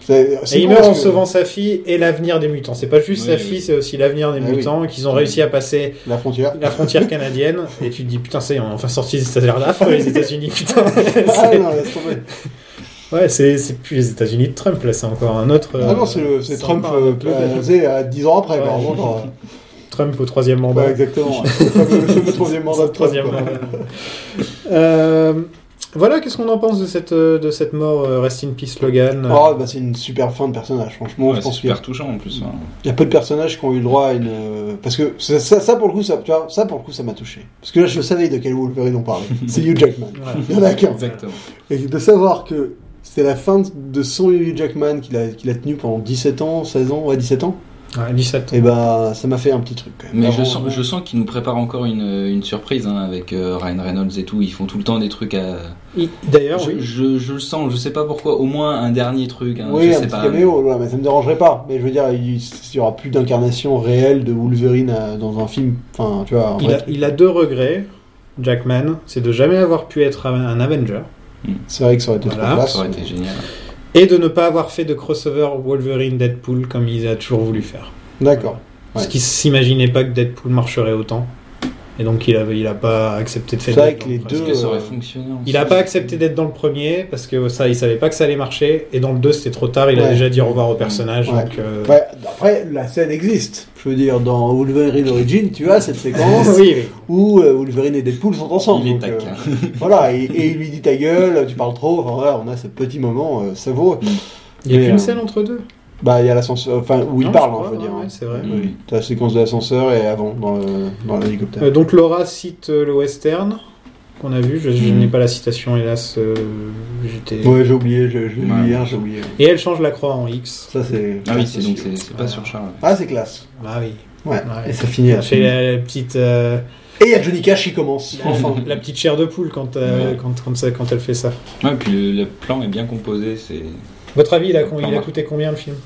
[SPEAKER 2] C'est- c'est
[SPEAKER 1] Et il
[SPEAKER 2] con,
[SPEAKER 1] meurt en
[SPEAKER 2] parce que-
[SPEAKER 1] sauvant sa fille et l'avenir des mutants. C'est pas juste
[SPEAKER 3] Oui,
[SPEAKER 1] sa
[SPEAKER 3] oui.
[SPEAKER 1] fille, c'est aussi l'avenir des
[SPEAKER 2] Ah oui.
[SPEAKER 1] mutants qu'ils ont réussi à passer
[SPEAKER 2] La frontière.
[SPEAKER 1] la frontière canadienne et tu te dis putain ça y est on est enfin sorti ça a l'air d'affreux les États-Unis putain
[SPEAKER 2] Ah
[SPEAKER 1] C'est-
[SPEAKER 2] non, laisse tomber.
[SPEAKER 1] ouais c'est c'est plus les États-Unis de Trump là c'est encore un autre
[SPEAKER 2] Ah
[SPEAKER 1] euh,
[SPEAKER 2] non, c'est le- c'est Trump
[SPEAKER 1] sympa.
[SPEAKER 2] euh, placé à 10 ans après,
[SPEAKER 1] Ouais.
[SPEAKER 2] par contre. euh,
[SPEAKER 1] Trump au troisième mandat
[SPEAKER 2] bah, exactement. Le fameux le fameux troisième mandat de Trump,
[SPEAKER 1] troisième
[SPEAKER 2] quoi.
[SPEAKER 1] mandat. bah, Euh, voilà qu'est-ce qu'on en pense de cette euh, de cette mort euh, rest in peace Logan
[SPEAKER 2] Ah, bah, c'est une super fin de personnage, franchement.
[SPEAKER 3] Ouais,
[SPEAKER 2] je
[SPEAKER 3] c'est
[SPEAKER 2] pense qu'il y
[SPEAKER 3] super
[SPEAKER 2] a-
[SPEAKER 3] touchant en plus. hein.
[SPEAKER 2] il y a peu de personnages qui ont eu le droit à une. euh, Parce que ça, ça, ça, pour le coup, ça, tu vois, ça, pour le coup, ça m'a touché. Parce que là, je savais de quel Wolverine on parlait. C'est Hugh Jackman.
[SPEAKER 1] Voilà.
[SPEAKER 2] Il y en a qu'un.
[SPEAKER 3] Exactement.
[SPEAKER 2] Et de savoir que c'était la fin de son Hugh Jackman qu'il a, qu'il a tenu pendant 17 ans, 16 ans, ouais, 17 ans.
[SPEAKER 1] Ouais, 17
[SPEAKER 2] Et bah, ça m'a fait un petit truc quand même.
[SPEAKER 3] Mais je
[SPEAKER 2] Vraiment,
[SPEAKER 3] sens, je sens qu'ils nous préparent encore une, une surprise hein, avec euh, Ryan Reynolds et tout. Ils font tout le temps des trucs à.
[SPEAKER 1] Il- d'ailleurs
[SPEAKER 3] Je,
[SPEAKER 1] oui.
[SPEAKER 3] je- je le sens, je sais pas pourquoi. Au moins un dernier truc. hein,
[SPEAKER 2] Oui, un
[SPEAKER 3] je sais
[SPEAKER 2] petit
[SPEAKER 3] pas.
[SPEAKER 2] caméo, voilà, mais ça me dérangerait pas. Mais je veux dire, il il y aura plus d'incarnation réelle de Wolverine euh, dans un film. Enfin, tu vois. un
[SPEAKER 1] il
[SPEAKER 2] vrai
[SPEAKER 1] a,
[SPEAKER 2] truc.
[SPEAKER 1] il a deux regrets Jackman c'est de jamais avoir pu être un- un Avenger
[SPEAKER 2] C'est vrai que ça aurait été
[SPEAKER 1] Voilà,
[SPEAKER 2] trop classe.
[SPEAKER 3] Ça aurait été génial.
[SPEAKER 1] et de ne pas avoir fait de crossover Wolverine Deadpool comme il a toujours voulu faire
[SPEAKER 2] D'accord.
[SPEAKER 1] Parce
[SPEAKER 2] Ouais.
[SPEAKER 1] qu'il s'imaginait pas que Deadpool marcherait autant. Et donc il a, il a pas accepté de faire
[SPEAKER 2] C'est vrai
[SPEAKER 1] d'être
[SPEAKER 2] que
[SPEAKER 1] dans le
[SPEAKER 2] les
[SPEAKER 1] premier.
[SPEAKER 3] Est-ce
[SPEAKER 2] deux-
[SPEAKER 3] que ça aurait
[SPEAKER 2] euh,
[SPEAKER 3] fonctionné en
[SPEAKER 1] Il a
[SPEAKER 3] fait
[SPEAKER 1] pas accepté d'être dans le premier parce que ça, il savait pas que ça allait marcher. Et dans le 2, c'était trop tard. Il a
[SPEAKER 2] Ouais.
[SPEAKER 1] déjà dit au revoir au personnage.
[SPEAKER 2] Ouais.
[SPEAKER 1] donc, euh,
[SPEAKER 2] Ouais, après, la scène existe. Je veux dire, dans Wolverine Origin, tu as cette séquence
[SPEAKER 1] oui, oui.
[SPEAKER 2] où euh, Wolverine et Deadpool sont ensemble.
[SPEAKER 3] Il est
[SPEAKER 2] donc, euh,
[SPEAKER 3] tac. hein.
[SPEAKER 2] voilà, et, et il lui dit ta gueule, tu parles trop. Enfin, voilà, on a ce petit moment euh, savoureux.
[SPEAKER 1] Il y a
[SPEAKER 2] Mais,
[SPEAKER 1] qu'une
[SPEAKER 2] euh,
[SPEAKER 1] scène entre deux.
[SPEAKER 2] Bah, il y a l'ascenseur, enfin, où
[SPEAKER 1] Non,
[SPEAKER 2] il parle,
[SPEAKER 1] je
[SPEAKER 2] hein,
[SPEAKER 1] crois,
[SPEAKER 2] je veux dire.
[SPEAKER 1] ouais, ouais, c'est vrai.
[SPEAKER 2] Oui, T'as la séquence de l'ascenseur et avant, dans le- dans l'hélicoptère.
[SPEAKER 1] Euh, donc Laura cite euh, le western qu'on a vu. Je, je
[SPEAKER 2] Mm.
[SPEAKER 3] Mhm.
[SPEAKER 1] n'ai pas la citation, hélas. euh, J'étais.
[SPEAKER 2] Ouais, j'ai oublié, j'ai j'ai oublié,
[SPEAKER 3] Ouais.
[SPEAKER 2] hein, j'ai oublié.
[SPEAKER 1] Et elle change la croix en X.
[SPEAKER 2] Ça, c'est.
[SPEAKER 3] Ah oui,
[SPEAKER 2] ça,
[SPEAKER 3] c'est donc c'est c'est pas sur Charles.
[SPEAKER 2] Ah, c'est classe.
[SPEAKER 1] Ah oui.
[SPEAKER 2] Ouais.
[SPEAKER 1] Ouais.
[SPEAKER 2] Et ça finit.
[SPEAKER 1] Elle
[SPEAKER 2] là.
[SPEAKER 1] fait la, la petite. euh,
[SPEAKER 2] Et il y a Johnny Cash qui commence.
[SPEAKER 1] la,
[SPEAKER 2] Enfin.
[SPEAKER 1] la petite chair de poule quand, euh,
[SPEAKER 3] Ouais.
[SPEAKER 1] quand, quand ça- quand elle fait ça.
[SPEAKER 3] Ouais, puis le, le plan est bien composé. C'est
[SPEAKER 1] Votre avis, il a, con-
[SPEAKER 3] Pas
[SPEAKER 1] il a
[SPEAKER 3] mal.
[SPEAKER 1] coûté combien le film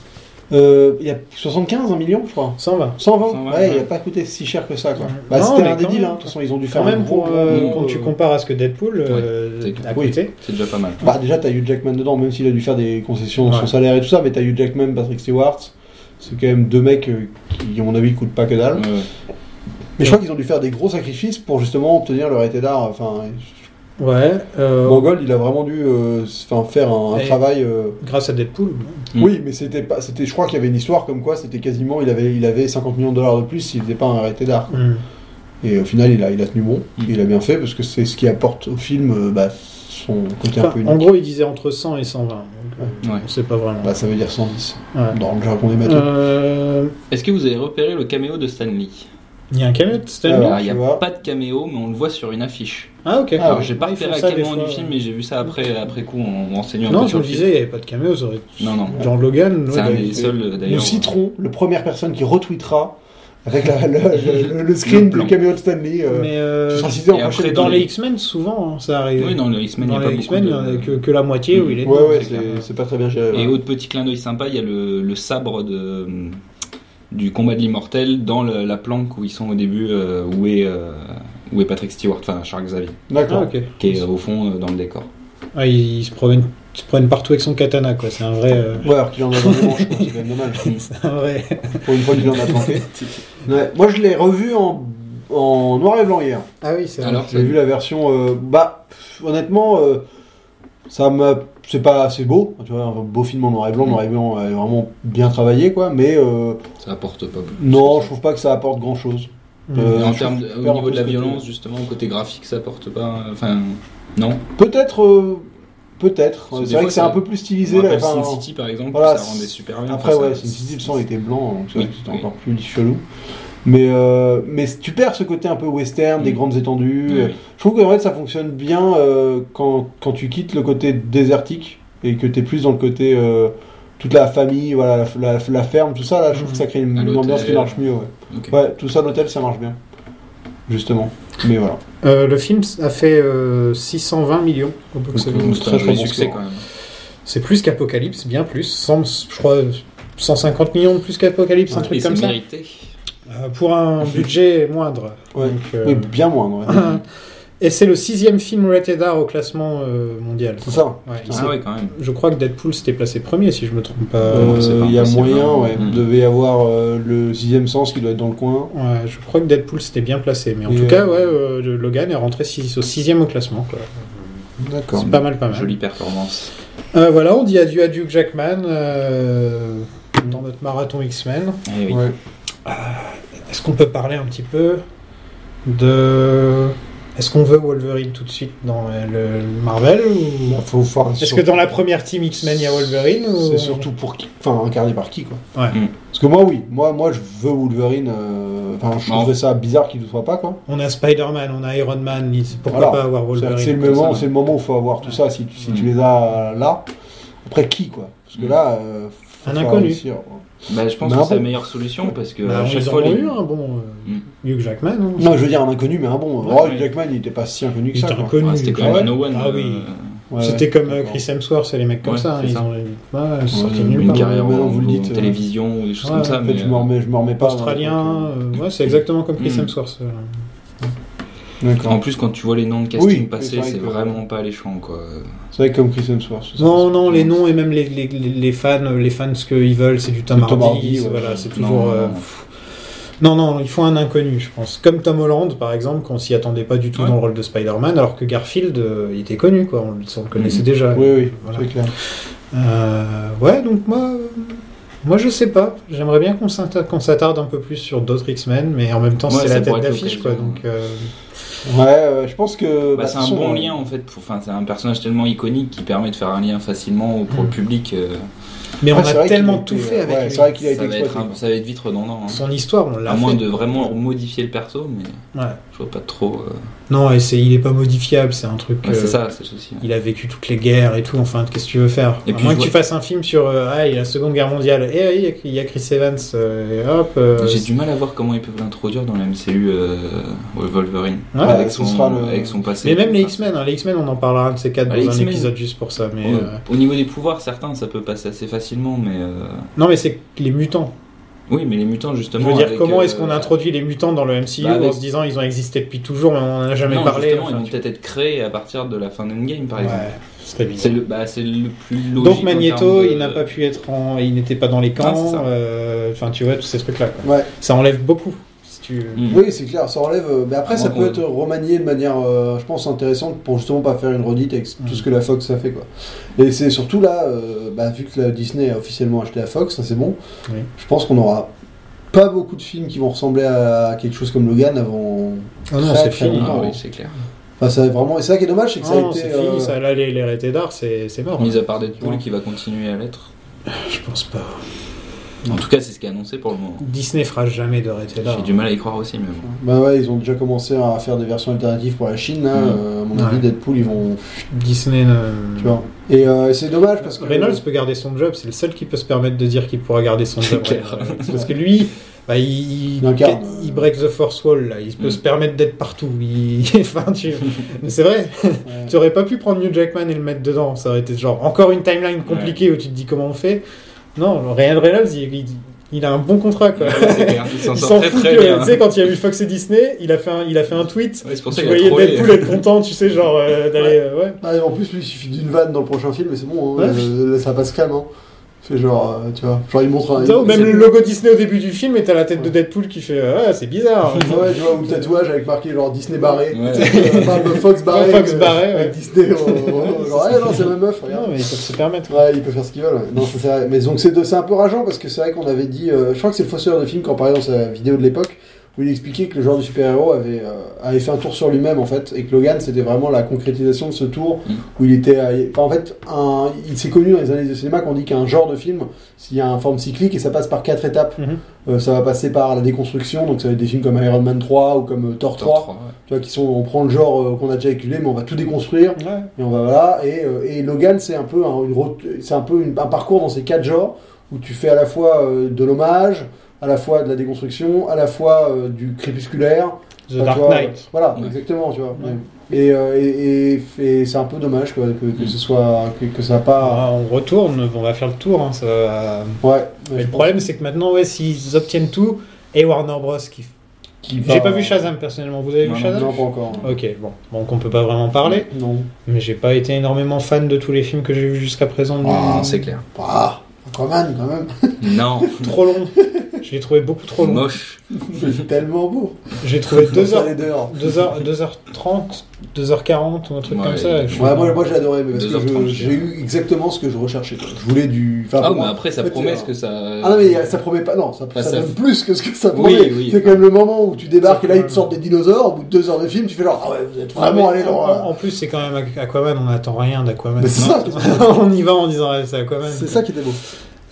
[SPEAKER 2] Euh, Il y a 75 un million, je crois.
[SPEAKER 1] 120.
[SPEAKER 2] 120.
[SPEAKER 3] 120,
[SPEAKER 2] ouais, il
[SPEAKER 3] ouais.
[SPEAKER 2] a pas coûté si cher que ça, quoi.
[SPEAKER 1] Ouais.
[SPEAKER 2] Bah,
[SPEAKER 1] Non,
[SPEAKER 2] c'était
[SPEAKER 1] mais
[SPEAKER 2] un des
[SPEAKER 1] quand
[SPEAKER 2] deals,
[SPEAKER 1] même.
[SPEAKER 2] hein. De toute façon, ils ont dû faire
[SPEAKER 1] Quand même,
[SPEAKER 2] un gros.
[SPEAKER 1] pour, euh,
[SPEAKER 3] gros,
[SPEAKER 1] quand
[SPEAKER 2] euh,
[SPEAKER 1] tu compares à ce que Deadpool euh,
[SPEAKER 3] c'est clair.
[SPEAKER 1] a
[SPEAKER 2] Oui.
[SPEAKER 1] coûté.
[SPEAKER 3] c'est déjà pas mal.
[SPEAKER 2] Bah, déjà, t'as Hugh Jackman dedans, même s'il a dû faire des concessions dans
[SPEAKER 1] Ouais.
[SPEAKER 2] son salaire et tout ça, mais t'as Hugh Jackman, Patrick Stewart. C'est quand même deux mecs euh, qui, à mon avis, coûtent pas que dalle.
[SPEAKER 3] Ouais, ouais.
[SPEAKER 2] Mais je crois qu'ils ont dû faire des gros sacrifices pour justement obtenir leur été d'art. Enfin,
[SPEAKER 1] Ouais. euh,
[SPEAKER 2] Mangold, il a vraiment dû euh, s- enfin, faire un, un
[SPEAKER 1] Et-
[SPEAKER 2] travail. euh,
[SPEAKER 1] Grâce à Deadpool. hein.
[SPEAKER 3] Mm.
[SPEAKER 2] Oui, mais c'était pas, c'était, je crois qu'il y avait une histoire comme quoi c'était quasiment, il avait, il avait 50 millions de dollars de plus s'il faisait pas un arrêté d'art.
[SPEAKER 1] Mm.
[SPEAKER 2] Et au final, il a, il a tenu bon,
[SPEAKER 3] Mm.
[SPEAKER 2] il a bien fait parce que c'est ce qui apporte au film euh, bah, son côté un
[SPEAKER 1] Enfin,
[SPEAKER 2] peu
[SPEAKER 1] en
[SPEAKER 2] unique.
[SPEAKER 1] gros, il disait entre 100 et 120. Donc, euh,
[SPEAKER 3] Ouais. bah,
[SPEAKER 1] On sait pas vraiment.
[SPEAKER 2] Bah, ça veut dire 110
[SPEAKER 1] Ouais.
[SPEAKER 2] dans le jargon des matos.
[SPEAKER 1] Euh,
[SPEAKER 3] Est-ce que vous avez repéré le caméo de Stanley
[SPEAKER 1] Il y a un camion de Stanley
[SPEAKER 2] Alors,
[SPEAKER 3] Alors, il n'y
[SPEAKER 2] tu
[SPEAKER 3] a
[SPEAKER 2] vois.
[SPEAKER 3] pas de caméo, mais on le voit sur une affiche.
[SPEAKER 1] Ah, ok.
[SPEAKER 2] Ah,
[SPEAKER 3] Alors, j'ai pas
[SPEAKER 1] ils font
[SPEAKER 3] repéré à
[SPEAKER 1] ça
[SPEAKER 3] quel
[SPEAKER 1] des
[SPEAKER 3] moment
[SPEAKER 1] fois, euh,
[SPEAKER 3] du film,
[SPEAKER 1] ouais.
[SPEAKER 3] mais j'ai vu ça après, après coup en en renseignant un
[SPEAKER 1] Non,
[SPEAKER 3] peu
[SPEAKER 1] je
[SPEAKER 3] sur
[SPEAKER 1] me
[SPEAKER 3] le
[SPEAKER 1] disais,
[SPEAKER 3] film.
[SPEAKER 1] il n'y avait pas de caméo. ça aurait-
[SPEAKER 3] Non, non.
[SPEAKER 1] Genre Logan, ouais,
[SPEAKER 3] C'est un
[SPEAKER 1] bah,
[SPEAKER 3] des
[SPEAKER 1] c'est-
[SPEAKER 3] seuls euh,
[SPEAKER 2] Nous
[SPEAKER 3] d'ailleurs.
[SPEAKER 2] citerons la première personne qui retweetera avec la- le, le- le- le screen
[SPEAKER 3] plan.
[SPEAKER 2] du caméo de Stanley. euh,
[SPEAKER 1] Mais euh,
[SPEAKER 2] qui sera cité en
[SPEAKER 3] et
[SPEAKER 2] prochaine
[SPEAKER 3] après,
[SPEAKER 1] dans
[SPEAKER 3] dans
[SPEAKER 1] les
[SPEAKER 3] les-
[SPEAKER 1] X-Men, souvent, hein, ça arrive.
[SPEAKER 3] Oui, dans les X-Men, il n'y
[SPEAKER 1] Dans
[SPEAKER 3] a pas
[SPEAKER 1] les
[SPEAKER 3] beaucoup
[SPEAKER 1] X-Men, il y en a
[SPEAKER 3] de...
[SPEAKER 2] euh,
[SPEAKER 1] que, que la moitié où il est.
[SPEAKER 2] Ouais,
[SPEAKER 1] dedans,
[SPEAKER 2] ouais,
[SPEAKER 1] c'est
[SPEAKER 2] c'est
[SPEAKER 1] clair.
[SPEAKER 2] c'est pas très bien géré.
[SPEAKER 3] Et
[SPEAKER 2] ouais.
[SPEAKER 3] autre petit clin d'œil sympa, il y a le, le sabre de, du combat de l'immortel dans le- la planque où ils sont au début, euh, où, est, euh, où est Patrick Stewart, enfin Charles Xavier,
[SPEAKER 1] Ah,
[SPEAKER 2] D'accord.
[SPEAKER 1] ok.
[SPEAKER 3] qui est euh, au fond euh, dans le décor.
[SPEAKER 1] Ah, ils, ils se promènent, ils se promènent partout avec son katana, quoi. C'est un vrai. euh,
[SPEAKER 2] Ouais, alors qu'il en a dans les manches, quoi, c'est quand même dommage.
[SPEAKER 1] c'est un vrai.
[SPEAKER 2] Pour une fois qu'il en a planté. Ouais, Moi, je l'ai revu en, en noir et blanc hier.
[SPEAKER 1] Ah oui, c'est
[SPEAKER 3] Alors,
[SPEAKER 2] J'ai vu la version. euh, bah, pff, honnêtement, euh, ça m'a. C'est pas assez beau, tu vois, un beau film en noir et blanc,
[SPEAKER 3] Mm.
[SPEAKER 2] noir et blanc euh, est vraiment bien travaillé, quoi, mais euh,
[SPEAKER 3] ça apporte pas beaucoup.
[SPEAKER 2] non, je trouve pas que ça apporte grand chose.
[SPEAKER 1] Mm.
[SPEAKER 3] Et en
[SPEAKER 2] je
[SPEAKER 3] termes,
[SPEAKER 2] trouve hyper
[SPEAKER 3] de- au niveau de la
[SPEAKER 2] impressionnant.
[SPEAKER 3] violence, justement, au côté graphique, ça apporte pas. euh, Enfin, non.
[SPEAKER 2] Peut-être, euh, peut-être.
[SPEAKER 3] Parce que
[SPEAKER 2] C'est
[SPEAKER 3] des
[SPEAKER 2] vrai
[SPEAKER 3] fois,
[SPEAKER 2] que c'est
[SPEAKER 3] ça-
[SPEAKER 2] un peu plus
[SPEAKER 3] On
[SPEAKER 2] stylisé. hein. là,
[SPEAKER 3] rappelle
[SPEAKER 2] enfin,
[SPEAKER 3] Sin City, par exemple,
[SPEAKER 2] voilà,
[SPEAKER 3] ça rendait super bien.
[SPEAKER 2] Après,
[SPEAKER 3] Enfin,
[SPEAKER 2] ouais,
[SPEAKER 3] ça-
[SPEAKER 2] Sin City, le sang était blanc, donc c'est vrai
[SPEAKER 3] Oui,
[SPEAKER 2] que c'était
[SPEAKER 3] oui.
[SPEAKER 2] encore plus chelou. Mais, euh, mais tu perds ce côté un peu western, des
[SPEAKER 3] Mm.
[SPEAKER 2] grandes étendues.
[SPEAKER 3] Oui, oui.
[SPEAKER 2] Je trouve que en fait, ça fonctionne bien euh, quand, quand tu quittes le côté désertique et que t'es plus dans le côté euh, toute la famille, voilà, la, la- la ferme, tout ça. Là, je trouve que ça crée une,
[SPEAKER 3] À
[SPEAKER 2] une
[SPEAKER 3] l'hôtel.
[SPEAKER 2] ambiance qui marche mieux. Ouais,
[SPEAKER 3] euh, Ok.
[SPEAKER 2] ouais tout ça, l'hôtel, ça marche bien. Justement. Mais voilà.
[SPEAKER 1] Euh, le film a fait euh, 620 millions au box
[SPEAKER 3] Donc,
[SPEAKER 1] office.
[SPEAKER 3] euh,
[SPEAKER 2] très,
[SPEAKER 3] C'est un
[SPEAKER 2] très
[SPEAKER 3] joli
[SPEAKER 2] bon
[SPEAKER 3] succès
[SPEAKER 2] score.
[SPEAKER 3] quand même.
[SPEAKER 1] C'est plus qu'Apocalypse, bien plus. Cent- je crois 150 millions de plus qu'Apocalypse, un
[SPEAKER 2] Ouais,
[SPEAKER 1] truc
[SPEAKER 3] Et
[SPEAKER 1] comme
[SPEAKER 3] c'est Ah,
[SPEAKER 1] ça.
[SPEAKER 3] mérité.
[SPEAKER 2] Ah
[SPEAKER 1] Euh, pour un budget moindre.
[SPEAKER 2] Ouais.
[SPEAKER 1] Donc, euh,
[SPEAKER 2] Oui, bien moindre. ouais.
[SPEAKER 1] Et c'est le sixième film rated R au classement euh, mondial.
[SPEAKER 2] c'est ça.
[SPEAKER 1] Ouais, il
[SPEAKER 3] Ah
[SPEAKER 1] s'est-
[SPEAKER 3] ouais, quand même.
[SPEAKER 1] Je crois que Deadpool s'était placé premier, si je me trompe pas.
[SPEAKER 2] Euh,
[SPEAKER 3] c'est
[SPEAKER 2] Il
[SPEAKER 3] pas
[SPEAKER 2] y a
[SPEAKER 3] impossible,
[SPEAKER 2] moyen,
[SPEAKER 3] hein.
[SPEAKER 2] ouais.
[SPEAKER 3] Mm.
[SPEAKER 2] Devait y avoir euh, le sixième sens qui doit être dans le coin.
[SPEAKER 1] Ouais, je crois que Deadpool s'était bien placé. Mais en
[SPEAKER 2] Et
[SPEAKER 1] tout
[SPEAKER 2] euh,
[SPEAKER 1] cas, ouais, euh, le- Logan est rentré six- au sixième au classement. quoi.
[SPEAKER 2] D'accord.
[SPEAKER 1] C'est pas
[SPEAKER 2] Ah
[SPEAKER 1] mal, pas mal.
[SPEAKER 3] Jolie performance.
[SPEAKER 1] Euh, voilà, on dit adieu à Duke Jackman euh, dans notre marathon X-Men.
[SPEAKER 3] Eh oui.
[SPEAKER 2] Ouais.
[SPEAKER 1] Est-ce qu'on peut parler un petit peu de. Est-ce qu'on veut Wolverine tout de suite dans euh, le Marvel ou...
[SPEAKER 2] Bah, faut faire-
[SPEAKER 1] Est-ce que dans la première euh, team X-Men il y a Wolverine ou...
[SPEAKER 2] C'est surtout pour qui Enfin, incarné par qui, quoi.
[SPEAKER 1] Ouais.
[SPEAKER 3] Mm.
[SPEAKER 2] Parce que moi, oui. Moi, moi je veux Wolverine. euh, Enfin, je
[SPEAKER 3] Non.
[SPEAKER 2] trouverais ça bizarre qu'il ne soit pas, quoi.
[SPEAKER 1] On a Spider-Man, on a Iron Man, il- pourquoi
[SPEAKER 2] Voilà.
[SPEAKER 1] pas avoir Wolverine
[SPEAKER 2] C'est-à-dire que C'est le,
[SPEAKER 1] comme
[SPEAKER 2] moment-
[SPEAKER 1] ça
[SPEAKER 2] c'est le moment où il faut avoir tout ça, si, tu- si tu
[SPEAKER 3] Mm.
[SPEAKER 2] les as euh, là. Après, qui, quoi Parce que
[SPEAKER 3] Mm.
[SPEAKER 2] là... euh, faut
[SPEAKER 1] Un
[SPEAKER 2] faire
[SPEAKER 1] inconnu.
[SPEAKER 2] réussir.
[SPEAKER 3] Bah, je pense
[SPEAKER 2] Mais
[SPEAKER 3] que
[SPEAKER 2] un
[SPEAKER 3] c'est la
[SPEAKER 2] bon.
[SPEAKER 3] meilleure solution parce que
[SPEAKER 1] Bah,
[SPEAKER 3] à
[SPEAKER 1] on
[SPEAKER 3] chaque
[SPEAKER 1] les en
[SPEAKER 3] fois,
[SPEAKER 1] a
[SPEAKER 3] les-
[SPEAKER 2] hein.
[SPEAKER 1] eu un bon. euh,
[SPEAKER 3] Mm.
[SPEAKER 1] Hugh Jackman. hein.
[SPEAKER 2] Non, je veux dire un inconnu, mais un bon. euh,
[SPEAKER 3] Ouais,
[SPEAKER 2] Roy
[SPEAKER 3] ouais.
[SPEAKER 2] Jackman, il n'était pas si inconnu que
[SPEAKER 1] Il
[SPEAKER 2] ça.
[SPEAKER 1] était
[SPEAKER 2] quoi.
[SPEAKER 1] inconnu.
[SPEAKER 3] Ouais, c'était quand
[SPEAKER 1] Ah
[SPEAKER 3] même
[SPEAKER 1] ouais
[SPEAKER 3] un no one.
[SPEAKER 1] Ah oui.
[SPEAKER 3] euh,
[SPEAKER 2] Ouais,
[SPEAKER 1] C'était
[SPEAKER 2] ouais.
[SPEAKER 1] comme euh,
[SPEAKER 2] D'accord.
[SPEAKER 1] Chris Hemsworth et les mecs comme
[SPEAKER 3] Ouais,
[SPEAKER 1] ça. hein,
[SPEAKER 3] c'est
[SPEAKER 1] Ils
[SPEAKER 3] ça.
[SPEAKER 1] ont les... ouais, ils sont
[SPEAKER 2] Ouais,
[SPEAKER 1] sortis de nulle
[SPEAKER 3] une
[SPEAKER 1] part.
[SPEAKER 3] carrière
[SPEAKER 2] maintenant,
[SPEAKER 3] en,
[SPEAKER 2] vous le dites,
[SPEAKER 3] en
[SPEAKER 2] euh,
[SPEAKER 3] télévision ou des choses
[SPEAKER 1] ouais,
[SPEAKER 3] comme ça.
[SPEAKER 2] En fait,
[SPEAKER 3] mais,
[SPEAKER 2] je me
[SPEAKER 3] euh,
[SPEAKER 2] remets, je me remets pas. dans le
[SPEAKER 1] Australien,
[SPEAKER 2] truc,
[SPEAKER 1] euh, ouais, c'est exactement comme Chris
[SPEAKER 3] Mm.
[SPEAKER 1] Hemsworth. euh.
[SPEAKER 2] euh. D'accord.
[SPEAKER 3] En plus, quand tu vois les noms de casting
[SPEAKER 2] Oui, c'est
[SPEAKER 3] passer,
[SPEAKER 2] vrai
[SPEAKER 3] c'est
[SPEAKER 2] que-
[SPEAKER 3] vraiment pas alléchant quoi.
[SPEAKER 2] C'est vrai que comme Chris Hemsworth. ça,
[SPEAKER 1] Non,
[SPEAKER 2] c'est-
[SPEAKER 1] non, les noms et même les, les, les- les fans, euh, les fans ce qu'ils veulent, c'est du Tom
[SPEAKER 2] Du Tom
[SPEAKER 1] Hardy.
[SPEAKER 2] Hardy,
[SPEAKER 1] c'est-
[SPEAKER 2] ouais.
[SPEAKER 1] Voilà, c'est
[SPEAKER 3] Non,
[SPEAKER 1] toujours. euh,
[SPEAKER 3] non, non.
[SPEAKER 1] pff. Non, non, il faut un inconnu, je pense. Comme Tom Holland, par exemple, qu'on s'y attendait pas du tout
[SPEAKER 3] Ouais.
[SPEAKER 1] dans le rôle de Spider-Man, alors que Garfield, euh, il était connu, quoi. On, le- on le connaissait déjà.
[SPEAKER 2] Oui, oui,
[SPEAKER 1] Voilà.
[SPEAKER 2] c'est clair.
[SPEAKER 1] Euh, ouais, donc moi, euh, moi je sais pas. J'aimerais bien qu'on s'inter- qu'on s'attarde un peu plus sur d'autres X-Men, mais en même temps,
[SPEAKER 3] Ouais,
[SPEAKER 1] c'est
[SPEAKER 3] ça
[SPEAKER 1] la tête
[SPEAKER 3] pourrait être
[SPEAKER 1] d'affiche, quoi.
[SPEAKER 3] l'occasion.
[SPEAKER 1] Donc, euh,
[SPEAKER 2] Ouais, ouais, je pense que.
[SPEAKER 3] Bah,
[SPEAKER 2] bah,
[SPEAKER 3] c'est
[SPEAKER 2] de
[SPEAKER 3] un
[SPEAKER 2] toute façon,
[SPEAKER 3] bon
[SPEAKER 2] euh,
[SPEAKER 3] lien en fait. pour- Enfin, c'est un personnage tellement iconique qui permet de faire un lien facilement pour
[SPEAKER 2] Hmm.
[SPEAKER 3] le public. euh,
[SPEAKER 1] mais
[SPEAKER 2] Après, c'est
[SPEAKER 1] on
[SPEAKER 2] vrai
[SPEAKER 1] a
[SPEAKER 2] qu'il
[SPEAKER 1] tellement
[SPEAKER 2] était- euh,
[SPEAKER 1] tout fait avec
[SPEAKER 2] ouais,
[SPEAKER 1] lui.
[SPEAKER 2] C'est vrai qu'il a
[SPEAKER 3] ça,
[SPEAKER 2] été
[SPEAKER 3] va être
[SPEAKER 2] exploité.
[SPEAKER 3] un- ça va être vite redondant. hein.
[SPEAKER 1] son histoire, on l'a
[SPEAKER 3] À moins
[SPEAKER 1] fait.
[SPEAKER 3] de vraiment modifier le perso, mais
[SPEAKER 1] Ouais.
[SPEAKER 3] je vois pas trop. euh,
[SPEAKER 1] Non, et c'est, il est pas modifiable, c'est un truc.
[SPEAKER 3] ouais,
[SPEAKER 1] euh,
[SPEAKER 3] c'est ça, c'est le souci. ouais.
[SPEAKER 1] Il a vécu toutes les guerres et tout, enfin, qu'est-ce que tu veux faire
[SPEAKER 3] Et
[SPEAKER 1] À
[SPEAKER 3] puis,
[SPEAKER 1] moins
[SPEAKER 3] je
[SPEAKER 1] que tu
[SPEAKER 3] vois-
[SPEAKER 1] fasses un film sur euh, ah, il y a la Seconde Guerre mondiale, et ah, il y a- il y, a Chris Evans, euh, et hop. euh,
[SPEAKER 3] J'ai du mal à voir comment ils peuvent l'introduire dans la MCU euh, Wolverine.
[SPEAKER 1] Ouais.
[SPEAKER 2] Ouais,
[SPEAKER 3] avec,
[SPEAKER 2] ce
[SPEAKER 3] son,
[SPEAKER 2] sera le-
[SPEAKER 3] avec son passé.
[SPEAKER 1] Mais même les
[SPEAKER 3] Enfin,
[SPEAKER 1] X-Men, hein, les X-Men, on en parlera un de ces quatre
[SPEAKER 3] Ah,
[SPEAKER 1] dans
[SPEAKER 3] les
[SPEAKER 1] un
[SPEAKER 3] X-Men.
[SPEAKER 1] épisode juste pour ça. Mais
[SPEAKER 3] Ouais.
[SPEAKER 1] euh,
[SPEAKER 3] Au niveau des pouvoirs, certains, ça peut passer assez facilement, mais euh,
[SPEAKER 1] non, mais c'est que les mutants.
[SPEAKER 3] oui, mais les mutants
[SPEAKER 1] Je
[SPEAKER 3] justement.
[SPEAKER 1] veux dire,
[SPEAKER 3] avec,
[SPEAKER 1] comment est-ce
[SPEAKER 3] euh,
[SPEAKER 1] qu'on introduit les mutants dans le MCU
[SPEAKER 3] bah, avec-
[SPEAKER 1] en se disant ils ont existé depuis toujours, mais on en a jamais
[SPEAKER 3] non,
[SPEAKER 1] parlé.
[SPEAKER 3] justement,
[SPEAKER 1] enfin,
[SPEAKER 3] ils vont
[SPEAKER 1] tu-
[SPEAKER 3] peut-être être créés à partir de la fin d'Endgame, par
[SPEAKER 1] Ouais,
[SPEAKER 3] exemple.
[SPEAKER 1] c'est
[SPEAKER 3] C'est
[SPEAKER 1] bizarre.
[SPEAKER 3] le, bah, c'est le plus logique. en
[SPEAKER 1] Donc Magneto,
[SPEAKER 3] termes de-
[SPEAKER 1] il n'a pas pu être en, il n'était pas dans les
[SPEAKER 3] Ah, c'est
[SPEAKER 1] camps.
[SPEAKER 3] ça.
[SPEAKER 1] euh, Enfin, tu vois tous ces trucs-là. quoi.
[SPEAKER 2] Ouais.
[SPEAKER 1] Ça enlève beaucoup. Si tu...
[SPEAKER 3] Mm.
[SPEAKER 2] Oui, c'est clair, ça enlève. euh, Mais après, ça
[SPEAKER 3] Moi,
[SPEAKER 2] peut
[SPEAKER 3] on-
[SPEAKER 2] être remanié de manière, euh, je pense, intéressante pour justement pas faire une redite avec
[SPEAKER 1] Mm.
[SPEAKER 2] tout ce que la Fox a fait. quoi. Et c'est surtout là, euh, bah, vu que la Disney a officiellement acheté la Fox, ça c'est bon.
[SPEAKER 1] Oui.
[SPEAKER 2] Je pense qu'on aura pas beaucoup de films qui vont ressembler à quelque chose comme Logan avant.
[SPEAKER 1] Ah non,
[SPEAKER 2] Très,
[SPEAKER 1] c'est
[SPEAKER 2] très
[SPEAKER 1] fini.
[SPEAKER 2] longtemps.
[SPEAKER 3] Ah
[SPEAKER 2] Non.
[SPEAKER 3] oui, c'est clair.
[SPEAKER 2] Enfin, ça a vraiment. Et c'est ça qui est dommage, c'est que ça
[SPEAKER 1] Non,
[SPEAKER 2] a été.
[SPEAKER 1] c'est
[SPEAKER 2] euh,
[SPEAKER 1] fini, ça. Là, les, les rated R, c'est c'est mort. hein.
[SPEAKER 3] Mis à part Deadpool
[SPEAKER 1] Ouais.
[SPEAKER 3] qui va continuer à l'être.
[SPEAKER 1] Je pense pas.
[SPEAKER 3] En tout cas, c'est ce qui est annoncé pour le moment.
[SPEAKER 1] Disney fera jamais de Red Dead.
[SPEAKER 3] J'ai du mal à y croire aussi, mais bon.
[SPEAKER 2] Bah ouais, ils ont déjà commencé à faire des versions alternatives pour la Chine. là.
[SPEAKER 3] Mhm.
[SPEAKER 2] Euh, à mon avis,
[SPEAKER 1] Mm. Ouais.
[SPEAKER 2] Deadpool, ils vont.
[SPEAKER 1] Disney. ne-
[SPEAKER 2] Tu vois. Et euh, c'est dommage parce que.
[SPEAKER 1] Reynolds peut garder son job, c'est le seul qui peut se permettre de dire qu'il pourra garder son
[SPEAKER 3] C'est
[SPEAKER 1] job.
[SPEAKER 3] clair.
[SPEAKER 1] Reynolds. Parce que lui, bah, il,
[SPEAKER 2] Il incarne.
[SPEAKER 1] il break the force wall, là. il peut
[SPEAKER 3] Mm.
[SPEAKER 1] se permettre d'être partout. Il... enfin, tu- Mais c'est vrai,
[SPEAKER 2] Ouais.
[SPEAKER 1] tu aurais pas pu prendre New Jackman et le mettre dedans, ça aurait été genre encore une timeline compliquée où tu te dis comment on fait. Non, Ryan Reynolds, il, il- il a un bon contrat quoi.
[SPEAKER 3] c'est clair, il s'en
[SPEAKER 1] Il
[SPEAKER 3] sort
[SPEAKER 1] s'en
[SPEAKER 3] très
[SPEAKER 1] fout
[SPEAKER 3] très
[SPEAKER 1] que-
[SPEAKER 3] bien.
[SPEAKER 1] tu sais, quand il a vu Fox et Disney, il a fait un, il a fait un tweet.
[SPEAKER 3] Ouais, c'est pour ça
[SPEAKER 1] Tu
[SPEAKER 3] qu'il
[SPEAKER 1] voyais
[SPEAKER 3] a trouvé. euh,
[SPEAKER 1] Deadpool être content, tu sais, genre euh, d'aller. euh, ouais.
[SPEAKER 2] Ah, et en plus, lui, il suffit d'une vanne dans le prochain film et c'est bon, hein,
[SPEAKER 1] Ouais.
[SPEAKER 2] euh, là, ça passe calme. Hein. Fait genre, euh, tu vois, genre il montre un.
[SPEAKER 1] Putain, ou
[SPEAKER 2] il-
[SPEAKER 1] même
[SPEAKER 2] c'est-
[SPEAKER 1] le logo Disney au début du film et t'as la tête de
[SPEAKER 2] Ouais.
[SPEAKER 1] Deadpool qui fait euh, Ah, c'est bizarre.
[SPEAKER 2] Ouais, tu vois, ou le tatouage avec marqué genre Disney barré.
[SPEAKER 3] Ouais.
[SPEAKER 2] Euh, pas le Fox barré.
[SPEAKER 1] Fox
[SPEAKER 2] que-
[SPEAKER 1] barré,
[SPEAKER 2] avec
[SPEAKER 1] ouais.
[SPEAKER 2] Disney. en- en- genre,
[SPEAKER 1] Ouais,
[SPEAKER 2] ouais, non, c'est la même meuf,
[SPEAKER 1] non,
[SPEAKER 2] regarde.
[SPEAKER 1] mais ils peuvent se permettre.
[SPEAKER 2] Ouais, il peut faire ce qu'il veut. ouais. Non, ça, c'est vrai. Mais donc, c'est de- c'est un peu rageant parce que c'est vrai qu'on avait dit. euh, je crois que c'est le fossoyeur de film qui en parlait dans sa vidéo de l'époque où il expliquait que le genre du super-héros avait, euh, avait fait un tour sur lui-même en fait et que Logan c'était vraiment la concrétisation de ce tour
[SPEAKER 3] Mm.
[SPEAKER 2] où il était. euh, enfin, en fait, un, il s'est connu dans les années de cinéma qu'on dit qu'un genre de film, s'il y a un forme cyclique et ça passe par quatre étapes.
[SPEAKER 1] Mhm.
[SPEAKER 2] Euh, ça va passer par la déconstruction, donc ça va être des films comme Iron Man 3 ou comme euh, Thor 3, tu vois, qui sont, on prend le genre euh, qu'on a déjà éculé, mais on va tout déconstruire,
[SPEAKER 1] Ouais.
[SPEAKER 2] et on va voilà. Et, euh, et Logan, c'est un peu, un, une route- c'est un, peu une- un parcours dans ces quatre genres où tu fais à la fois euh, de l'hommage, à la fois de la déconstruction, à la fois euh, du crépusculaire.
[SPEAKER 1] The
[SPEAKER 2] Enfin,
[SPEAKER 1] Dark
[SPEAKER 2] tu vois,
[SPEAKER 1] Knight.
[SPEAKER 2] Voilà,
[SPEAKER 3] Ouais.
[SPEAKER 2] exactement, tu vois.
[SPEAKER 1] Ouais.
[SPEAKER 2] ouais. Et, euh, et, et- et c'est un peu dommage quoi, que, que
[SPEAKER 3] Mm.
[SPEAKER 2] ce soit que, que ça a pas.
[SPEAKER 1] Ah, on retourne, on va faire le tour. hein, ça va-
[SPEAKER 2] Ouais.
[SPEAKER 1] Mais le problème, c'est que maintenant, ouais, s'ils obtiennent tout, et Warner Bros. qui. J'ai pas vu Shazam Euh, personnellement. Vous avez
[SPEAKER 3] Non,
[SPEAKER 1] vu
[SPEAKER 3] non,
[SPEAKER 1] Shazam
[SPEAKER 2] Non, pas encore.
[SPEAKER 1] Ok, bon, donc on peut pas vraiment parler.
[SPEAKER 2] Non.
[SPEAKER 1] Mais j'ai pas été énormément fan de tous les films que j'ai vus jusqu'à présent.
[SPEAKER 3] Non, c'est clair.
[SPEAKER 2] Ah, Aquaman quand même.
[SPEAKER 3] Non,
[SPEAKER 1] Trop long. Je l'ai trouvé beaucoup trop long.
[SPEAKER 3] moche.
[SPEAKER 2] C'est tellement beau.
[SPEAKER 1] J'ai trouvé 2 heures.
[SPEAKER 2] Les deux heures.
[SPEAKER 1] 2h, 2h30, 2h40 ou un truc
[SPEAKER 3] Ouais,
[SPEAKER 1] comme ça.
[SPEAKER 3] ouais,
[SPEAKER 1] Je-
[SPEAKER 2] Ouais, moi, moi j'ai adoré, mais parce que
[SPEAKER 3] 2h30,
[SPEAKER 2] je- j'ai eu exactement ce que je recherchais. quoi. Je voulais du. Enfin,
[SPEAKER 3] Ah,
[SPEAKER 2] pour
[SPEAKER 3] mais
[SPEAKER 2] moi,
[SPEAKER 3] après, ça
[SPEAKER 2] en fait,
[SPEAKER 3] promet
[SPEAKER 2] c'est-
[SPEAKER 3] ce que ça.
[SPEAKER 2] Ah non, mais ça promet pas. Non, ça,
[SPEAKER 3] Bah,
[SPEAKER 2] ça
[SPEAKER 3] ça-
[SPEAKER 2] donne plus que ce que ça
[SPEAKER 3] Oui,
[SPEAKER 2] promet.
[SPEAKER 3] oui.
[SPEAKER 2] C'est quand même le moment où tu débarques
[SPEAKER 1] Ça
[SPEAKER 2] et là ils
[SPEAKER 1] promet.
[SPEAKER 2] te sortent des dinosaures. Au bout de deux heures de film, tu fais genre, ah ouais, vous êtes
[SPEAKER 1] Ah, mais
[SPEAKER 2] vraiment allé
[SPEAKER 1] en,
[SPEAKER 2] dans. la-
[SPEAKER 1] en plus, c'est quand même Aqu- Aquaman, on n'attend rien d'Aquaman.
[SPEAKER 2] Mais c'est ça.
[SPEAKER 1] on y va en disant ouais, c'est Aquaman.
[SPEAKER 2] C'est ça qui était beau.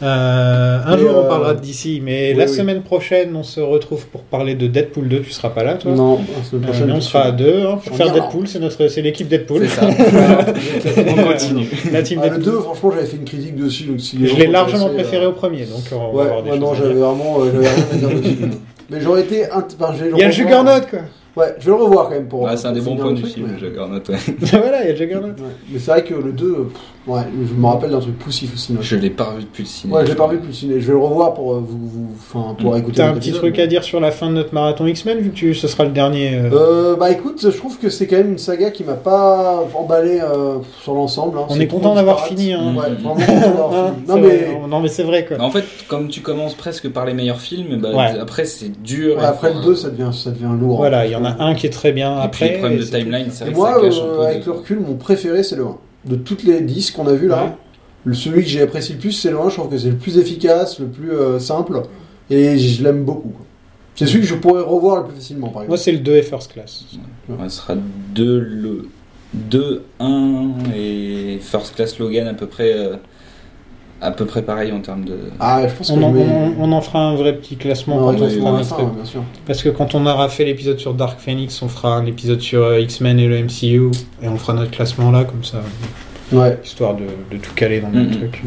[SPEAKER 1] Euh, un
[SPEAKER 2] Mais,
[SPEAKER 1] jour,
[SPEAKER 2] euh,
[SPEAKER 1] on parlera de DC, mais
[SPEAKER 2] oui,
[SPEAKER 1] la
[SPEAKER 2] oui.
[SPEAKER 1] semaine prochaine, on se retrouve pour parler de Deadpool 2. Tu seras pas là, toi
[SPEAKER 2] Non, la
[SPEAKER 1] Euh, mais on sera à deux hein, pour
[SPEAKER 2] En
[SPEAKER 1] faire
[SPEAKER 2] Irlande.
[SPEAKER 1] Deadpool. C'est notre, c'est l'équipe Deadpool. Euh,
[SPEAKER 3] C'est ça. On continue.
[SPEAKER 1] La team
[SPEAKER 2] Ah, le
[SPEAKER 1] Deadpool.
[SPEAKER 2] 2, franchement, j'avais fait une critique dessus. Donc si les
[SPEAKER 1] Je
[SPEAKER 2] gens
[SPEAKER 1] l'ai
[SPEAKER 2] sont
[SPEAKER 1] largement
[SPEAKER 2] intéressés,
[SPEAKER 1] préféré
[SPEAKER 2] euh,
[SPEAKER 1] au premier, donc on va
[SPEAKER 2] Ouais,
[SPEAKER 1] avoir des
[SPEAKER 2] ouais, non,
[SPEAKER 1] choses à
[SPEAKER 2] j'avais
[SPEAKER 1] dire.
[SPEAKER 2] vraiment. euh, J'avais rien à dire dessus. Mais j'aurais été. int- enfin, je
[SPEAKER 1] Il y a
[SPEAKER 2] vais
[SPEAKER 1] le
[SPEAKER 2] revoir.
[SPEAKER 1] Juggernaut, quoi.
[SPEAKER 2] Ouais, je vais le revoir quand même pour.
[SPEAKER 3] Ah, c'est un
[SPEAKER 2] pour
[SPEAKER 3] des bons
[SPEAKER 2] finir
[SPEAKER 3] points
[SPEAKER 2] le
[SPEAKER 3] du
[SPEAKER 2] truc,
[SPEAKER 3] film,
[SPEAKER 2] mais-
[SPEAKER 3] Juggernaut. ouais.
[SPEAKER 1] Ah, voilà, il y a le Juggernaut.
[SPEAKER 2] Ouais. Mais c'est vrai que le 2, pff, ouais, je me rappelle d'un truc poussif aussi.
[SPEAKER 3] Je l'ai pas revu depuis le cinéma.
[SPEAKER 2] Ouais, je l'ai pas vu plus ciné. Je vais le revoir pour euh, vous, vous- enfin, pour
[SPEAKER 1] Mm.
[SPEAKER 2] écouter.
[SPEAKER 1] T'as un
[SPEAKER 2] notre
[SPEAKER 1] petit
[SPEAKER 2] épisode,
[SPEAKER 1] truc à dire sur la fin de notre marathon X-Men, vu que tu- ce sera le dernier. euh,
[SPEAKER 2] Euh, bah écoute, je trouve que c'est quand même une saga qui m'a pas emballé euh, sur l'ensemble. hein.
[SPEAKER 1] On
[SPEAKER 2] C'est
[SPEAKER 1] est
[SPEAKER 2] trop
[SPEAKER 1] content d'avoir
[SPEAKER 2] disparate.
[SPEAKER 1] fini, hein.
[SPEAKER 2] Ouais, vraiment content d'avoir
[SPEAKER 1] Hein,
[SPEAKER 2] fini.
[SPEAKER 1] c'est
[SPEAKER 2] Non
[SPEAKER 1] vrai,
[SPEAKER 2] mais
[SPEAKER 1] non, non, mais c'est vrai quoi.
[SPEAKER 3] Bah, En fait, comme tu commences presque par les meilleurs films, bah,
[SPEAKER 1] Ouais.
[SPEAKER 3] après c'est dur.
[SPEAKER 2] ouais, après le 2, ça devient, ça devient lourd. hein,
[SPEAKER 1] Voilà, il y en a un qui est très bien.
[SPEAKER 3] Après,
[SPEAKER 1] Après,
[SPEAKER 3] le problème de
[SPEAKER 1] c'est-
[SPEAKER 3] timeline, c'est
[SPEAKER 2] Et
[SPEAKER 3] vrai que ça
[SPEAKER 2] moi,
[SPEAKER 3] cache
[SPEAKER 2] euh,
[SPEAKER 3] un peu.
[SPEAKER 2] avec
[SPEAKER 3] des-
[SPEAKER 2] le recul, mon préféré c'est le 1. De toutes les 10 qu'on a vu là,
[SPEAKER 1] Ouais.
[SPEAKER 2] le- celui que j'ai apprécié le plus c'est le 1. Je trouve que c'est le plus efficace, le plus euh, simple, et je l'aime beaucoup. quoi. C'est celui que je pourrais revoir le plus facilement, par
[SPEAKER 1] moi
[SPEAKER 2] exemple.
[SPEAKER 1] c'est le 2 et First Class.
[SPEAKER 3] Ouais, ce sera 2, le... 2, 1 et First Class Logan à peu près, euh, à peu près pareil en termes de.
[SPEAKER 2] Ah, je pense que
[SPEAKER 1] On en,
[SPEAKER 2] je vais-
[SPEAKER 1] on- on en fera un vrai petit classement
[SPEAKER 2] Non,
[SPEAKER 1] quand
[SPEAKER 2] on
[SPEAKER 1] on
[SPEAKER 3] oui,
[SPEAKER 1] fera
[SPEAKER 2] fera
[SPEAKER 1] un
[SPEAKER 2] la fin,
[SPEAKER 1] truc.
[SPEAKER 2] ouais, bien sûr.
[SPEAKER 1] Parce que quand on aura fait l'épisode sur Dark Phoenix, on fera un épisode sur euh, X-Men et le MCU et on fera notre classement là, comme ça,
[SPEAKER 2] Ouais.
[SPEAKER 1] histoire de, de tout caler dans le même
[SPEAKER 3] Mhm.
[SPEAKER 1] truc.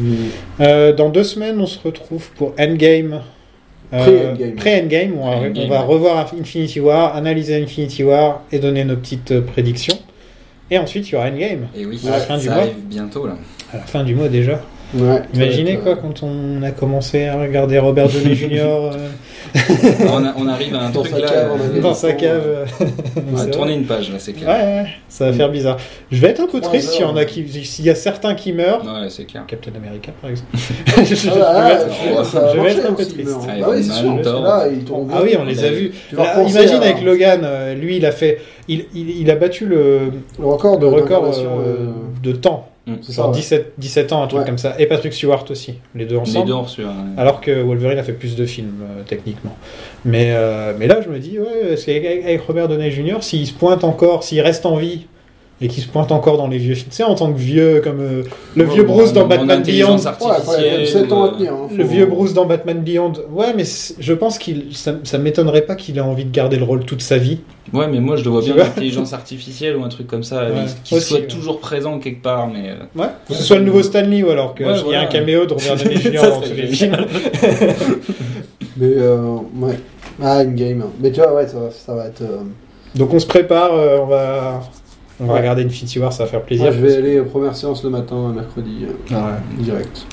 [SPEAKER 1] Euh, dans deux semaines, on se retrouve pour Endgame. Euh,
[SPEAKER 2] Pré-Endgame.
[SPEAKER 1] pré-endgame, on, va-
[SPEAKER 3] Pré-Endgame,
[SPEAKER 1] on va
[SPEAKER 3] ouais.
[SPEAKER 1] revoir Infinity War, analyser Infinity War et donner nos petites euh, prédictions. Et ensuite, il y aura Endgame.
[SPEAKER 3] Et oui,
[SPEAKER 1] À la fin du
[SPEAKER 3] ça
[SPEAKER 1] mois.
[SPEAKER 3] arrive bientôt là.
[SPEAKER 1] À la fin du mois déjà.
[SPEAKER 2] Ouais.
[SPEAKER 1] Imaginez
[SPEAKER 2] Ça va
[SPEAKER 1] quoi
[SPEAKER 2] être, euh,
[SPEAKER 1] quand on a commencé à regarder Robert Downey Jr. euh,
[SPEAKER 3] on, a- on arrive à un
[SPEAKER 2] Dans
[SPEAKER 3] truc
[SPEAKER 2] sa
[SPEAKER 3] là.
[SPEAKER 2] cave, on a
[SPEAKER 3] euh,
[SPEAKER 1] dans sa cave. euh,
[SPEAKER 3] on a
[SPEAKER 1] c'est
[SPEAKER 3] tourné une page là, c'est
[SPEAKER 1] vrai.
[SPEAKER 3] clair.
[SPEAKER 1] Ouais, ouais, ça va faire bizarre. Je vais être un peu
[SPEAKER 2] euh, Trois
[SPEAKER 1] triste s'il y en a
[SPEAKER 2] heures.
[SPEAKER 1] qui, s'il y a certains qui meurent.
[SPEAKER 3] Ouais, c'est clair.
[SPEAKER 1] Captain America par exemple. Je- je-
[SPEAKER 2] Ah, bah,
[SPEAKER 1] je vais être-
[SPEAKER 2] ouais, ouais, ça va
[SPEAKER 1] je vais
[SPEAKER 2] marcher
[SPEAKER 1] être un peu
[SPEAKER 2] aussi,
[SPEAKER 1] triste.
[SPEAKER 2] mais on-
[SPEAKER 3] Ah,
[SPEAKER 2] bah oui,
[SPEAKER 3] ils
[SPEAKER 2] c'est
[SPEAKER 3] ont
[SPEAKER 2] sûr,
[SPEAKER 3] mal,
[SPEAKER 2] parce que
[SPEAKER 3] tort.
[SPEAKER 2] là, ils t'ont-
[SPEAKER 1] Ah oui, on les a
[SPEAKER 3] Ouais.
[SPEAKER 1] vus.
[SPEAKER 2] Tu vas
[SPEAKER 1] Là,
[SPEAKER 2] repenser
[SPEAKER 1] imagine
[SPEAKER 2] à-
[SPEAKER 1] avec Logan, euh, lui il a fait, il, il, il a battu le,
[SPEAKER 2] le record de
[SPEAKER 1] le record
[SPEAKER 2] d'incarnation,
[SPEAKER 1] euh,
[SPEAKER 2] euh,
[SPEAKER 1] de temps,
[SPEAKER 2] c'est ça,
[SPEAKER 1] genre
[SPEAKER 2] ouais.
[SPEAKER 1] 17, 17 ans, un truc
[SPEAKER 2] Ouais.
[SPEAKER 1] comme ça, et Patrick Stewart aussi, les deux
[SPEAKER 3] Les
[SPEAKER 1] ensemble.
[SPEAKER 3] deux sur.
[SPEAKER 1] Alors que Wolverine a fait plus de films euh, techniquement. Mais, euh, mais là je me dis, ouais, c'est avec avec Robert Downey Jr., s'il se pointe encore, s'il reste en vie. et qui se pointe encore dans les vieux films. Tu sais, en tant que vieux, comme euh, le
[SPEAKER 3] Ouais,
[SPEAKER 1] vieux
[SPEAKER 3] bon,
[SPEAKER 1] Bruce dans
[SPEAKER 3] en
[SPEAKER 1] Batman Beyond.
[SPEAKER 3] intelligence
[SPEAKER 2] Voilà, il faut
[SPEAKER 3] artificielle,
[SPEAKER 2] 7 ans à
[SPEAKER 3] euh,
[SPEAKER 2] tenir. hein,
[SPEAKER 1] Le
[SPEAKER 2] faut-
[SPEAKER 1] vieux Bruce dans Batman Beyond. Ouais, mais c'est- je pense qu'il ça, ça m'étonnerait pas qu'il ait envie de garder le rôle toute sa vie.
[SPEAKER 3] Ouais, mais moi je le vois
[SPEAKER 1] Tu
[SPEAKER 3] bien
[SPEAKER 1] vois
[SPEAKER 3] l'intelligence artificielle ou un truc comme ça,
[SPEAKER 1] Ouais,
[SPEAKER 3] qui
[SPEAKER 1] aussi,
[SPEAKER 3] soit
[SPEAKER 1] ouais.
[SPEAKER 3] toujours présent quelque part, mais. euh,
[SPEAKER 1] Ouais. Que ce soit le nouveau Stanley ou alors qu'il
[SPEAKER 3] Ouais,
[SPEAKER 1] y a
[SPEAKER 3] voilà.
[SPEAKER 1] un caméo de Robert Downey Jr.
[SPEAKER 3] Ça
[SPEAKER 1] dans
[SPEAKER 3] serait
[SPEAKER 1] tous les
[SPEAKER 3] génial.
[SPEAKER 1] films.
[SPEAKER 2] Mais euh, ouais. Ah, une game. Mais tu vois, ouais, ça va, ça va être. euh,
[SPEAKER 1] Donc on se prépare, euh, on va on va
[SPEAKER 2] Ouais.
[SPEAKER 1] regarder Infinity War, ça va faire plaisir.
[SPEAKER 2] Moi, je vais aller euh, première séance le matin, mercredi, euh,
[SPEAKER 3] Ah.
[SPEAKER 2] direct.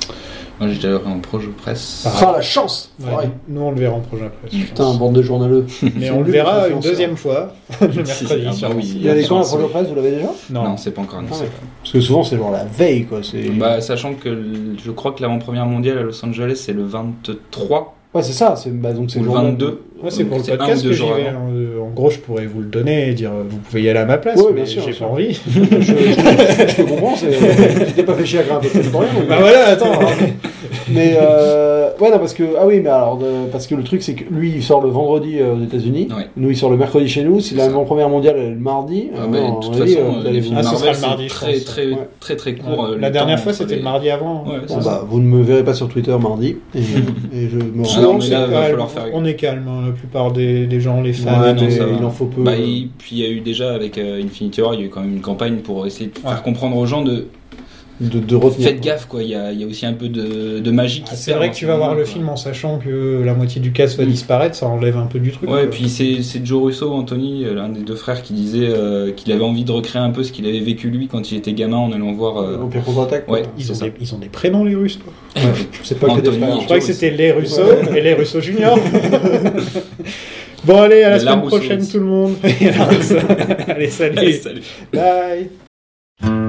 [SPEAKER 3] Moi j'ai déjà un projet presse.
[SPEAKER 1] Ah.
[SPEAKER 2] Ah, la chance
[SPEAKER 1] Ouais,
[SPEAKER 2] Ouais.
[SPEAKER 1] Nous on le verra en prochain après. je
[SPEAKER 2] Putain,
[SPEAKER 1] pense.
[SPEAKER 2] bande de journaleux.
[SPEAKER 1] Mais
[SPEAKER 2] J'ai
[SPEAKER 1] on le
[SPEAKER 2] lu
[SPEAKER 1] verra
[SPEAKER 2] les
[SPEAKER 1] une
[SPEAKER 2] influenceurs.
[SPEAKER 1] deuxième fois le mercredi.
[SPEAKER 3] Ah, bah
[SPEAKER 1] sûrement.
[SPEAKER 3] oui,
[SPEAKER 2] Il y a des
[SPEAKER 3] sûrement,
[SPEAKER 2] camps à
[SPEAKER 3] c'est-
[SPEAKER 2] la presse, vous l'avez déjà
[SPEAKER 1] Non.
[SPEAKER 3] Ah, Non, c'est pas encore annoncé.
[SPEAKER 2] Parce que souvent, c'est genre la veille, quoi. Ah, c'est-
[SPEAKER 3] Bah, sachant que le- je crois que l'avant-première mondiale à Los Angeles c'est le 23
[SPEAKER 2] Ouais, c'est ça, c'est bah, donc c'est
[SPEAKER 3] ou le
[SPEAKER 2] journal-
[SPEAKER 3] 22.
[SPEAKER 1] Moi, c'est pour le
[SPEAKER 3] C'est un ou
[SPEAKER 1] podcast
[SPEAKER 3] deux
[SPEAKER 1] que j'y
[SPEAKER 3] jours
[SPEAKER 1] vais.
[SPEAKER 3] avant.
[SPEAKER 1] hein. Euh, En gros, je pourrais vous le donner et dire euh, vous pouvez y aller à ma place,
[SPEAKER 2] Ouais, bien
[SPEAKER 1] mais
[SPEAKER 2] sûr,
[SPEAKER 1] j'ai
[SPEAKER 2] bien
[SPEAKER 1] pas
[SPEAKER 2] sûr.
[SPEAKER 1] envie.
[SPEAKER 2] je, je, je te comprends, c'est- tu t'es pas fait chier à grimper peut-être pour rien, mais-
[SPEAKER 1] bah voilà, attends.
[SPEAKER 3] Euh,
[SPEAKER 1] hein.
[SPEAKER 2] Mais euh, ouais, non, parce que ah oui, mais alors de- parce que le truc c'est que lui il sort le vendredi euh, aux États-Unis,
[SPEAKER 3] Ouais.
[SPEAKER 2] nous il sort le mercredi chez nous. Si
[SPEAKER 3] C'est ça.
[SPEAKER 2] la première mondiale est le mardi,
[SPEAKER 3] Ah,
[SPEAKER 2] euh,
[SPEAKER 3] bah,
[SPEAKER 2] non,
[SPEAKER 3] de
[SPEAKER 2] à mon
[SPEAKER 3] toute façon,
[SPEAKER 2] avis,
[SPEAKER 3] euh,
[SPEAKER 2] vous allez
[SPEAKER 3] les films
[SPEAKER 1] Ah, ce sera
[SPEAKER 3] Marvel,
[SPEAKER 1] le mardi,
[SPEAKER 3] c'est
[SPEAKER 1] je
[SPEAKER 3] très,
[SPEAKER 1] pense.
[SPEAKER 3] très,
[SPEAKER 2] Ouais.
[SPEAKER 3] très très court. euh,
[SPEAKER 1] La
[SPEAKER 3] le
[SPEAKER 1] dernière
[SPEAKER 3] temps
[SPEAKER 1] fois,
[SPEAKER 3] entre
[SPEAKER 1] c'était
[SPEAKER 3] les-
[SPEAKER 1] le mardi avant. hein.
[SPEAKER 3] Ouais,
[SPEAKER 2] Bon,
[SPEAKER 3] c'est
[SPEAKER 2] bah, vous ne me verrez pas sur Twitter mardi et, et je me
[SPEAKER 3] Ah
[SPEAKER 1] Sinon,
[SPEAKER 3] non, mais
[SPEAKER 1] c'est
[SPEAKER 3] là, va
[SPEAKER 1] calme.
[SPEAKER 3] falloir faire-
[SPEAKER 1] On est calme, hein, la plupart des, des gens, les fans.
[SPEAKER 2] Ouais,
[SPEAKER 3] non,
[SPEAKER 2] mais
[SPEAKER 3] ça va.
[SPEAKER 2] il en faut peu.
[SPEAKER 3] Bah,
[SPEAKER 2] euh,
[SPEAKER 3] et puis il y a eu déjà avec euh, Infinity War, il y a eu quand même une campagne pour essayer de
[SPEAKER 1] Ouais.
[SPEAKER 3] faire comprendre aux gens de
[SPEAKER 2] de, de retenir.
[SPEAKER 3] faites gaffe quoi. Il y a, il y a aussi un peu de, de magie qui
[SPEAKER 1] Ah,
[SPEAKER 3] se
[SPEAKER 1] c'est
[SPEAKER 3] perd
[SPEAKER 1] vrai
[SPEAKER 3] dans
[SPEAKER 1] que
[SPEAKER 3] ce
[SPEAKER 1] tu vas voir
[SPEAKER 3] moment,
[SPEAKER 1] le
[SPEAKER 3] quoi.
[SPEAKER 1] film en sachant que la moitié du cast va
[SPEAKER 3] Mm.
[SPEAKER 1] disparaître, ça enlève un peu du truc.
[SPEAKER 3] Ouais, et
[SPEAKER 1] quoi.
[SPEAKER 3] puis c'est c'est Joe Russo, Anthony, euh, l'un des deux frères, qui disait euh, qu'il avait envie de recréer un peu ce qu'il avait vécu lui quand il était gamin en allant voir. euh,
[SPEAKER 2] L'Empire contre-attaque. quoi.
[SPEAKER 3] Ouais,
[SPEAKER 1] Ils
[SPEAKER 3] c'est
[SPEAKER 1] ont,
[SPEAKER 3] ça.
[SPEAKER 1] des, ils ont des prénoms, les Russes.
[SPEAKER 2] C'est pas que des
[SPEAKER 3] Anthony,
[SPEAKER 2] frères.
[SPEAKER 1] Je croyais que c'était les Russo et les Russo Junior. bon, allez, à la
[SPEAKER 3] Mais la
[SPEAKER 1] semaine
[SPEAKER 3] Rousseau
[SPEAKER 1] prochaine,
[SPEAKER 3] aussi.
[SPEAKER 1] tout le monde. Et la Rousseau. allez,
[SPEAKER 3] Allez,
[SPEAKER 1] salut.
[SPEAKER 3] salut.
[SPEAKER 1] Bye.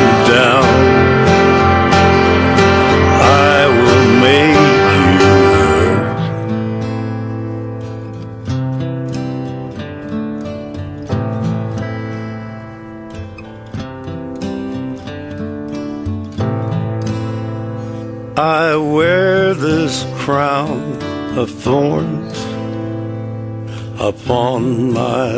[SPEAKER 4] down. I will make you hurt. I wear this crown of thorns upon my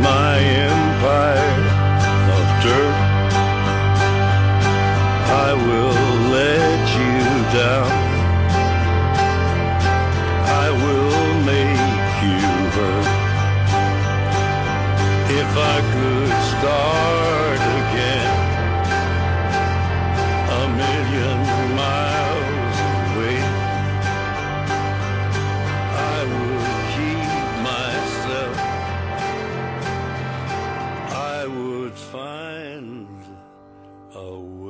[SPEAKER 4] My empire I could start again a million miles away, I would keep myself. I would find a way.